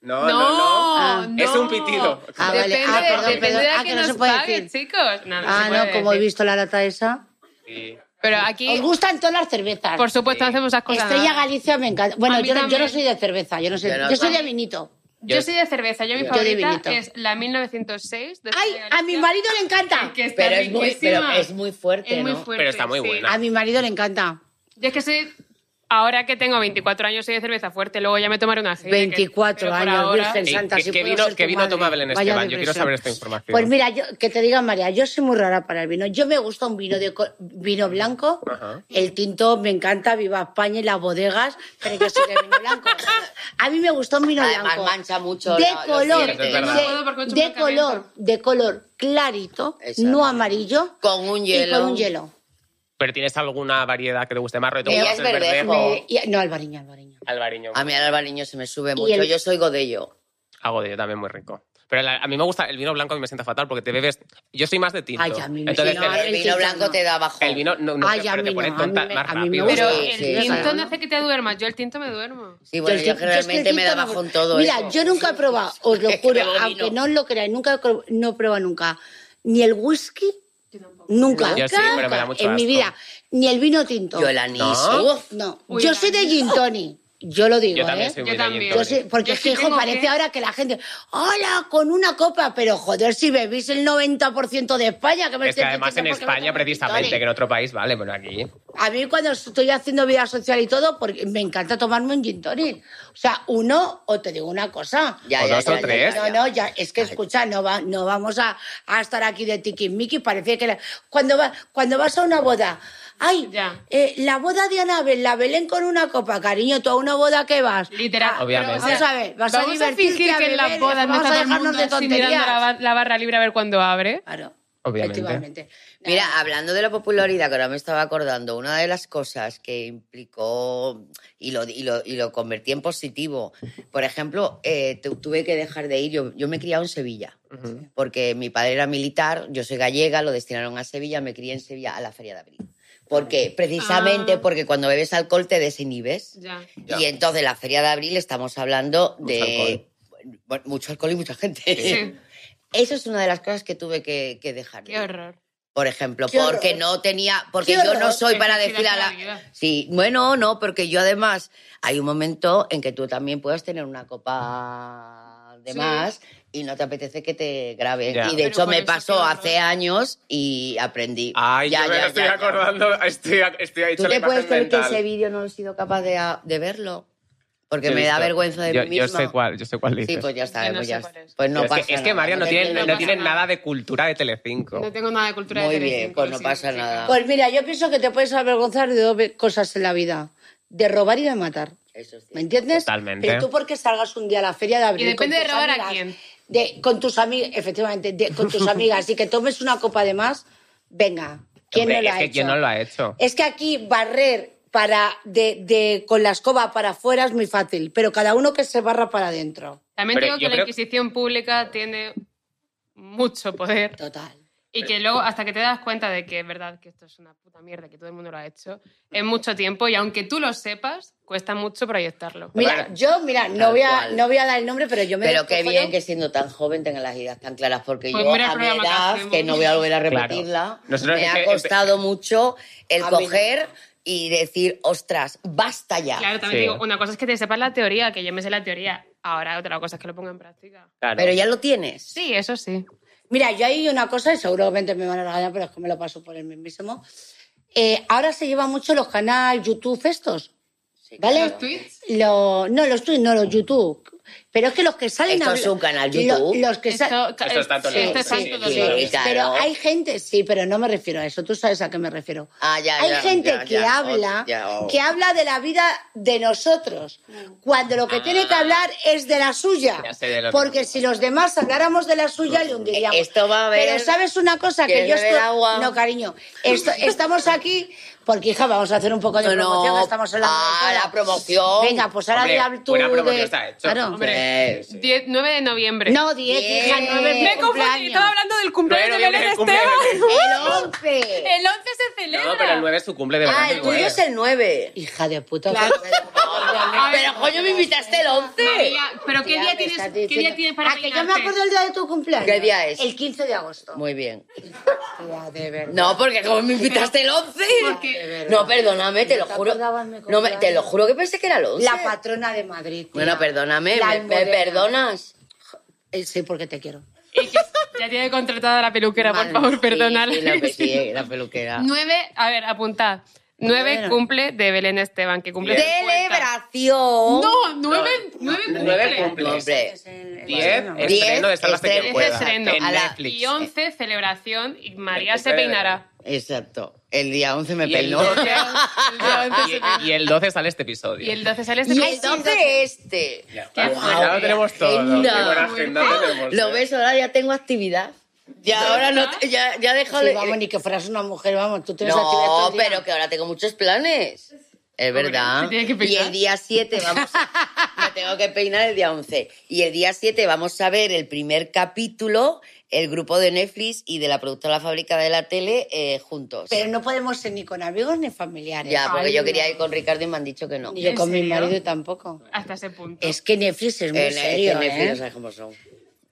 Speaker 1: No,
Speaker 2: No,
Speaker 1: no, no.
Speaker 3: Ah,
Speaker 2: no.
Speaker 1: es un pitido.
Speaker 3: Ah, vale.
Speaker 2: depende,
Speaker 3: Ah, perdón,
Speaker 2: depende
Speaker 3: perdón.
Speaker 2: de a
Speaker 3: Ah,
Speaker 2: que,
Speaker 3: que no
Speaker 2: nos
Speaker 3: se puede
Speaker 2: pague,
Speaker 3: decir.
Speaker 2: chicos. No, no se
Speaker 3: ah,
Speaker 2: puede
Speaker 3: no, como he
Speaker 2: decir.
Speaker 3: visto la lata esa.
Speaker 1: Sí.
Speaker 2: Pero aquí,
Speaker 3: Os gustan todas las cervezas.
Speaker 2: por supuesto, hacemos esas cosas.
Speaker 3: Estrella
Speaker 2: ¿no?
Speaker 3: Galicia me encanta. Bueno,
Speaker 2: A mí
Speaker 3: yo no, yo no
Speaker 2: también.
Speaker 3: soy de cerveza, yo no soy.
Speaker 4: Yo no
Speaker 3: Yo soy de
Speaker 4: soy.
Speaker 3: vinito.
Speaker 2: Yo soy de cerveza. Yo mi
Speaker 3: Yo de
Speaker 2: favorita
Speaker 3: vinito.
Speaker 2: es la 1906. De
Speaker 3: ¡Ay!
Speaker 2: Estrella
Speaker 3: A mi
Speaker 2: Galicia,
Speaker 3: marido le encanta.
Speaker 2: Que está
Speaker 4: Pero es, muy, pero
Speaker 2: riquísima.
Speaker 4: es muy fuerte,
Speaker 2: Es muy
Speaker 4: ¿no?
Speaker 2: fuerte.
Speaker 1: Pero está muy
Speaker 2: sí.
Speaker 1: buena.
Speaker 3: A mi marido le encanta.
Speaker 2: Yo es que soy. Ahora que tengo 24 años, soy de cerveza fuerte. Luego ya me tomaré una Heineken,
Speaker 3: 24
Speaker 2: pero por
Speaker 3: años,
Speaker 2: ahora-
Speaker 3: Virgen Santa.
Speaker 1: ¿Qué-
Speaker 3: si
Speaker 1: qué
Speaker 3: puedo
Speaker 1: vino-
Speaker 3: ser
Speaker 1: qué
Speaker 3: tu
Speaker 1: vino
Speaker 3: madre.
Speaker 1: toma Belén
Speaker 3: Vaya
Speaker 1: Esteban? Yo quiero
Speaker 3: depresión.
Speaker 1: saber esta información.
Speaker 3: Pues mira, yo, que te diga María, yo soy muy rara para el vino. Yo me gusta un vino de co- vino blanco,
Speaker 1: Ajá.
Speaker 3: el tinto me encanta, viva España y las bodegas, pero yo soy de vino blanco. A mí me gustó un vino
Speaker 4: Además,
Speaker 3: blanco.
Speaker 4: mancha mucho.
Speaker 3: de
Speaker 4: la- los
Speaker 3: color,
Speaker 1: Eso es
Speaker 4: dientes.
Speaker 1: verdad.
Speaker 2: No puedo porque
Speaker 3: de,
Speaker 2: es un
Speaker 3: de
Speaker 2: blanqueamiento.
Speaker 3: color, de color clarito,
Speaker 4: Exacto.
Speaker 3: no amarillo,
Speaker 4: Con un
Speaker 3: y
Speaker 4: hielo.
Speaker 3: con un hielo.
Speaker 1: ¿Pero tienes alguna variedad que te guste más? ¿Reto
Speaker 4: Ella
Speaker 1: Gulas,
Speaker 4: es
Speaker 1: el
Speaker 4: verdejo.
Speaker 3: Me- y- no, albariño, albariño.
Speaker 1: Albariño.
Speaker 4: A mí al albariño se me sube mucho.
Speaker 3: el-
Speaker 4: Yo soy godello.
Speaker 1: Hago de ello también muy rico. Pero la- a mí me gusta el vino blanco, a mí me sienta fatal porque te bebes. Yo soy más de tinto.
Speaker 3: Ay, a mí me-
Speaker 1: Entonces, te
Speaker 3: Sí,
Speaker 4: No,
Speaker 3: no,
Speaker 1: bebes-
Speaker 4: el
Speaker 3: el
Speaker 4: vino
Speaker 3: tinto
Speaker 4: blanco
Speaker 3: no.
Speaker 4: te da bajón.
Speaker 1: el vino no, no
Speaker 3: Ay,
Speaker 1: sé,
Speaker 3: a
Speaker 1: pero
Speaker 3: mí
Speaker 1: te
Speaker 3: no,
Speaker 1: pones
Speaker 3: a mí
Speaker 1: tonta
Speaker 3: me-
Speaker 1: más
Speaker 3: a mí me
Speaker 1: rápido.
Speaker 2: Pero
Speaker 4: Sí,
Speaker 2: el
Speaker 4: sí,
Speaker 2: tinto
Speaker 3: claro.
Speaker 2: no hace que te duermas. Yo el tinto me duermo.
Speaker 4: Sí, bueno,
Speaker 3: el tinto- es
Speaker 4: yo
Speaker 3: que el
Speaker 4: generalmente me da
Speaker 3: tinto no-
Speaker 4: bajón todo
Speaker 3: Mira,
Speaker 4: eso.
Speaker 3: yo nunca he probado, os lo juro,
Speaker 4: Qué bovino.
Speaker 3: aunque no os lo creáis, nunca he cro- no he probado nunca ni el whisky,
Speaker 2: Yo tampoco.
Speaker 3: nunca,
Speaker 1: Yo sí,
Speaker 3: nunca,
Speaker 1: pero me da mucho
Speaker 3: en mi
Speaker 1: asco.
Speaker 3: vida, ni el vino tinto. ¿Ah?
Speaker 4: Yo el anís.
Speaker 1: No.
Speaker 4: uf,
Speaker 3: No,
Speaker 2: Uy,
Speaker 3: yo
Speaker 2: el
Speaker 3: soy de
Speaker 2: anís.
Speaker 3: gin tonic, yo lo digo,
Speaker 1: Yo también
Speaker 3: ¿eh?
Speaker 1: soy
Speaker 2: Yo
Speaker 1: muy de
Speaker 2: también.
Speaker 1: gin
Speaker 3: Yo
Speaker 1: tonic.
Speaker 3: sí, porque
Speaker 2: Yo
Speaker 3: es
Speaker 2: sí
Speaker 3: que, hijo,
Speaker 2: tengo ¿eh?
Speaker 3: parece
Speaker 2: que-
Speaker 3: ahora que la gente, hola, con una copa, pero joder, si bebís el 90% de España, que me
Speaker 1: Es que
Speaker 3: estáis
Speaker 1: además en
Speaker 3: diciendo por qué
Speaker 1: España,
Speaker 3: no tomáis
Speaker 1: precisamente,
Speaker 3: gin
Speaker 1: que en otro país, vale, bueno, aquí.
Speaker 3: tonic. A mí cuando estoy haciendo vida social y todo, porque me encanta tomarme un gin tonic. O sea, uno, o te digo una cosa,
Speaker 1: O dos o tres.
Speaker 3: no, no, ya, es que escucha, no, va, no vamos a, a estar aquí de tiquismiqui, parece que... la- cuando, va, cuando vas a una boda, ay,
Speaker 2: Ya.
Speaker 3: eh, la boda de Anabel, la Belén con una copa, cariño, tú a una boda que vas.
Speaker 2: Literal.
Speaker 1: Ah, obviamente.
Speaker 2: Pero, o sea,
Speaker 3: Vamos a ver, vas a
Speaker 2: vamos a
Speaker 3: divertirte,
Speaker 2: fingir
Speaker 3: a
Speaker 2: que en las
Speaker 3: beber,
Speaker 2: bodas no
Speaker 3: vamos
Speaker 2: está
Speaker 3: a
Speaker 2: todo el
Speaker 3: dejarnos
Speaker 2: mundo
Speaker 3: de
Speaker 2: así mirando
Speaker 3: tonterías.
Speaker 2: la, ba- la barra libre a ver cuándo abre.
Speaker 3: Claro,
Speaker 1: Obviamente.
Speaker 3: efectivamente.
Speaker 4: Mira, hablando de la popularidad, que ahora me estaba acordando, una de las cosas que implicó y lo, y lo, y lo convertí en positivo, por ejemplo, eh, tu- tuve que dejar de ir, yo, yo me he criado en Sevilla,
Speaker 1: Ujú.
Speaker 4: porque mi padre era militar, yo soy gallega, lo destinaron a Sevilla, me crié en Sevilla a la Feria de Abril. ¿Por qué? Precisamente
Speaker 2: Ah.
Speaker 4: porque cuando bebes alcohol te desinhibes.
Speaker 2: Ya.
Speaker 1: Ya.
Speaker 4: Y entonces la Feria de Abril estamos hablando
Speaker 1: Mucho
Speaker 4: de bueno, mucho alcohol y mucha gente.
Speaker 2: Sí.
Speaker 4: Eso es una de las cosas que tuve que, que dejar. de
Speaker 2: Qué
Speaker 4: ir
Speaker 2: horror.
Speaker 4: por ejemplo,
Speaker 3: Qué horror.
Speaker 4: porque no tenía, porque
Speaker 3: Qué
Speaker 4: yo no
Speaker 3: horror.
Speaker 4: soy para
Speaker 2: Es que
Speaker 4: decir a
Speaker 2: la
Speaker 4: la...
Speaker 2: realidad.
Speaker 4: Sí, bueno, no, porque yo además hay un momento en que tú también puedes tener una copa de
Speaker 2: Sí.
Speaker 4: más y no te apetece que te graben.
Speaker 1: Ya.
Speaker 4: Y de
Speaker 2: Pero
Speaker 4: hecho
Speaker 2: por
Speaker 4: me
Speaker 2: eso
Speaker 4: pasó
Speaker 2: qué horror.
Speaker 4: hace años y aprendí.
Speaker 1: Ay,
Speaker 4: Ya,
Speaker 1: yo me
Speaker 4: ya,
Speaker 1: lo estoy
Speaker 4: ya, ya.
Speaker 1: acordando. Estoy, estoy ahí
Speaker 4: ¿Tú
Speaker 1: hecho la
Speaker 4: te puedes
Speaker 1: imagen
Speaker 4: creer que
Speaker 1: mental.
Speaker 4: ese vídeo no he sido capaz de, ah, de verlo? Porque
Speaker 1: Yo he
Speaker 4: me da
Speaker 1: visto.
Speaker 4: vergüenza de
Speaker 1: yo,
Speaker 4: mí misma.
Speaker 1: Yo sé cuál, yo sé cuál dices.
Speaker 4: Sí, pues ya está,
Speaker 2: Yo no
Speaker 4: pues
Speaker 2: sé
Speaker 4: ya
Speaker 2: cuál es.
Speaker 4: Pues no
Speaker 1: Pero es,
Speaker 4: pasa
Speaker 1: que, es que
Speaker 4: nada,
Speaker 1: María no, tiene, no
Speaker 2: pasa
Speaker 1: tiene
Speaker 2: nada.
Speaker 1: nada de cultura de Telecinco.
Speaker 2: No tengo nada de cultura
Speaker 4: Muy
Speaker 2: de
Speaker 4: bien,
Speaker 2: Telecinco,
Speaker 4: pues no
Speaker 2: sí,
Speaker 4: pasa
Speaker 2: sí.
Speaker 1: Ah.
Speaker 4: nada.
Speaker 3: Pues mira, yo pienso que te puedes avergonzar de dos ve- cosas en la vida, de robar y de matar. Eso sí. ¿Me entiendes?
Speaker 1: Totalmente.
Speaker 3: Pero tú porque salgas un día a la feria de abril
Speaker 2: Y depende
Speaker 3: con
Speaker 2: de
Speaker 3: tus
Speaker 2: robar a
Speaker 3: amigas,
Speaker 2: quién.
Speaker 3: de- con tus amigas, efectivamente, de- con tus amigas y que tomes una copa de más, venga. ¿Quién
Speaker 1: Hombre,
Speaker 3: no lo
Speaker 1: es
Speaker 3: ha
Speaker 1: que
Speaker 3: hecho?
Speaker 1: ¿quién no lo ha
Speaker 4: Eh,
Speaker 1: hecho?
Speaker 3: Es que aquí barrer para de, de- con la escoba para afuera es muy fácil, pero cada uno que se barra para adentro.
Speaker 2: También
Speaker 1: Pero
Speaker 2: digo que
Speaker 1: yo
Speaker 2: la
Speaker 1: creo-
Speaker 2: Inquisición pública tiene mucho poder
Speaker 3: Total.
Speaker 1: Eh,
Speaker 2: y que luego hasta que te das cuenta de que es verdad que esto es una puta mierda, que todo el mundo lo ha hecho, es mucho tiempo y aunque tú lo sepas, cuesta mucho proyectarlo.
Speaker 3: Mira,
Speaker 1: Bueno,
Speaker 3: yo, mira, no
Speaker 4: tal
Speaker 3: voy, a,
Speaker 4: cual.
Speaker 3: no voy a dar el nombre, pero yo me
Speaker 4: Pero qué
Speaker 3: descojono.
Speaker 4: bien que siendo tan joven tenga las ideas tan claras, porque
Speaker 2: Pues
Speaker 4: yo
Speaker 2: mira el
Speaker 4: a mi
Speaker 2: programa que
Speaker 4: edad, que,
Speaker 2: hacemos.
Speaker 4: no voy a volver a
Speaker 1: Claro.
Speaker 4: repetirla,
Speaker 1: Nosotros
Speaker 4: me
Speaker 1: es
Speaker 4: ha
Speaker 1: que-
Speaker 4: costado mucho el
Speaker 3: A mí no.
Speaker 4: coger y decir, ostras, basta ya.
Speaker 2: Claro, también
Speaker 1: Sí.
Speaker 2: digo, una cosa es que te sepas la teoría, que yo me sé la teoría, ahora otra cosa es que lo ponga en práctica.
Speaker 1: Claro.
Speaker 4: Pero ya lo tienes.
Speaker 2: Sí, eso sí.
Speaker 3: Mira, yo hay una cosa, y seguramente me van a regañar, pero es que me lo paso por el mismísimo. Eh, ahora se llevan mucho los canales YouTube estos. ¿Vale?
Speaker 2: ¿Los tweets?
Speaker 3: Lo- no, los tweets, no, los YouTube. Pero es que los que salen
Speaker 4: Esto
Speaker 3: habla-
Speaker 4: es un canal YouTube.
Speaker 3: Lo- los que salen.
Speaker 2: Esto,
Speaker 1: Esto es tanto
Speaker 2: sí,
Speaker 1: lado.
Speaker 2: esto es
Speaker 1: Sí,
Speaker 2: tanto
Speaker 1: sí,
Speaker 2: lado.
Speaker 1: sí.
Speaker 4: claro.
Speaker 3: Pero hay gente, sí, pero no me refiero a eso. Tú sabes a qué me refiero.
Speaker 4: Ah, ya,
Speaker 3: hay
Speaker 4: ya,
Speaker 3: gente
Speaker 4: ya,
Speaker 3: que
Speaker 4: ya,
Speaker 3: habla,
Speaker 4: oh, ya, oh.
Speaker 3: que habla de la vida de nosotros, cuando lo que tiene
Speaker 4: Ah.
Speaker 3: que hablar es de la suya.
Speaker 1: Ya sé de lo que
Speaker 3: Porque
Speaker 1: hablas.
Speaker 3: si los demás habláramos de la suya, le hundiríamos.
Speaker 4: Eh, Esto va a haber-
Speaker 3: Pero sabes una cosa que
Speaker 4: ¿Quieres
Speaker 3: yo
Speaker 4: beber
Speaker 3: estoy-
Speaker 4: agua?
Speaker 3: no, cariño, esto- estamos aquí porque hija, vamos a hacer un poco de
Speaker 4: No, no.
Speaker 3: promoción. que estamos hablando de
Speaker 4: Ah,
Speaker 3: todo.
Speaker 4: la promoción.
Speaker 3: Venga, pues ahora
Speaker 1: Hombre,
Speaker 3: habla tú
Speaker 1: buena promoción
Speaker 3: de-
Speaker 1: está hecho.
Speaker 3: Claro.
Speaker 2: Hombre.
Speaker 4: Sí, sí.
Speaker 2: 10 9 de noviembre.
Speaker 3: No, eh, 10,
Speaker 4: Bien.
Speaker 3: hija, 9
Speaker 2: me confundí, estaba hablando del cumpleaños
Speaker 1: Bueno,
Speaker 2: de
Speaker 1: bien,
Speaker 2: Belén
Speaker 1: el cumpleaños.
Speaker 2: Esteban.
Speaker 3: El 11.
Speaker 2: El 11 se celebra.
Speaker 1: No, pero el 9 es su cumple de verdad.
Speaker 4: Ah, el
Speaker 1: el
Speaker 4: tuyo
Speaker 1: 9.
Speaker 4: es el 9.
Speaker 3: Hija de puta.
Speaker 4: Pero coño, me invitaste el 11.
Speaker 2: María, pero ¿qué
Speaker 3: Ya
Speaker 2: día,
Speaker 3: me
Speaker 2: tienes,
Speaker 3: estás
Speaker 2: ¿qué día
Speaker 3: diciendo-
Speaker 2: tienes para
Speaker 3: Ah, que yo me acuerdo el día de tu cumpleaños.
Speaker 4: ¿Qué día es?
Speaker 3: El 15 de agosto.
Speaker 4: Muy bien.
Speaker 3: Tía, de verdad.
Speaker 4: No, porque como me invitaste el 11.
Speaker 2: de
Speaker 3: verdad.
Speaker 4: No, perdóname, te
Speaker 3: No
Speaker 4: lo
Speaker 3: te
Speaker 4: juro.
Speaker 3: acordabas, me
Speaker 4: No me- te lo
Speaker 3: acordaba.
Speaker 4: juro que pensé que era el 11.
Speaker 3: La patrona de Madrid. tía.
Speaker 4: bueno, perdóname,
Speaker 3: La
Speaker 4: me- me
Speaker 3: almudena.
Speaker 4: perdonas.
Speaker 3: Eh, sí, porque te quiero.
Speaker 2: Y que ya tiene contratada la peluquera, por
Speaker 4: Madre,
Speaker 2: favor,
Speaker 4: Ah, sí,
Speaker 2: perdónale.
Speaker 4: sí, la, pe- sí, la peluquera.
Speaker 2: 9, a ver, apuntad. 9
Speaker 3: Bueno.
Speaker 2: cumple de Belén Esteban, que cumple.
Speaker 1: Bien.
Speaker 2: 50.
Speaker 4: ¡Celebración!
Speaker 2: No, 9, 9
Speaker 1: 9
Speaker 2: cumple.
Speaker 1: cumple.
Speaker 4: Hombre,
Speaker 3: Es el- el
Speaker 1: 10
Speaker 3: estreno.
Speaker 4: Diez,
Speaker 1: estreno de Salvaste
Speaker 4: estreno.
Speaker 1: quien pueda.
Speaker 2: Estreno.
Speaker 1: En
Speaker 4: A la-
Speaker 1: Netflix.
Speaker 2: Y 11, celebración, y María
Speaker 1: El
Speaker 2: se
Speaker 1: cumple de
Speaker 2: peinará.
Speaker 4: exacto. El día 11 me
Speaker 1: Y el
Speaker 4: peló.
Speaker 1: 12
Speaker 2: El 11 se peinará.
Speaker 1: Ah, Y, y el 12 sale este episodio.
Speaker 2: Y el 12 sale este
Speaker 4: Y
Speaker 2: mes.
Speaker 4: el 12 este.
Speaker 1: Ya,
Speaker 2: Qué
Speaker 1: está.
Speaker 2: fuerte.
Speaker 1: Ya lo tenemos todo.
Speaker 4: Agenda.
Speaker 1: Qué buena agenda tenemos.
Speaker 4: Lo
Speaker 1: ¿eh?
Speaker 4: ves, ahora ya tengo actividad. Ya ahora no, te- ya, ya he dejado
Speaker 3: Sí,
Speaker 4: de-
Speaker 3: vamos, ni que fueras una mujer, vamos, tú tienes actividad todo
Speaker 4: eh. No,
Speaker 3: el día.
Speaker 4: pero que ahora tengo muchos planes. Es
Speaker 2: Hombre,
Speaker 4: verdad.
Speaker 2: se tiene que
Speaker 4: y
Speaker 2: peinar.
Speaker 4: el día 7 vamos a- me tengo que peinar el día 11 y el día 7 vamos a ver el primer capítulo el grupo de Netflix y de la productora La Fábrica de la Tele eh, juntos.
Speaker 3: Pero no podemos ser ni con amigos ni familiares.
Speaker 4: ya, porque
Speaker 2: Ay,
Speaker 4: yo
Speaker 2: no.
Speaker 4: quería ir con Ricardo y me han dicho que no.
Speaker 3: Ni yo
Speaker 2: ¿En
Speaker 3: con mi
Speaker 2: serio?
Speaker 3: marido tampoco.
Speaker 2: Hasta ese punto.
Speaker 3: Es que Netflix es muy
Speaker 4: En- Eh, es que
Speaker 3: serio,
Speaker 4: Netflix, no
Speaker 3: ¿eh?
Speaker 4: sabes cómo son.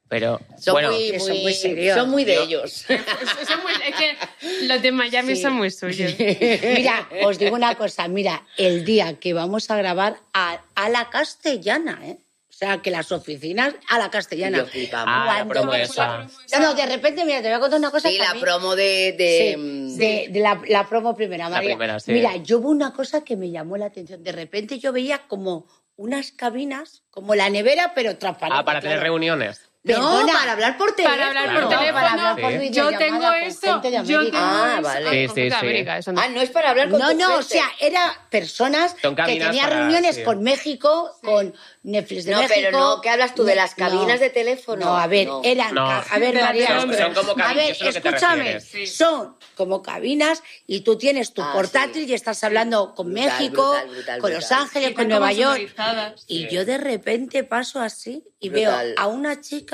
Speaker 1: Pero,
Speaker 4: Son
Speaker 1: bueno,
Speaker 4: muy,
Speaker 3: son muy
Speaker 4: muy-
Speaker 3: serios.
Speaker 4: son muy de ellos.
Speaker 2: Es, es muy- es que los de Miami son muy suyos.
Speaker 3: Mira, os digo una cosa, mira, el día que vamos a grabar a, a la castellana, ¿eh? O sea, que las oficinas a la
Speaker 4: Y
Speaker 3: castellana.
Speaker 4: yo flipamos.
Speaker 1: ah, la
Speaker 3: Cuando-
Speaker 1: promo esa.
Speaker 3: No, no, de repente, mira, te voy a contar una cosa.
Speaker 4: Sí,
Speaker 3: que a
Speaker 4: la
Speaker 3: mí-
Speaker 4: promo de...
Speaker 3: Sí,
Speaker 4: de- mm,
Speaker 3: de- de la, la promo primera, María.
Speaker 1: primera, sí.
Speaker 3: Mira, yo hubo una cosa que me llamó la atención. De repente yo veía como unas cabinas, como la nevera, pero transparente.
Speaker 1: Ah, para tener
Speaker 3: claro.
Speaker 1: reuniones.
Speaker 4: No,
Speaker 3: Perdona.
Speaker 4: para hablar por teléfono.
Speaker 2: Para hablar por
Speaker 1: Claro,
Speaker 2: teléfono,
Speaker 1: para hablar
Speaker 3: por
Speaker 1: Sí.
Speaker 2: yo
Speaker 3: videollamada
Speaker 2: tengo
Speaker 3: con
Speaker 2: eso.
Speaker 3: gente de
Speaker 2: Yo
Speaker 3: América.
Speaker 2: tengo
Speaker 4: Ah,
Speaker 2: eso.
Speaker 4: vale.
Speaker 2: Ah,
Speaker 1: Sí,
Speaker 2: con
Speaker 1: sí,
Speaker 2: gente de
Speaker 1: sí.
Speaker 2: América, eso no.
Speaker 4: Ah, no es para hablar con
Speaker 3: No,
Speaker 4: tu
Speaker 3: no, o
Speaker 4: gente.
Speaker 3: sea, eran personas
Speaker 1: Son
Speaker 3: que
Speaker 1: cabinas
Speaker 3: tenían
Speaker 1: para-
Speaker 3: reuniones
Speaker 1: sí.
Speaker 3: con México, con Netflix de
Speaker 4: No,
Speaker 3: México.
Speaker 4: pero no, ¿qué hablas tú de las cabinas de teléfono?
Speaker 3: No, a ver,
Speaker 4: No.
Speaker 3: eran.
Speaker 1: No.
Speaker 3: ca- A ver,
Speaker 2: Son-
Speaker 3: María.
Speaker 2: son
Speaker 3: espera.
Speaker 1: como cabinas,
Speaker 3: A ver,
Speaker 1: eso es lo que te
Speaker 3: escúchame.
Speaker 1: refieres.
Speaker 2: Sí.
Speaker 3: Son como cabinas y tú tienes tu
Speaker 4: Ah,
Speaker 3: portátil
Speaker 4: sí.
Speaker 3: y estás hablando con
Speaker 4: Brutal,
Speaker 3: México,
Speaker 4: brutal, brutal,
Speaker 3: con
Speaker 4: brutal.
Speaker 3: Los Ángeles,
Speaker 2: Están
Speaker 3: con
Speaker 2: como
Speaker 3: Nueva York.
Speaker 2: sonorizadas.
Speaker 3: Y
Speaker 1: Sí.
Speaker 3: yo de repente paso así y
Speaker 4: Brutal.
Speaker 3: veo a una chica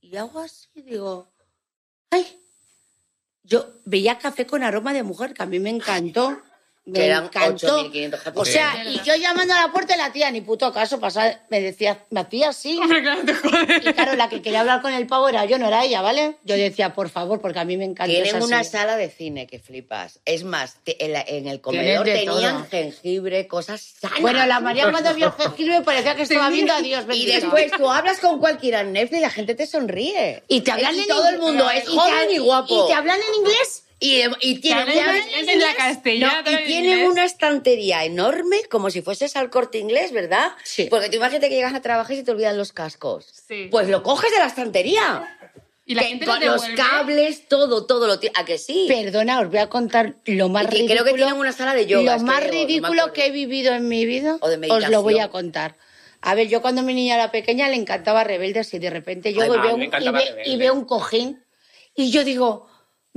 Speaker 3: y hago así, digo, ¡ay! Yo veía café con aroma de mujer, que a mí me encantó. Me
Speaker 4: Que eran
Speaker 3: encantó.
Speaker 4: 8.500
Speaker 3: O
Speaker 4: japoneses.
Speaker 3: sea, y yo llamando a la puerta y la tía, ni puto caso, pasaba, me decía, me hacía así.
Speaker 2: Hombre, claro, te jodes.
Speaker 3: Y claro, la que quería hablar con el pavo era yo, no era ella, ¿vale? Yo decía, por favor, porque a mí me encanta esa
Speaker 4: Tienen una
Speaker 3: serie.
Speaker 4: sala de cine que flipas. Es más, te- en, la- en
Speaker 3: Tienen
Speaker 4: el comedor
Speaker 3: de
Speaker 4: tenían
Speaker 3: todo.
Speaker 4: jengibre, cosas sanas.
Speaker 3: Bueno, la María cuando vio el jengibre parecía que estaba viendo a Dios
Speaker 4: y
Speaker 3: bendito.
Speaker 4: después tú hablas con cualquiera en Netflix y la gente te sonríe.
Speaker 3: Y te hablan
Speaker 4: Y
Speaker 3: en
Speaker 4: todo el
Speaker 3: inglés.
Speaker 4: mundo es
Speaker 3: Y te-
Speaker 4: joven y guapo.
Speaker 3: Y te hablan en inglés.
Speaker 4: Y, y tienen
Speaker 2: Te hablan
Speaker 4: una-
Speaker 2: inglés en la castellana,
Speaker 4: No,
Speaker 2: en
Speaker 4: y tienen
Speaker 2: inglés.
Speaker 4: una estantería enorme, como si fueses al corte inglés, ¿verdad?
Speaker 3: Sí.
Speaker 4: Porque tú imagínate que llegas a trabajar y se te olvidan los cascos.
Speaker 2: Sí.
Speaker 4: Pues lo coges de la estantería.
Speaker 2: Y la
Speaker 4: que
Speaker 2: gente
Speaker 4: con
Speaker 2: lo
Speaker 4: los
Speaker 2: devuelve.
Speaker 4: cables, todo, todo lo tiene. ¿A que sí?
Speaker 3: Perdona, os voy a contar lo más
Speaker 4: Y que
Speaker 3: ridículo.
Speaker 4: creo que tienen una sala de yoga.
Speaker 3: Lo
Speaker 4: es que
Speaker 3: más
Speaker 4: digo, no me
Speaker 3: ridículo
Speaker 4: acuerdo.
Speaker 3: que he vivido en mi vida,
Speaker 4: O de
Speaker 3: os lo
Speaker 4: meditación.
Speaker 3: voy a contar. A ver, yo cuando mi niña era pequeña le encantaba Rebeldes y de repente yo
Speaker 1: Ay,
Speaker 3: veo
Speaker 1: a mí
Speaker 3: un,
Speaker 1: me
Speaker 3: y,
Speaker 1: encantaba
Speaker 3: ve-
Speaker 1: Rebeldes.
Speaker 3: y veo un cojín y yo digo,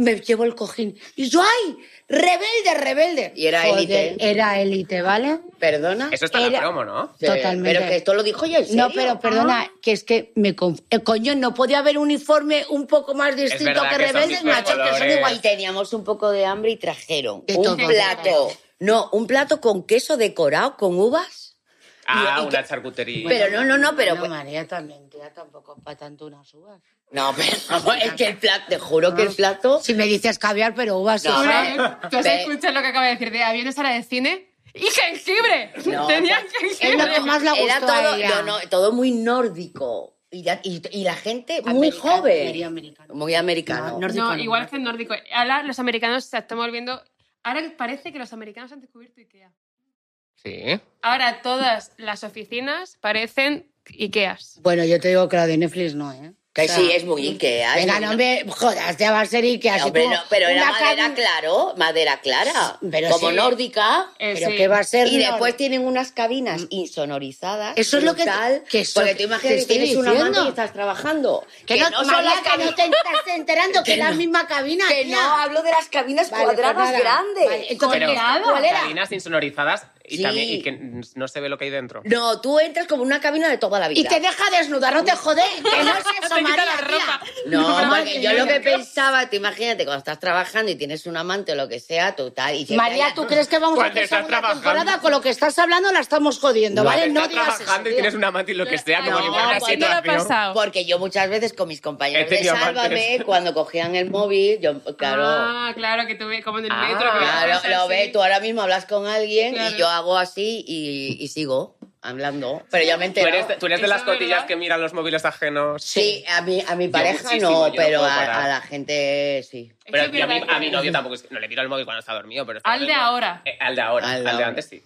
Speaker 3: me llevo el cojín. Y yo, ¡ay! ¡Rebelde, rebelde!
Speaker 4: Y era
Speaker 3: Joder,
Speaker 4: élite. ¿eh?
Speaker 3: Era élite, ¿vale?
Speaker 4: ¿Perdona?
Speaker 1: Eso está en la
Speaker 3: Era-
Speaker 1: promo, ¿no?
Speaker 4: Sí,
Speaker 3: totalmente.
Speaker 4: Pero que esto lo dijo ya en
Speaker 3: No,
Speaker 4: serio. Ah.
Speaker 3: pero perdona, que es que me conf- eh, Coño, no podía haber uniforme un poco más distinto
Speaker 1: verdad
Speaker 3: que
Speaker 1: que son
Speaker 3: Rebeldes,
Speaker 1: distintos
Speaker 3: macho.
Speaker 1: colores.
Speaker 4: Son igual, teníamos un poco de hambre y trajeron
Speaker 3: De
Speaker 4: un
Speaker 3: todo.
Speaker 4: plato. No, un plato con queso decorado con uvas.
Speaker 1: Ah,
Speaker 4: y
Speaker 1: una
Speaker 4: que-
Speaker 1: charcutería.
Speaker 4: pero no, no, no, pero.
Speaker 3: Bueno, María también, tía, tampoco para tanto unas uvas.
Speaker 4: No, pero vamos, es que el plato, te juro que el plato.
Speaker 3: Si me dices caviar, pero uvas.
Speaker 4: No,
Speaker 3: sí.
Speaker 4: hombre.
Speaker 2: Hombre, Tú has
Speaker 4: Ve.
Speaker 2: escuchado lo que acaba de decir de aviones a la de cine y jengibre.
Speaker 4: No,
Speaker 2: Tenían
Speaker 3: Es lo
Speaker 2: jengibre.
Speaker 3: que más le gustó
Speaker 4: Era todo,
Speaker 3: a ella.
Speaker 4: no, no, todo muy nórdico. Y, ya- y- y la gente muy
Speaker 3: Americano,
Speaker 4: joven.
Speaker 3: medio americano.
Speaker 4: Muy americano.
Speaker 3: No, nórdico
Speaker 2: No,
Speaker 3: no.
Speaker 2: igual que el nórdico. Ahora los americanos se están volviendo. Ahora parece que los americanos han descubierto IKEA.
Speaker 1: Sí.
Speaker 2: Ahora todas las oficinas parecen IKEAs.
Speaker 3: Bueno, yo te digo que la de Netflix no, ¿eh?
Speaker 4: que
Speaker 3: O sea,
Speaker 4: sí, es muy Ikea. es
Speaker 3: Venga,
Speaker 4: muy-
Speaker 3: no me jodas, ya va a ser Ikea. así
Speaker 4: Hombre,
Speaker 3: como
Speaker 4: no, pero era
Speaker 3: una
Speaker 4: madera
Speaker 3: carne-
Speaker 4: claro, madera clara.
Speaker 3: Pero
Speaker 4: como
Speaker 3: sí.
Speaker 4: nórdica.
Speaker 2: Eh,
Speaker 3: Pero
Speaker 2: sí.
Speaker 3: qué va a ser.
Speaker 4: Y
Speaker 3: no?
Speaker 4: después tienen unas cabinas insonorizadas.
Speaker 3: Eso es lo que-
Speaker 4: brutal,
Speaker 3: que eso-
Speaker 4: Porque tú
Speaker 3: que
Speaker 4: imaginas que
Speaker 3: estoy
Speaker 4: tienes una
Speaker 3: diciendo.
Speaker 4: mano y estás trabajando.
Speaker 3: Que no, María, que no te estás enterando que es la
Speaker 4: no.
Speaker 3: misma cabina.
Speaker 4: que
Speaker 3: tía.
Speaker 4: no, hablo de las cabinas
Speaker 3: Vale, pues
Speaker 4: cuadradas
Speaker 3: nada.
Speaker 4: grandes.
Speaker 3: Vale, entonces,
Speaker 1: Pero-
Speaker 3: ¿qué- ¿cuál era?
Speaker 1: Cabinas insonorizadas y
Speaker 4: Sí.
Speaker 1: también y que no se ve lo que hay dentro.
Speaker 4: No, tú entras como una cabina de toda la vida.
Speaker 3: Y te deja desnudar, no te jode. Que no es
Speaker 2: Te
Speaker 3: eso,
Speaker 2: quita
Speaker 3: María,
Speaker 2: la ropa.
Speaker 3: tía.
Speaker 4: No,
Speaker 2: Pero
Speaker 4: porque
Speaker 2: madre
Speaker 4: yo lo
Speaker 2: mía.
Speaker 4: que pensaba, tú imagínate, cuando estás trabajando y tienes un amante o lo que sea, tú tal. Y te
Speaker 3: María, ¿tú crees que vamos a
Speaker 1: Cuando
Speaker 3: hacer
Speaker 1: Pues estás
Speaker 3: segunda
Speaker 1: trabajando.
Speaker 3: temporada? Con lo que estás hablando la estamos jodiendo, ¿vale?
Speaker 1: Estás
Speaker 3: No digas eso,
Speaker 1: trabajando y
Speaker 3: tío.
Speaker 1: tienes un amante y lo que sea, como
Speaker 4: No,
Speaker 1: limpiar una
Speaker 4: porque no
Speaker 2: le ha
Speaker 1: situación.
Speaker 2: pasado.
Speaker 4: Porque yo muchas veces con mis compañeros
Speaker 1: He
Speaker 4: de
Speaker 1: tenido
Speaker 4: Sálvame,
Speaker 1: amantes.
Speaker 4: cuando cogían el móvil, yo, claro.
Speaker 2: Ah, claro, que tú ves como en el
Speaker 1: Ah.
Speaker 2: metro. que
Speaker 4: Claro,
Speaker 2: vas
Speaker 4: lo
Speaker 2: así.
Speaker 4: ves, tú ahora mismo hablas con alguien
Speaker 2: Claro.
Speaker 4: y yo hago así y, y sigo hablando. Pero ya me
Speaker 1: Tú
Speaker 4: enteré.
Speaker 1: eres, de- tú eres de
Speaker 2: Eso
Speaker 1: las
Speaker 2: es verdad.
Speaker 1: cotillas que miran los móviles ajenos.
Speaker 4: Sí, a mi, a mi
Speaker 1: Yo
Speaker 4: pareja
Speaker 1: muchísimo,
Speaker 4: no,
Speaker 1: yo no
Speaker 4: pero
Speaker 1: puedo parar.
Speaker 4: a, a la gente sí.
Speaker 2: Es que
Speaker 1: Pero
Speaker 2: es
Speaker 1: yo a, mi,
Speaker 2: verdad
Speaker 1: a mi
Speaker 2: que-
Speaker 1: novio tampoco es- no le miro el móvil cuando está dormido. Pero está
Speaker 2: Al de
Speaker 1: dormido.
Speaker 2: ahora.
Speaker 1: Eh, al de ahora.
Speaker 4: Al
Speaker 1: Al
Speaker 4: de
Speaker 1: de,
Speaker 4: ahora.
Speaker 1: antes sí.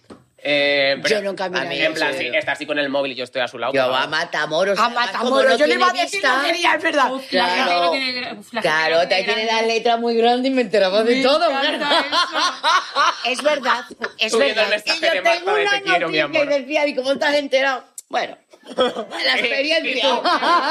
Speaker 1: Eh, pero-
Speaker 3: Yo nunca
Speaker 4: mí,
Speaker 3: miraré.
Speaker 1: En plan,
Speaker 4: Sí.
Speaker 1: sí, está así con el móvil y yo estoy a su lado.
Speaker 4: Yo
Speaker 1: pero-
Speaker 4: a Matamoros.
Speaker 3: A
Speaker 4: además, como
Speaker 3: Matamoros,
Speaker 4: no
Speaker 3: yo le iba a
Speaker 4: tiene
Speaker 3: decir lo
Speaker 4: vista,
Speaker 3: que quería, es verdad.
Speaker 2: Uf, la
Speaker 4: Claro.
Speaker 2: gente no tiene- uf, la gente no
Speaker 4: Claro, te tiene
Speaker 2: grande.
Speaker 4: la letra muy grande y me enteraba de
Speaker 2: Me
Speaker 4: todo.
Speaker 2: encanta eso.
Speaker 3: Es verdad, es
Speaker 1: Tú viendo el
Speaker 3: verdad.
Speaker 4: Y
Speaker 1: mensaje
Speaker 4: yo
Speaker 1: de
Speaker 4: tengo
Speaker 1: Marta de
Speaker 4: una
Speaker 1: te quiero, mi
Speaker 4: noticia y
Speaker 1: amor.
Speaker 4: decía, ¿y cómo estás enterado? Bueno, la experiencia.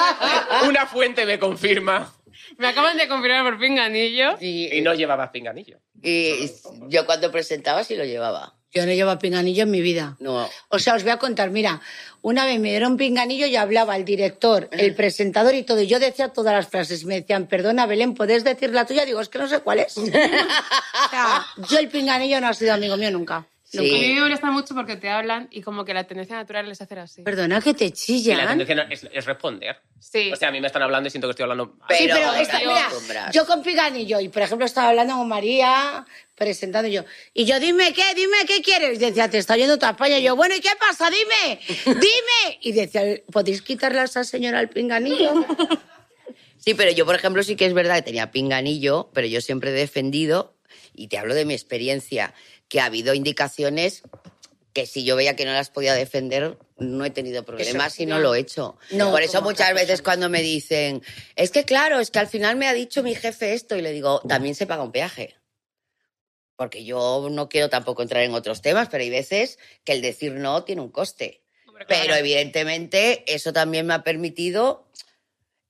Speaker 1: Una fuente me confirma.
Speaker 2: Me acaban de confirmar por pinganillo.
Speaker 1: Y
Speaker 4: y,
Speaker 1: no llevabas pinganillo.
Speaker 4: y yo cuando presentaba sí lo llevaba.
Speaker 3: Yo no llevo pinganillo en mi vida.
Speaker 4: No,
Speaker 3: O sea, os voy a contar, mira, una vez me dieron pinganillo y hablaba el director, el presentador y todo. Y yo decía todas las frases. Me decían, perdona, Belén, ¿podés decir la tuya? Digo, es que no sé cuál es. O sea, yo el pinganillo no ha sido amigo mío nunca.
Speaker 2: A
Speaker 4: Sí.
Speaker 3: Nunca.
Speaker 2: mí me molesta mucho porque te hablan y como que la tendencia natural les hacer así.
Speaker 3: Perdona que te
Speaker 1: Y la
Speaker 3: chillan.
Speaker 1: tendencia no- es, es responder.
Speaker 2: Sí.
Speaker 1: O sea, a mí me están hablando y siento que estoy hablando.
Speaker 3: Sí,
Speaker 4: Pero
Speaker 3: pero
Speaker 4: ahora
Speaker 3: esta-
Speaker 4: te
Speaker 3: mira,
Speaker 4: acostumbras.
Speaker 3: yo con Piganillo, y por ejemplo estaba hablando con María, presentando yo, y yo, dime qué, dime qué quieres. Y decía, te está oyendo toda España. Y yo, bueno, ¿y qué pasa? Dime, dime. Y decía, ¿podéis quitarle a esa señora al Pinganillo?
Speaker 4: Sí, pero yo, por ejemplo, sí que es verdad que tenía pinganillo, pero yo siempre he defendido, y te hablo de mi experiencia, que ha habido indicaciones que si yo veía que no las podía defender, no he tenido problemas y no lo he hecho.
Speaker 3: No,
Speaker 4: por eso
Speaker 3: como
Speaker 4: muchas
Speaker 3: otra
Speaker 4: veces
Speaker 3: persona.
Speaker 4: cuando me dicen, es que claro, es que al final me ha dicho mi jefe esto, y le digo, también se paga un peaje. Porque yo no quiero tampoco entrar en otros temas, pero hay veces que el decir no tiene un coste.
Speaker 2: Hombre, claro.
Speaker 4: Pero evidentemente eso también me ha permitido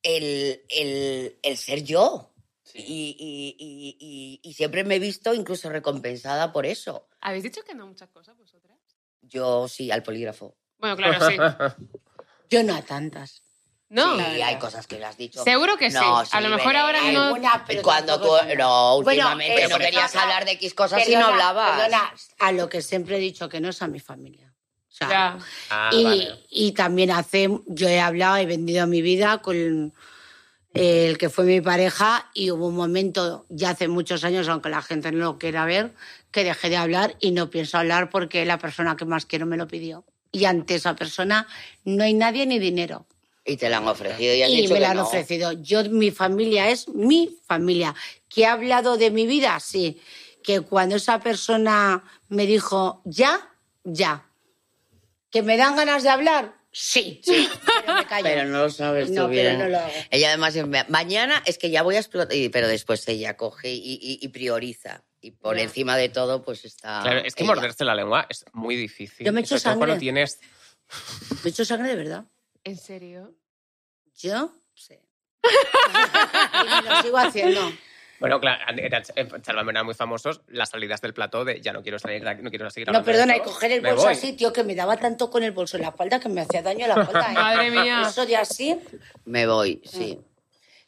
Speaker 4: el, el- el ser yo. Y, y- y- y- y siempre me he visto incluso recompensada por eso.
Speaker 2: ¿Habéis dicho que no muchas cosas vosotras?
Speaker 4: Yo sí, al polígrafo.
Speaker 2: Bueno, claro, sí.
Speaker 3: Yo no a tantas.
Speaker 2: No.
Speaker 4: Sí, hay cosas que lo has dicho.
Speaker 2: Seguro que sí.
Speaker 4: No,
Speaker 2: A lo mejor
Speaker 4: Belén.
Speaker 2: ahora no-
Speaker 3: Alguna, pero
Speaker 4: Cuando tú.
Speaker 3: tampoco tantas.
Speaker 4: No,
Speaker 3: Bueno,
Speaker 4: últimamente
Speaker 3: eh,
Speaker 4: no
Speaker 3: pero
Speaker 4: querías
Speaker 3: perdona,
Speaker 4: hablar de X cosas y no hablabas.
Speaker 3: Perdona, a lo que siempre he dicho que no es a mi familia. O sea,
Speaker 2: Ya.
Speaker 1: Ah,
Speaker 3: y,
Speaker 1: vale.
Speaker 3: y también hace, yo he hablado, he vendido mi vida con el que fue mi pareja y hubo un momento, ya hace muchos años, aunque la gente no lo quiera ver, que dejé de hablar y no pienso hablar porque la persona que más quiero me lo pidió. Y ante esa persona no hay nadie ni dinero.
Speaker 4: Y te la han ofrecido y has
Speaker 3: Y
Speaker 4: dicho
Speaker 3: me
Speaker 4: que
Speaker 3: la han
Speaker 4: no.
Speaker 3: ofrecido. Yo, mi familia es mi familia. ¿Que he hablado de mi vida? Sí. Que cuando esa persona me dijo ya, ya. ¿Que me dan ganas de hablar? Sí, sí, pero me callo.
Speaker 4: Pero no lo sabes tú
Speaker 3: No,
Speaker 4: bien.
Speaker 3: pero no lo hago.
Speaker 4: Ella además, me- mañana es que ya voy a explotar, y- pero después ella coge y, y- y prioriza. Y por
Speaker 2: Ya.
Speaker 4: encima de todo, pues está...
Speaker 1: Claro, es que
Speaker 4: ella.
Speaker 1: morderse la lengua es muy difícil.
Speaker 3: Ah, Yo me echo
Speaker 1: Sobre todo
Speaker 3: sangre.
Speaker 1: cuando tienes
Speaker 3: Me he hecho sangre de verdad.
Speaker 2: ¿En serio?
Speaker 3: Yo, sí. y me lo sigo haciendo.
Speaker 1: Bueno, eh, claro, en- en en Sálvame eran muy famosos las salidas del plató de ya no quiero salir de aquí, no quiero seguir
Speaker 3: No,
Speaker 1: hablando de
Speaker 3: perdona, y
Speaker 1: esto,
Speaker 3: coger el
Speaker 1: me
Speaker 3: bolso
Speaker 1: voy.
Speaker 3: así, tío, que me daba tanto con el bolso en la espalda que me hacía daño la espalda. ¿eh?
Speaker 2: Madre mía.
Speaker 3: Eso de así.
Speaker 4: Me voy, sí.
Speaker 3: Ah.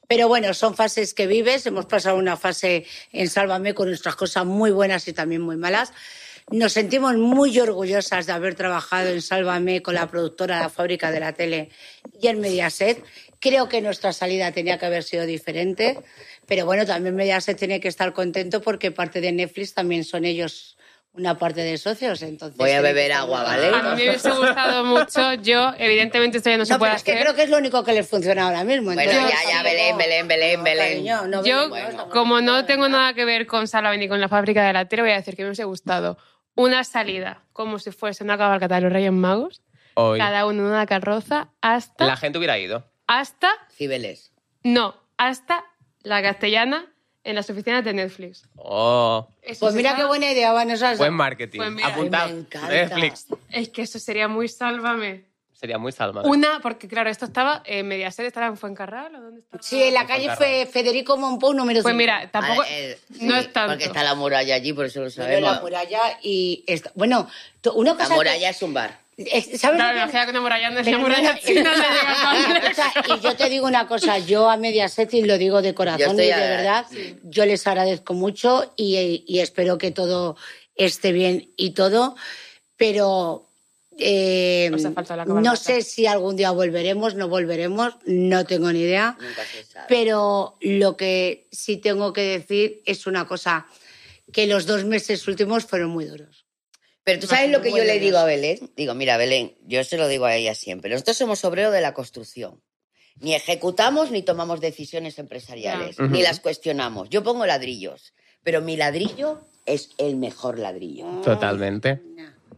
Speaker 3: Pero bueno, son fases que vives. Hemos pasado una fase en Sálvame con nuestras cosas muy buenas y también muy malas. Nos sentimos muy orgullosas de haber trabajado en Sálvame con la productora La Fábrica de la Tele y en Mediaset. Creo que nuestra salida tenía que haber sido diferente, pero bueno, también Mediaset tiene que estar contento porque parte de Netflix también son ellos una parte de socios. Entonces
Speaker 4: Voy a
Speaker 3: tienen que
Speaker 4: beber
Speaker 3: estar
Speaker 4: agua,
Speaker 3: muy
Speaker 4: ¿vale?
Speaker 2: A mí me hubiese gustado mucho. Yo, evidentemente, esto ya no, se
Speaker 3: No,
Speaker 2: puede
Speaker 3: pero es
Speaker 2: hacer.
Speaker 3: que creo que es lo único que les funciona ahora mismo.
Speaker 4: Bueno,
Speaker 3: entonces
Speaker 4: ya, ya,
Speaker 3: tampoco-
Speaker 4: Belén, Belén, Belén,
Speaker 3: No,
Speaker 4: Belén.
Speaker 3: cariño, no,
Speaker 2: Yo,
Speaker 3: Belén, no,
Speaker 2: como no tengo nada que ver con Salva ni con la fábrica de la tele, voy a decir que me hubiese gustado una salida, como si fuese una cabalgata de los Reyes Magos,
Speaker 1: Hoy,
Speaker 2: cada uno en una carroza, hasta,
Speaker 1: la gente hubiera ido.
Speaker 2: hasta,
Speaker 4: Cibeles.
Speaker 2: no, hasta la castellana en las oficinas de Netflix.
Speaker 1: Oh,
Speaker 2: Eso
Speaker 3: Pues
Speaker 2: sí
Speaker 3: mira
Speaker 2: está-
Speaker 3: qué buena idea, Vanessa.
Speaker 1: buen marketing.
Speaker 2: Pues mira,
Speaker 1: Apuntad.
Speaker 3: ay, me encanta.
Speaker 1: Netflix.
Speaker 2: Es que eso sería muy sálvame.
Speaker 1: Sería muy salma.
Speaker 2: Una, porque claro, esto estaba en Mediaset, estaba en Fuencarral o dónde estaba.
Speaker 3: Sí, en la
Speaker 1: Juan
Speaker 3: calle
Speaker 1: Carlos.
Speaker 3: Fe- Federico Mompou número 5.
Speaker 2: Pues mira, tampoco.
Speaker 4: Ah, eh,
Speaker 2: no es tanto.
Speaker 4: Porque está la muralla allí, por eso lo
Speaker 3: la
Speaker 4: sabemos.
Speaker 3: muralla y... esta- Bueno, tú- una
Speaker 4: La
Speaker 3: cosa... que-
Speaker 4: muralla es un bar.
Speaker 3: eh, ¿Sabes?
Speaker 2: Claro,
Speaker 3: lo que-
Speaker 2: imagina que una muralla no es la
Speaker 3: Pero
Speaker 2: muralla
Speaker 3: no-
Speaker 2: china, no llega tan
Speaker 3: O sea, y yo te digo una cosa, yo a Mediaset, y lo digo de
Speaker 4: Yo
Speaker 3: corazón y
Speaker 4: estoy
Speaker 3: de
Speaker 4: a-
Speaker 3: verdad, yo les agradezco mucho y, y espero que todo esté bien y todo, pero eh,
Speaker 2: Os ha faltado la cabalgata.
Speaker 3: no sé si algún día volveremos, no volveremos, no tengo ni idea.
Speaker 4: Nunca se sabe.
Speaker 3: Pero lo que sí tengo que decir es una cosa, que los dos meses últimos fueron muy duros.
Speaker 4: Pero tú sabes lo que yo le
Speaker 3: Buenos
Speaker 4: digo a Belén. Digo, mira, Belén, yo se lo digo a ella siempre. Nosotros somos obreros de la construcción. Ni ejecutamos ni tomamos decisiones empresariales,
Speaker 1: Ya.
Speaker 4: ni
Speaker 1: Ujú.
Speaker 4: las cuestionamos. Yo pongo ladrillos, pero mi ladrillo es el mejor ladrillo.
Speaker 1: Ah. Totalmente.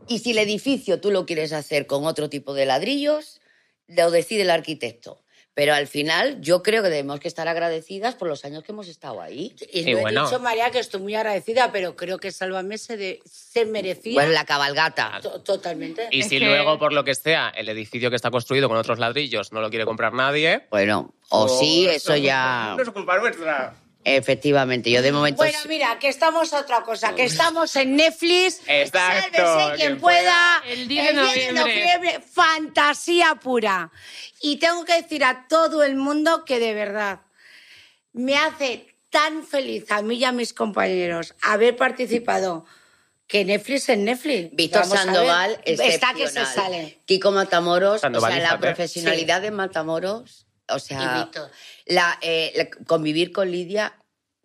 Speaker 4: Y si el edificio tú lo quieres hacer con otro tipo de ladrillos, lo decide el arquitecto. Pero al final yo creo que debemos que estar agradecidas por los años que hemos estado ahí.
Speaker 3: Y,
Speaker 1: Y
Speaker 3: lo
Speaker 1: bueno.
Speaker 3: he dicho, María, que estoy muy agradecida, pero creo que Sálvame se, de- se merecía
Speaker 4: Pues la cabalgata.
Speaker 3: to- totalmente.
Speaker 1: Y
Speaker 2: Es
Speaker 1: si
Speaker 2: que-
Speaker 1: luego, por lo que sea, el edificio que está construido con otros ladrillos no lo quiere comprar nadie.
Speaker 4: Bueno, o sí, eso ya.
Speaker 1: No es culpa nuestra.
Speaker 4: Efectivamente, yo de momento.
Speaker 3: Bueno, mira, que estamos a otra cosa,
Speaker 4: Pues,
Speaker 3: que estamos en Netflix.
Speaker 1: Exacto,
Speaker 3: Sálvese
Speaker 1: quien
Speaker 3: quien pueda.
Speaker 2: El 10 de noviembre.
Speaker 3: noviembre, Fantasía pura. Y tengo que decir a todo el mundo que de verdad me hace tan feliz a mí y a mis compañeros haber participado. Que Netflix es Netflix.
Speaker 4: Víctor
Speaker 3: Vamos a ver.
Speaker 4: Sandoval
Speaker 3: Está que se
Speaker 4: excepcional.
Speaker 3: sale.
Speaker 4: Kiko Matamoros,
Speaker 1: Sandoval
Speaker 4: o sea,
Speaker 1: y
Speaker 4: la
Speaker 1: Zapper.
Speaker 4: profesionalidad de Matamoros, o
Speaker 3: Y
Speaker 4: sea,
Speaker 3: Víctor.
Speaker 4: la, eh, la- convivir con Lidia,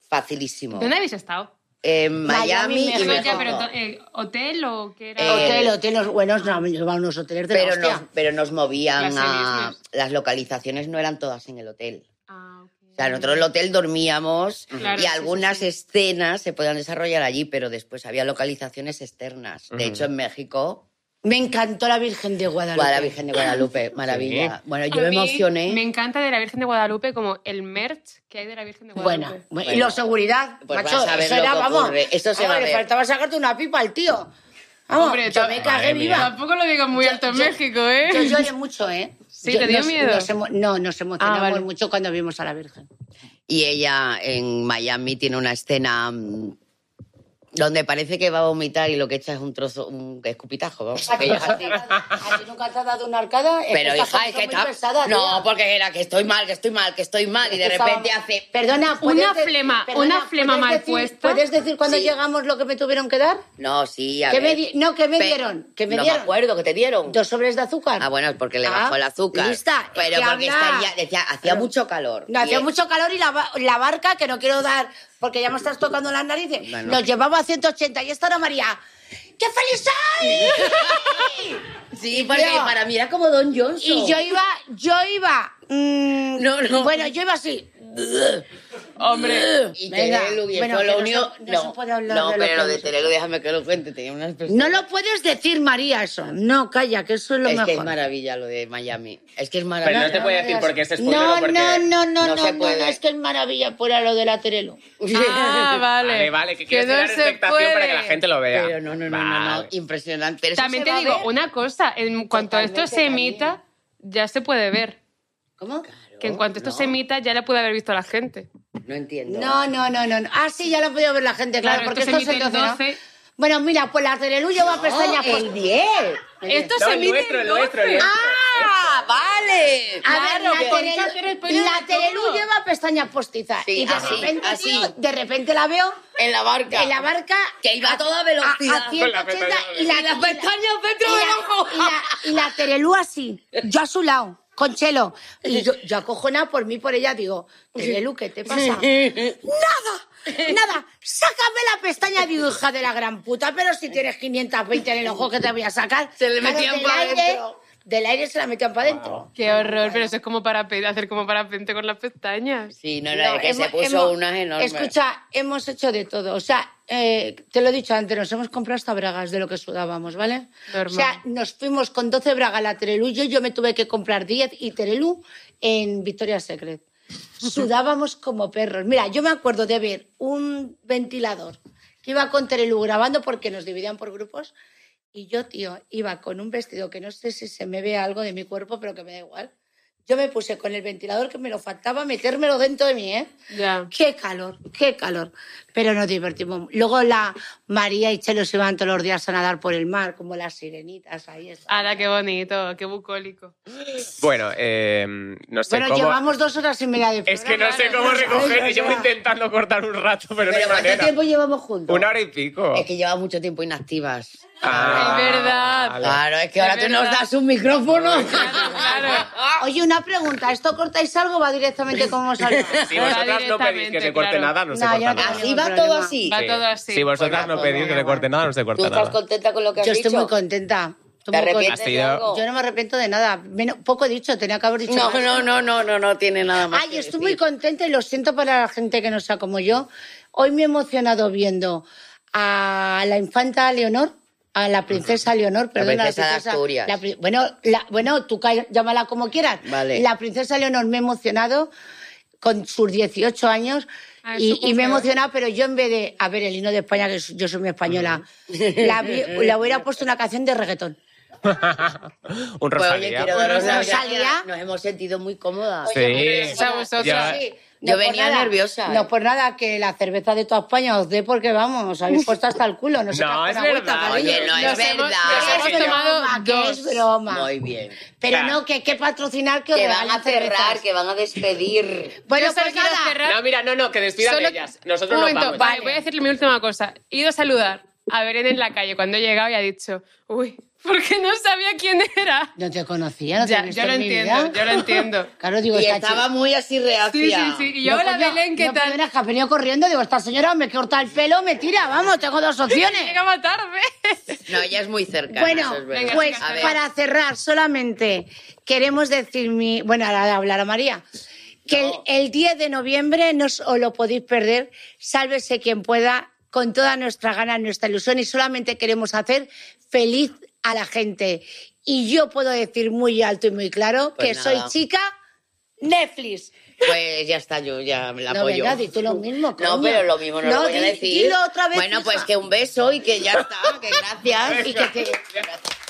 Speaker 4: facilísimo.
Speaker 2: ¿Dónde habéis estado?
Speaker 4: En Miami,
Speaker 3: Miami, México.
Speaker 4: y
Speaker 2: Pero ya,
Speaker 4: México.
Speaker 2: pero, eh, ¿Hotel o qué era?
Speaker 4: Eh,
Speaker 3: hotel, hotel, los buenos, no, nos van a unos hoteles de la
Speaker 4: Pero
Speaker 3: hostia.
Speaker 4: nos, pero nos movían
Speaker 2: Clase
Speaker 4: a...
Speaker 2: business.
Speaker 4: Las localizaciones no eran todas en el hotel.
Speaker 2: Ah, ok.
Speaker 3: Mm.
Speaker 4: O sea, nosotros en el hotel dormíamos
Speaker 2: Claro,
Speaker 4: y
Speaker 2: sí,
Speaker 4: algunas
Speaker 2: sí, sí.
Speaker 4: escenas se podían desarrollar allí, pero después había localizaciones externas. De hecho, en México,
Speaker 3: Me encantó la Virgen de Guadalupe.
Speaker 4: la Virgen de Guadalupe, maravilla. Bueno, yo
Speaker 2: A
Speaker 4: me
Speaker 2: mí
Speaker 4: emocioné.
Speaker 2: Me encanta de la Virgen de Guadalupe como el merch que hay de la Virgen de Guadalupe.
Speaker 3: Buena. Y lo seguridad,
Speaker 4: Pues
Speaker 3: macho,
Speaker 4: vas a ver
Speaker 3: eso
Speaker 4: lo
Speaker 3: era,
Speaker 4: que
Speaker 3: vamos.
Speaker 4: ocurre. Eso se
Speaker 3: vamos,
Speaker 4: va a
Speaker 3: le
Speaker 4: ver.
Speaker 3: faltaba sacarte una pipa al tío. Vamos,
Speaker 2: Hombre,
Speaker 3: yo
Speaker 2: tam-
Speaker 3: me cagué
Speaker 1: Madre
Speaker 3: viva.
Speaker 2: Tampoco lo digo muy alto en
Speaker 3: yo-
Speaker 2: México,
Speaker 3: Yo
Speaker 2: ¿eh?
Speaker 3: lloré mucho, ¿eh?
Speaker 2: Sí,
Speaker 3: Yo-
Speaker 2: ¿te dio
Speaker 3: nos-
Speaker 2: miedo?
Speaker 3: nos emo- no, nos emocionamos
Speaker 2: Ah, vale.
Speaker 3: mucho cuando vimos a la Virgen.
Speaker 4: Y ella en Miami tiene una escena mm, donde parece que va a vomitar y lo que echa es un trozo, un escupitajo. vamos.
Speaker 3: ¿A ti nunca te ha dado- a ti nunca te ha dado una arcada? Es
Speaker 4: Pero
Speaker 3: que esta
Speaker 4: hija,
Speaker 3: gente
Speaker 4: es
Speaker 3: son
Speaker 4: que
Speaker 3: muy
Speaker 4: está-
Speaker 3: pesada,
Speaker 4: No,
Speaker 3: tía.
Speaker 4: porque era que estoy mal, que estoy mal, que estoy mal. Y de
Speaker 3: Que estaba-
Speaker 4: repente hace...
Speaker 3: Perdona, ¿puedes
Speaker 2: Una
Speaker 3: de-
Speaker 2: flema,
Speaker 3: perdona,
Speaker 2: una flema
Speaker 3: ¿puedes
Speaker 2: mal
Speaker 3: decir-
Speaker 2: puesta?
Speaker 3: ¿Puedes decir cuando
Speaker 4: Sí.
Speaker 3: llegamos lo que me tuvieron que dar?
Speaker 4: No, sí, a
Speaker 3: ¿Qué
Speaker 4: ver.
Speaker 3: me di- no, ¿qué me
Speaker 4: Pe-
Speaker 3: dieron? ¿Qué me
Speaker 4: no
Speaker 3: dieron?
Speaker 4: me acuerdo, que te dieron.
Speaker 3: ¿Dos sobres de azúcar?
Speaker 4: Ah, bueno, es porque le
Speaker 3: Ah,
Speaker 4: bajó el azúcar.
Speaker 3: lista, es
Speaker 4: Pero
Speaker 3: que
Speaker 4: porque
Speaker 3: habla.
Speaker 4: estaría, decía, hacía mucho calor.
Speaker 3: No,
Speaker 4: Y
Speaker 3: hacía
Speaker 4: él-
Speaker 3: mucho calor y la, ba- la barca, que no quiero dar, porque ya me estás tocando las narices,
Speaker 4: Bueno.
Speaker 3: nos llevaba a 180 y esta era María. ¡Qué feliz soy!
Speaker 4: Sí,
Speaker 3: Y
Speaker 4: porque
Speaker 3: yo-
Speaker 4: para mí era como Don Johnson.
Speaker 3: y yo iba, yo iba... mm,
Speaker 4: No, no.
Speaker 3: Bueno, yo iba así.
Speaker 2: Hombre.
Speaker 4: Y
Speaker 3: Venga,
Speaker 4: Terelu, y
Speaker 3: bueno,
Speaker 4: eso,
Speaker 3: que
Speaker 4: lo
Speaker 3: no
Speaker 4: único.
Speaker 3: se- no se puede hablar
Speaker 4: no,
Speaker 3: de lo
Speaker 4: pero
Speaker 3: que
Speaker 4: lo de
Speaker 3: hemos-
Speaker 4: Terelu, déjame que lo cuente, tenía unas personas.
Speaker 3: No lo puedes decir, María, eso. No, calla, que eso es lo
Speaker 4: es que es
Speaker 3: mejor.
Speaker 4: maravilla lo de Miami. Es que es
Speaker 1: Pero
Speaker 4: maravilla.
Speaker 1: no te puede decir porque este es
Speaker 3: no,
Speaker 1: porque...
Speaker 3: no, no, no,
Speaker 4: no
Speaker 3: no,
Speaker 4: se
Speaker 3: no,
Speaker 4: puede.
Speaker 3: no, es que es maravilla fuera lo de la Terelu.
Speaker 2: Ah, vale.
Speaker 1: Vale, vale, que quieres
Speaker 2: no
Speaker 1: crear
Speaker 2: se
Speaker 1: expectación
Speaker 2: puede.
Speaker 1: para que la gente lo vea.
Speaker 4: Pero no, no, no, no, no,
Speaker 1: Vale.
Speaker 4: impresionante. Pero eso
Speaker 2: También
Speaker 4: se
Speaker 2: te
Speaker 4: va a
Speaker 2: digo
Speaker 4: ver.
Speaker 2: una cosa, en cuanto esto se
Speaker 4: Totalmente,
Speaker 2: emita, ya se puede ver.
Speaker 3: ¿Cómo?
Speaker 2: Que en cuanto esto
Speaker 4: no.
Speaker 2: se emita, ya la puede haber visto la gente.
Speaker 4: No entiendo.
Speaker 3: No, no, no, no. no. Ah, sí, ya lo ha podido ver la gente, claro,
Speaker 2: Claro,
Speaker 3: porque
Speaker 2: esto
Speaker 3: esto
Speaker 2: se
Speaker 3: es el
Speaker 2: emite el
Speaker 3: 12, ¿no?
Speaker 2: 12.
Speaker 3: Bueno, mira, pues la Terelu lleva pestañas pues-
Speaker 4: el 10.
Speaker 2: Esto
Speaker 1: No,
Speaker 2: se
Speaker 1: el
Speaker 2: emite
Speaker 1: nuestro, el
Speaker 2: el
Speaker 1: nuestro, el
Speaker 2: 12.
Speaker 1: nuestro.
Speaker 4: ¡Ah! ¡Vale!
Speaker 3: A
Speaker 2: Claro,
Speaker 3: ver, la
Speaker 2: podéis hacer el
Speaker 3: Terelu,
Speaker 2: spoiler
Speaker 3: la
Speaker 2: de
Speaker 3: Terelu
Speaker 2: todo.
Speaker 3: lleva pestañas postizas.
Speaker 4: Sí,
Speaker 3: y de
Speaker 4: así,
Speaker 3: repente,
Speaker 4: así.
Speaker 3: tío, de repente la veo
Speaker 4: En la barca.
Speaker 3: en la barca.
Speaker 4: Que iba a toda
Speaker 3: a-
Speaker 4: velocidad.
Speaker 3: A,
Speaker 1: Con la
Speaker 3: 180
Speaker 1: pestaña
Speaker 3: y la, y la-
Speaker 4: dentro
Speaker 3: y la- y la- y la Terelu así, yo a su lado, con Chelo. Y yo, yo acojonada por mí, por ella, digo, Terelu, ¿qué te pasa? ¡Nada! ¡Nada! ¡Sácame la pestaña de hija de la gran puta! Pero si tienes 520 en el ojo, que te voy a sacar?
Speaker 4: Se le
Speaker 3: Claro,
Speaker 4: metían
Speaker 3: del
Speaker 4: pa'
Speaker 3: aire-
Speaker 4: dentro.
Speaker 3: Del aire se la metían para adentro.
Speaker 2: Ah, Qué horror, pero eso es como para pe- hacer como para pente con las pestañas.
Speaker 4: Sí, no, no, es que se
Speaker 3: hemos-
Speaker 4: puso
Speaker 3: hemos-
Speaker 4: unas enormes.
Speaker 3: Escucha, hemos hecho de todo. O sea, eh, te lo he dicho antes, nos hemos comprado hasta bragas de lo que sudábamos, ¿vale?
Speaker 2: Normal.
Speaker 3: O sea, nos fuimos con 12 bragas a la Terelu. Yo, yo me tuve que comprar 10 y Terelu en Victoria's Secret. Sudábamos como perros. Mira, yo me acuerdo de ver un ventilador que iba con Terelu grabando porque nos dividían por grupos. Y yo, tío, iba con un vestido que no sé si se me ve algo de mi cuerpo, pero que me da igual. Yo me puse con el ventilador que me lo faltaba metérmelo dentro de mí, ¿eh?
Speaker 2: Ya.
Speaker 3: Qué calor, qué calor. Pero nos divertimos. Luego la María y Chelo se van todos los días a nadar por el mar, como las sirenitas, ahí está.
Speaker 2: Ahora qué bonito, qué bucólico.
Speaker 1: Bueno, eh, no sé
Speaker 3: bueno,
Speaker 1: cómo...
Speaker 3: llevamos dos horas y media de
Speaker 1: Es que no
Speaker 3: programa.
Speaker 1: sé cómo recoger, llevo intentando cortar un rato, pero, no hay
Speaker 4: Pero ¿cuánto
Speaker 1: manera.
Speaker 4: tiempo llevamos juntos?
Speaker 1: Una hora y pico.
Speaker 4: Es que lleva mucho tiempo inactivas.
Speaker 1: Ah,
Speaker 2: Es verdad.
Speaker 1: vale.
Speaker 4: Claro, es que ahora
Speaker 2: Es
Speaker 4: tú nos
Speaker 2: verdad.
Speaker 4: das un micrófono.
Speaker 2: Claro, claro.
Speaker 3: Oye, una pregunta, ¿esto cortáis algo o va directamente como salió?
Speaker 1: Si vosotras no pedís que se corte
Speaker 2: Claro.
Speaker 1: nada, no se
Speaker 3: No, yo
Speaker 1: corta
Speaker 3: no
Speaker 1: nada.
Speaker 3: tengo
Speaker 4: Así va
Speaker 3: problema.
Speaker 4: todo así.
Speaker 2: Va
Speaker 1: Sí.
Speaker 2: todo así.
Speaker 1: Si vosotras
Speaker 4: Pues va
Speaker 1: no
Speaker 4: todo
Speaker 1: pedís que se corte nada, no se
Speaker 4: ¿Tú
Speaker 1: corta
Speaker 4: estás
Speaker 1: nada.
Speaker 4: contenta con lo que has
Speaker 3: Yo
Speaker 4: dicho?
Speaker 3: estoy muy contenta. estoy
Speaker 4: ¿Te
Speaker 3: muy
Speaker 4: arrepientes
Speaker 1: Ha
Speaker 4: de
Speaker 1: sido-
Speaker 4: algo?
Speaker 3: contenta. Yo no me arrepiento de nada. Menos- poco he dicho, tenía que haber dicho.
Speaker 4: No,
Speaker 3: más.
Speaker 4: no, no, no, no, no tiene nada más.
Speaker 3: Ay,
Speaker 4: que
Speaker 3: estoy
Speaker 4: decir.
Speaker 3: muy contenta y lo siento para la gente que no sea como yo. Hoy me he emocionado viendo a la infanta Leonor, a la princesa Leonor, perdón,
Speaker 4: princesa de Asturias.
Speaker 3: la pri- bueno, la- bueno, tú ca- llámala como quieras.
Speaker 4: Vale.
Speaker 3: La princesa Leonor me he emocionado con sus 18 años.
Speaker 2: Ah, es su
Speaker 3: Y, y me he
Speaker 2: cumpleaños.
Speaker 3: emocionado, pero yo en vez de. A ver, el himno de España, que yo soy muy española, la, vi- le hubiera puesto una canción de reggaetón.
Speaker 1: Un
Speaker 4: Pues, oye,
Speaker 1: Rosalía.
Speaker 4: quiero daros las
Speaker 3: Rosalía.
Speaker 4: gracias. Nos hemos sentido muy cómodas.
Speaker 1: Sí.
Speaker 2: Esa vosotras.
Speaker 1: Ya-
Speaker 3: Sí,
Speaker 4: Yo
Speaker 3: por
Speaker 4: venía nerviosa, eh.
Speaker 3: No, por nada, que la cerveza de toda España os dé porque vamos, os habéis puesto hasta el culo. No, sé
Speaker 1: No,
Speaker 3: qué
Speaker 1: es
Speaker 3: hacer la
Speaker 1: verdad.
Speaker 3: cariño.
Speaker 4: Oye, no es
Speaker 2: Nos hemos-
Speaker 4: verdad.
Speaker 2: nos
Speaker 3: Que es
Speaker 2: hemos tomado
Speaker 3: broma, que
Speaker 2: dos.
Speaker 3: es broma.
Speaker 4: Muy bien.
Speaker 3: Pero
Speaker 1: Ya.
Speaker 3: no, que hay que patrocinar que os
Speaker 4: Que van
Speaker 3: regalen
Speaker 4: a cerrar,
Speaker 3: cervezas.
Speaker 4: que van a despedir.
Speaker 3: Bueno,
Speaker 2: Yo solo
Speaker 3: pues
Speaker 2: quiero
Speaker 3: nada.
Speaker 2: cerrar-
Speaker 1: No, mira, no, no, que despidan
Speaker 2: Solo-
Speaker 1: ellas. Nosotros
Speaker 2: un
Speaker 1: nos
Speaker 2: momento,
Speaker 1: vamos. ¿eh?
Speaker 2: vale,
Speaker 3: Vale.
Speaker 2: voy a decirle mi última cosa. He ido a saludar a Belén en la calle cuando he llegado y ha dicho, uy, porque no sabía quién era.
Speaker 3: No te conocía, no te he
Speaker 2: ya,
Speaker 3: visto
Speaker 2: yo lo
Speaker 3: en mi
Speaker 2: entiendo,
Speaker 3: vida.
Speaker 2: yo lo entiendo.
Speaker 3: Claro, digo,
Speaker 4: Y
Speaker 3: esta
Speaker 4: estaba
Speaker 3: chica-
Speaker 4: muy así
Speaker 2: Sí,
Speaker 4: reacia.
Speaker 2: sí, sí. Y yo,
Speaker 3: No,
Speaker 2: hola
Speaker 3: coño,
Speaker 2: Belén, ¿qué
Speaker 3: no,
Speaker 2: tal?
Speaker 3: perdona, que ha venido corriendo, digo, esta señora me corta el pelo, me tira, vamos, tengo dos opciones.
Speaker 2: Llegaba tarde.
Speaker 4: No, ya es muy cercana.
Speaker 3: Bueno,
Speaker 4: eso es verdad.
Speaker 2: venga,
Speaker 3: pues
Speaker 4: A ver,
Speaker 3: para cerrar, solamente queremos decir mi. Bueno, ahora de hablar a María. Que el, el 10 de noviembre no os os lo podéis perder, sálvese quien pueda, con toda nuestra gana, nuestra ilusión, y solamente queremos hacer feliz a la gente. Y yo puedo decir muy alto y muy claro
Speaker 4: Pues
Speaker 3: que
Speaker 4: nada.
Speaker 3: soy chica Netflix.
Speaker 4: Pues ya está, yo ya la
Speaker 3: No,
Speaker 4: apoyo.
Speaker 3: venga, di tú lo mismo,
Speaker 4: No,
Speaker 3: coño.
Speaker 4: pero lo mismo no, lo
Speaker 3: No,
Speaker 4: voy a
Speaker 3: di-
Speaker 4: decir.
Speaker 3: dilo otra vez,
Speaker 4: Bueno, pues
Speaker 3: hija.
Speaker 4: que un beso y que ya está, que gracias.
Speaker 3: Y que- que-
Speaker 1: Ya.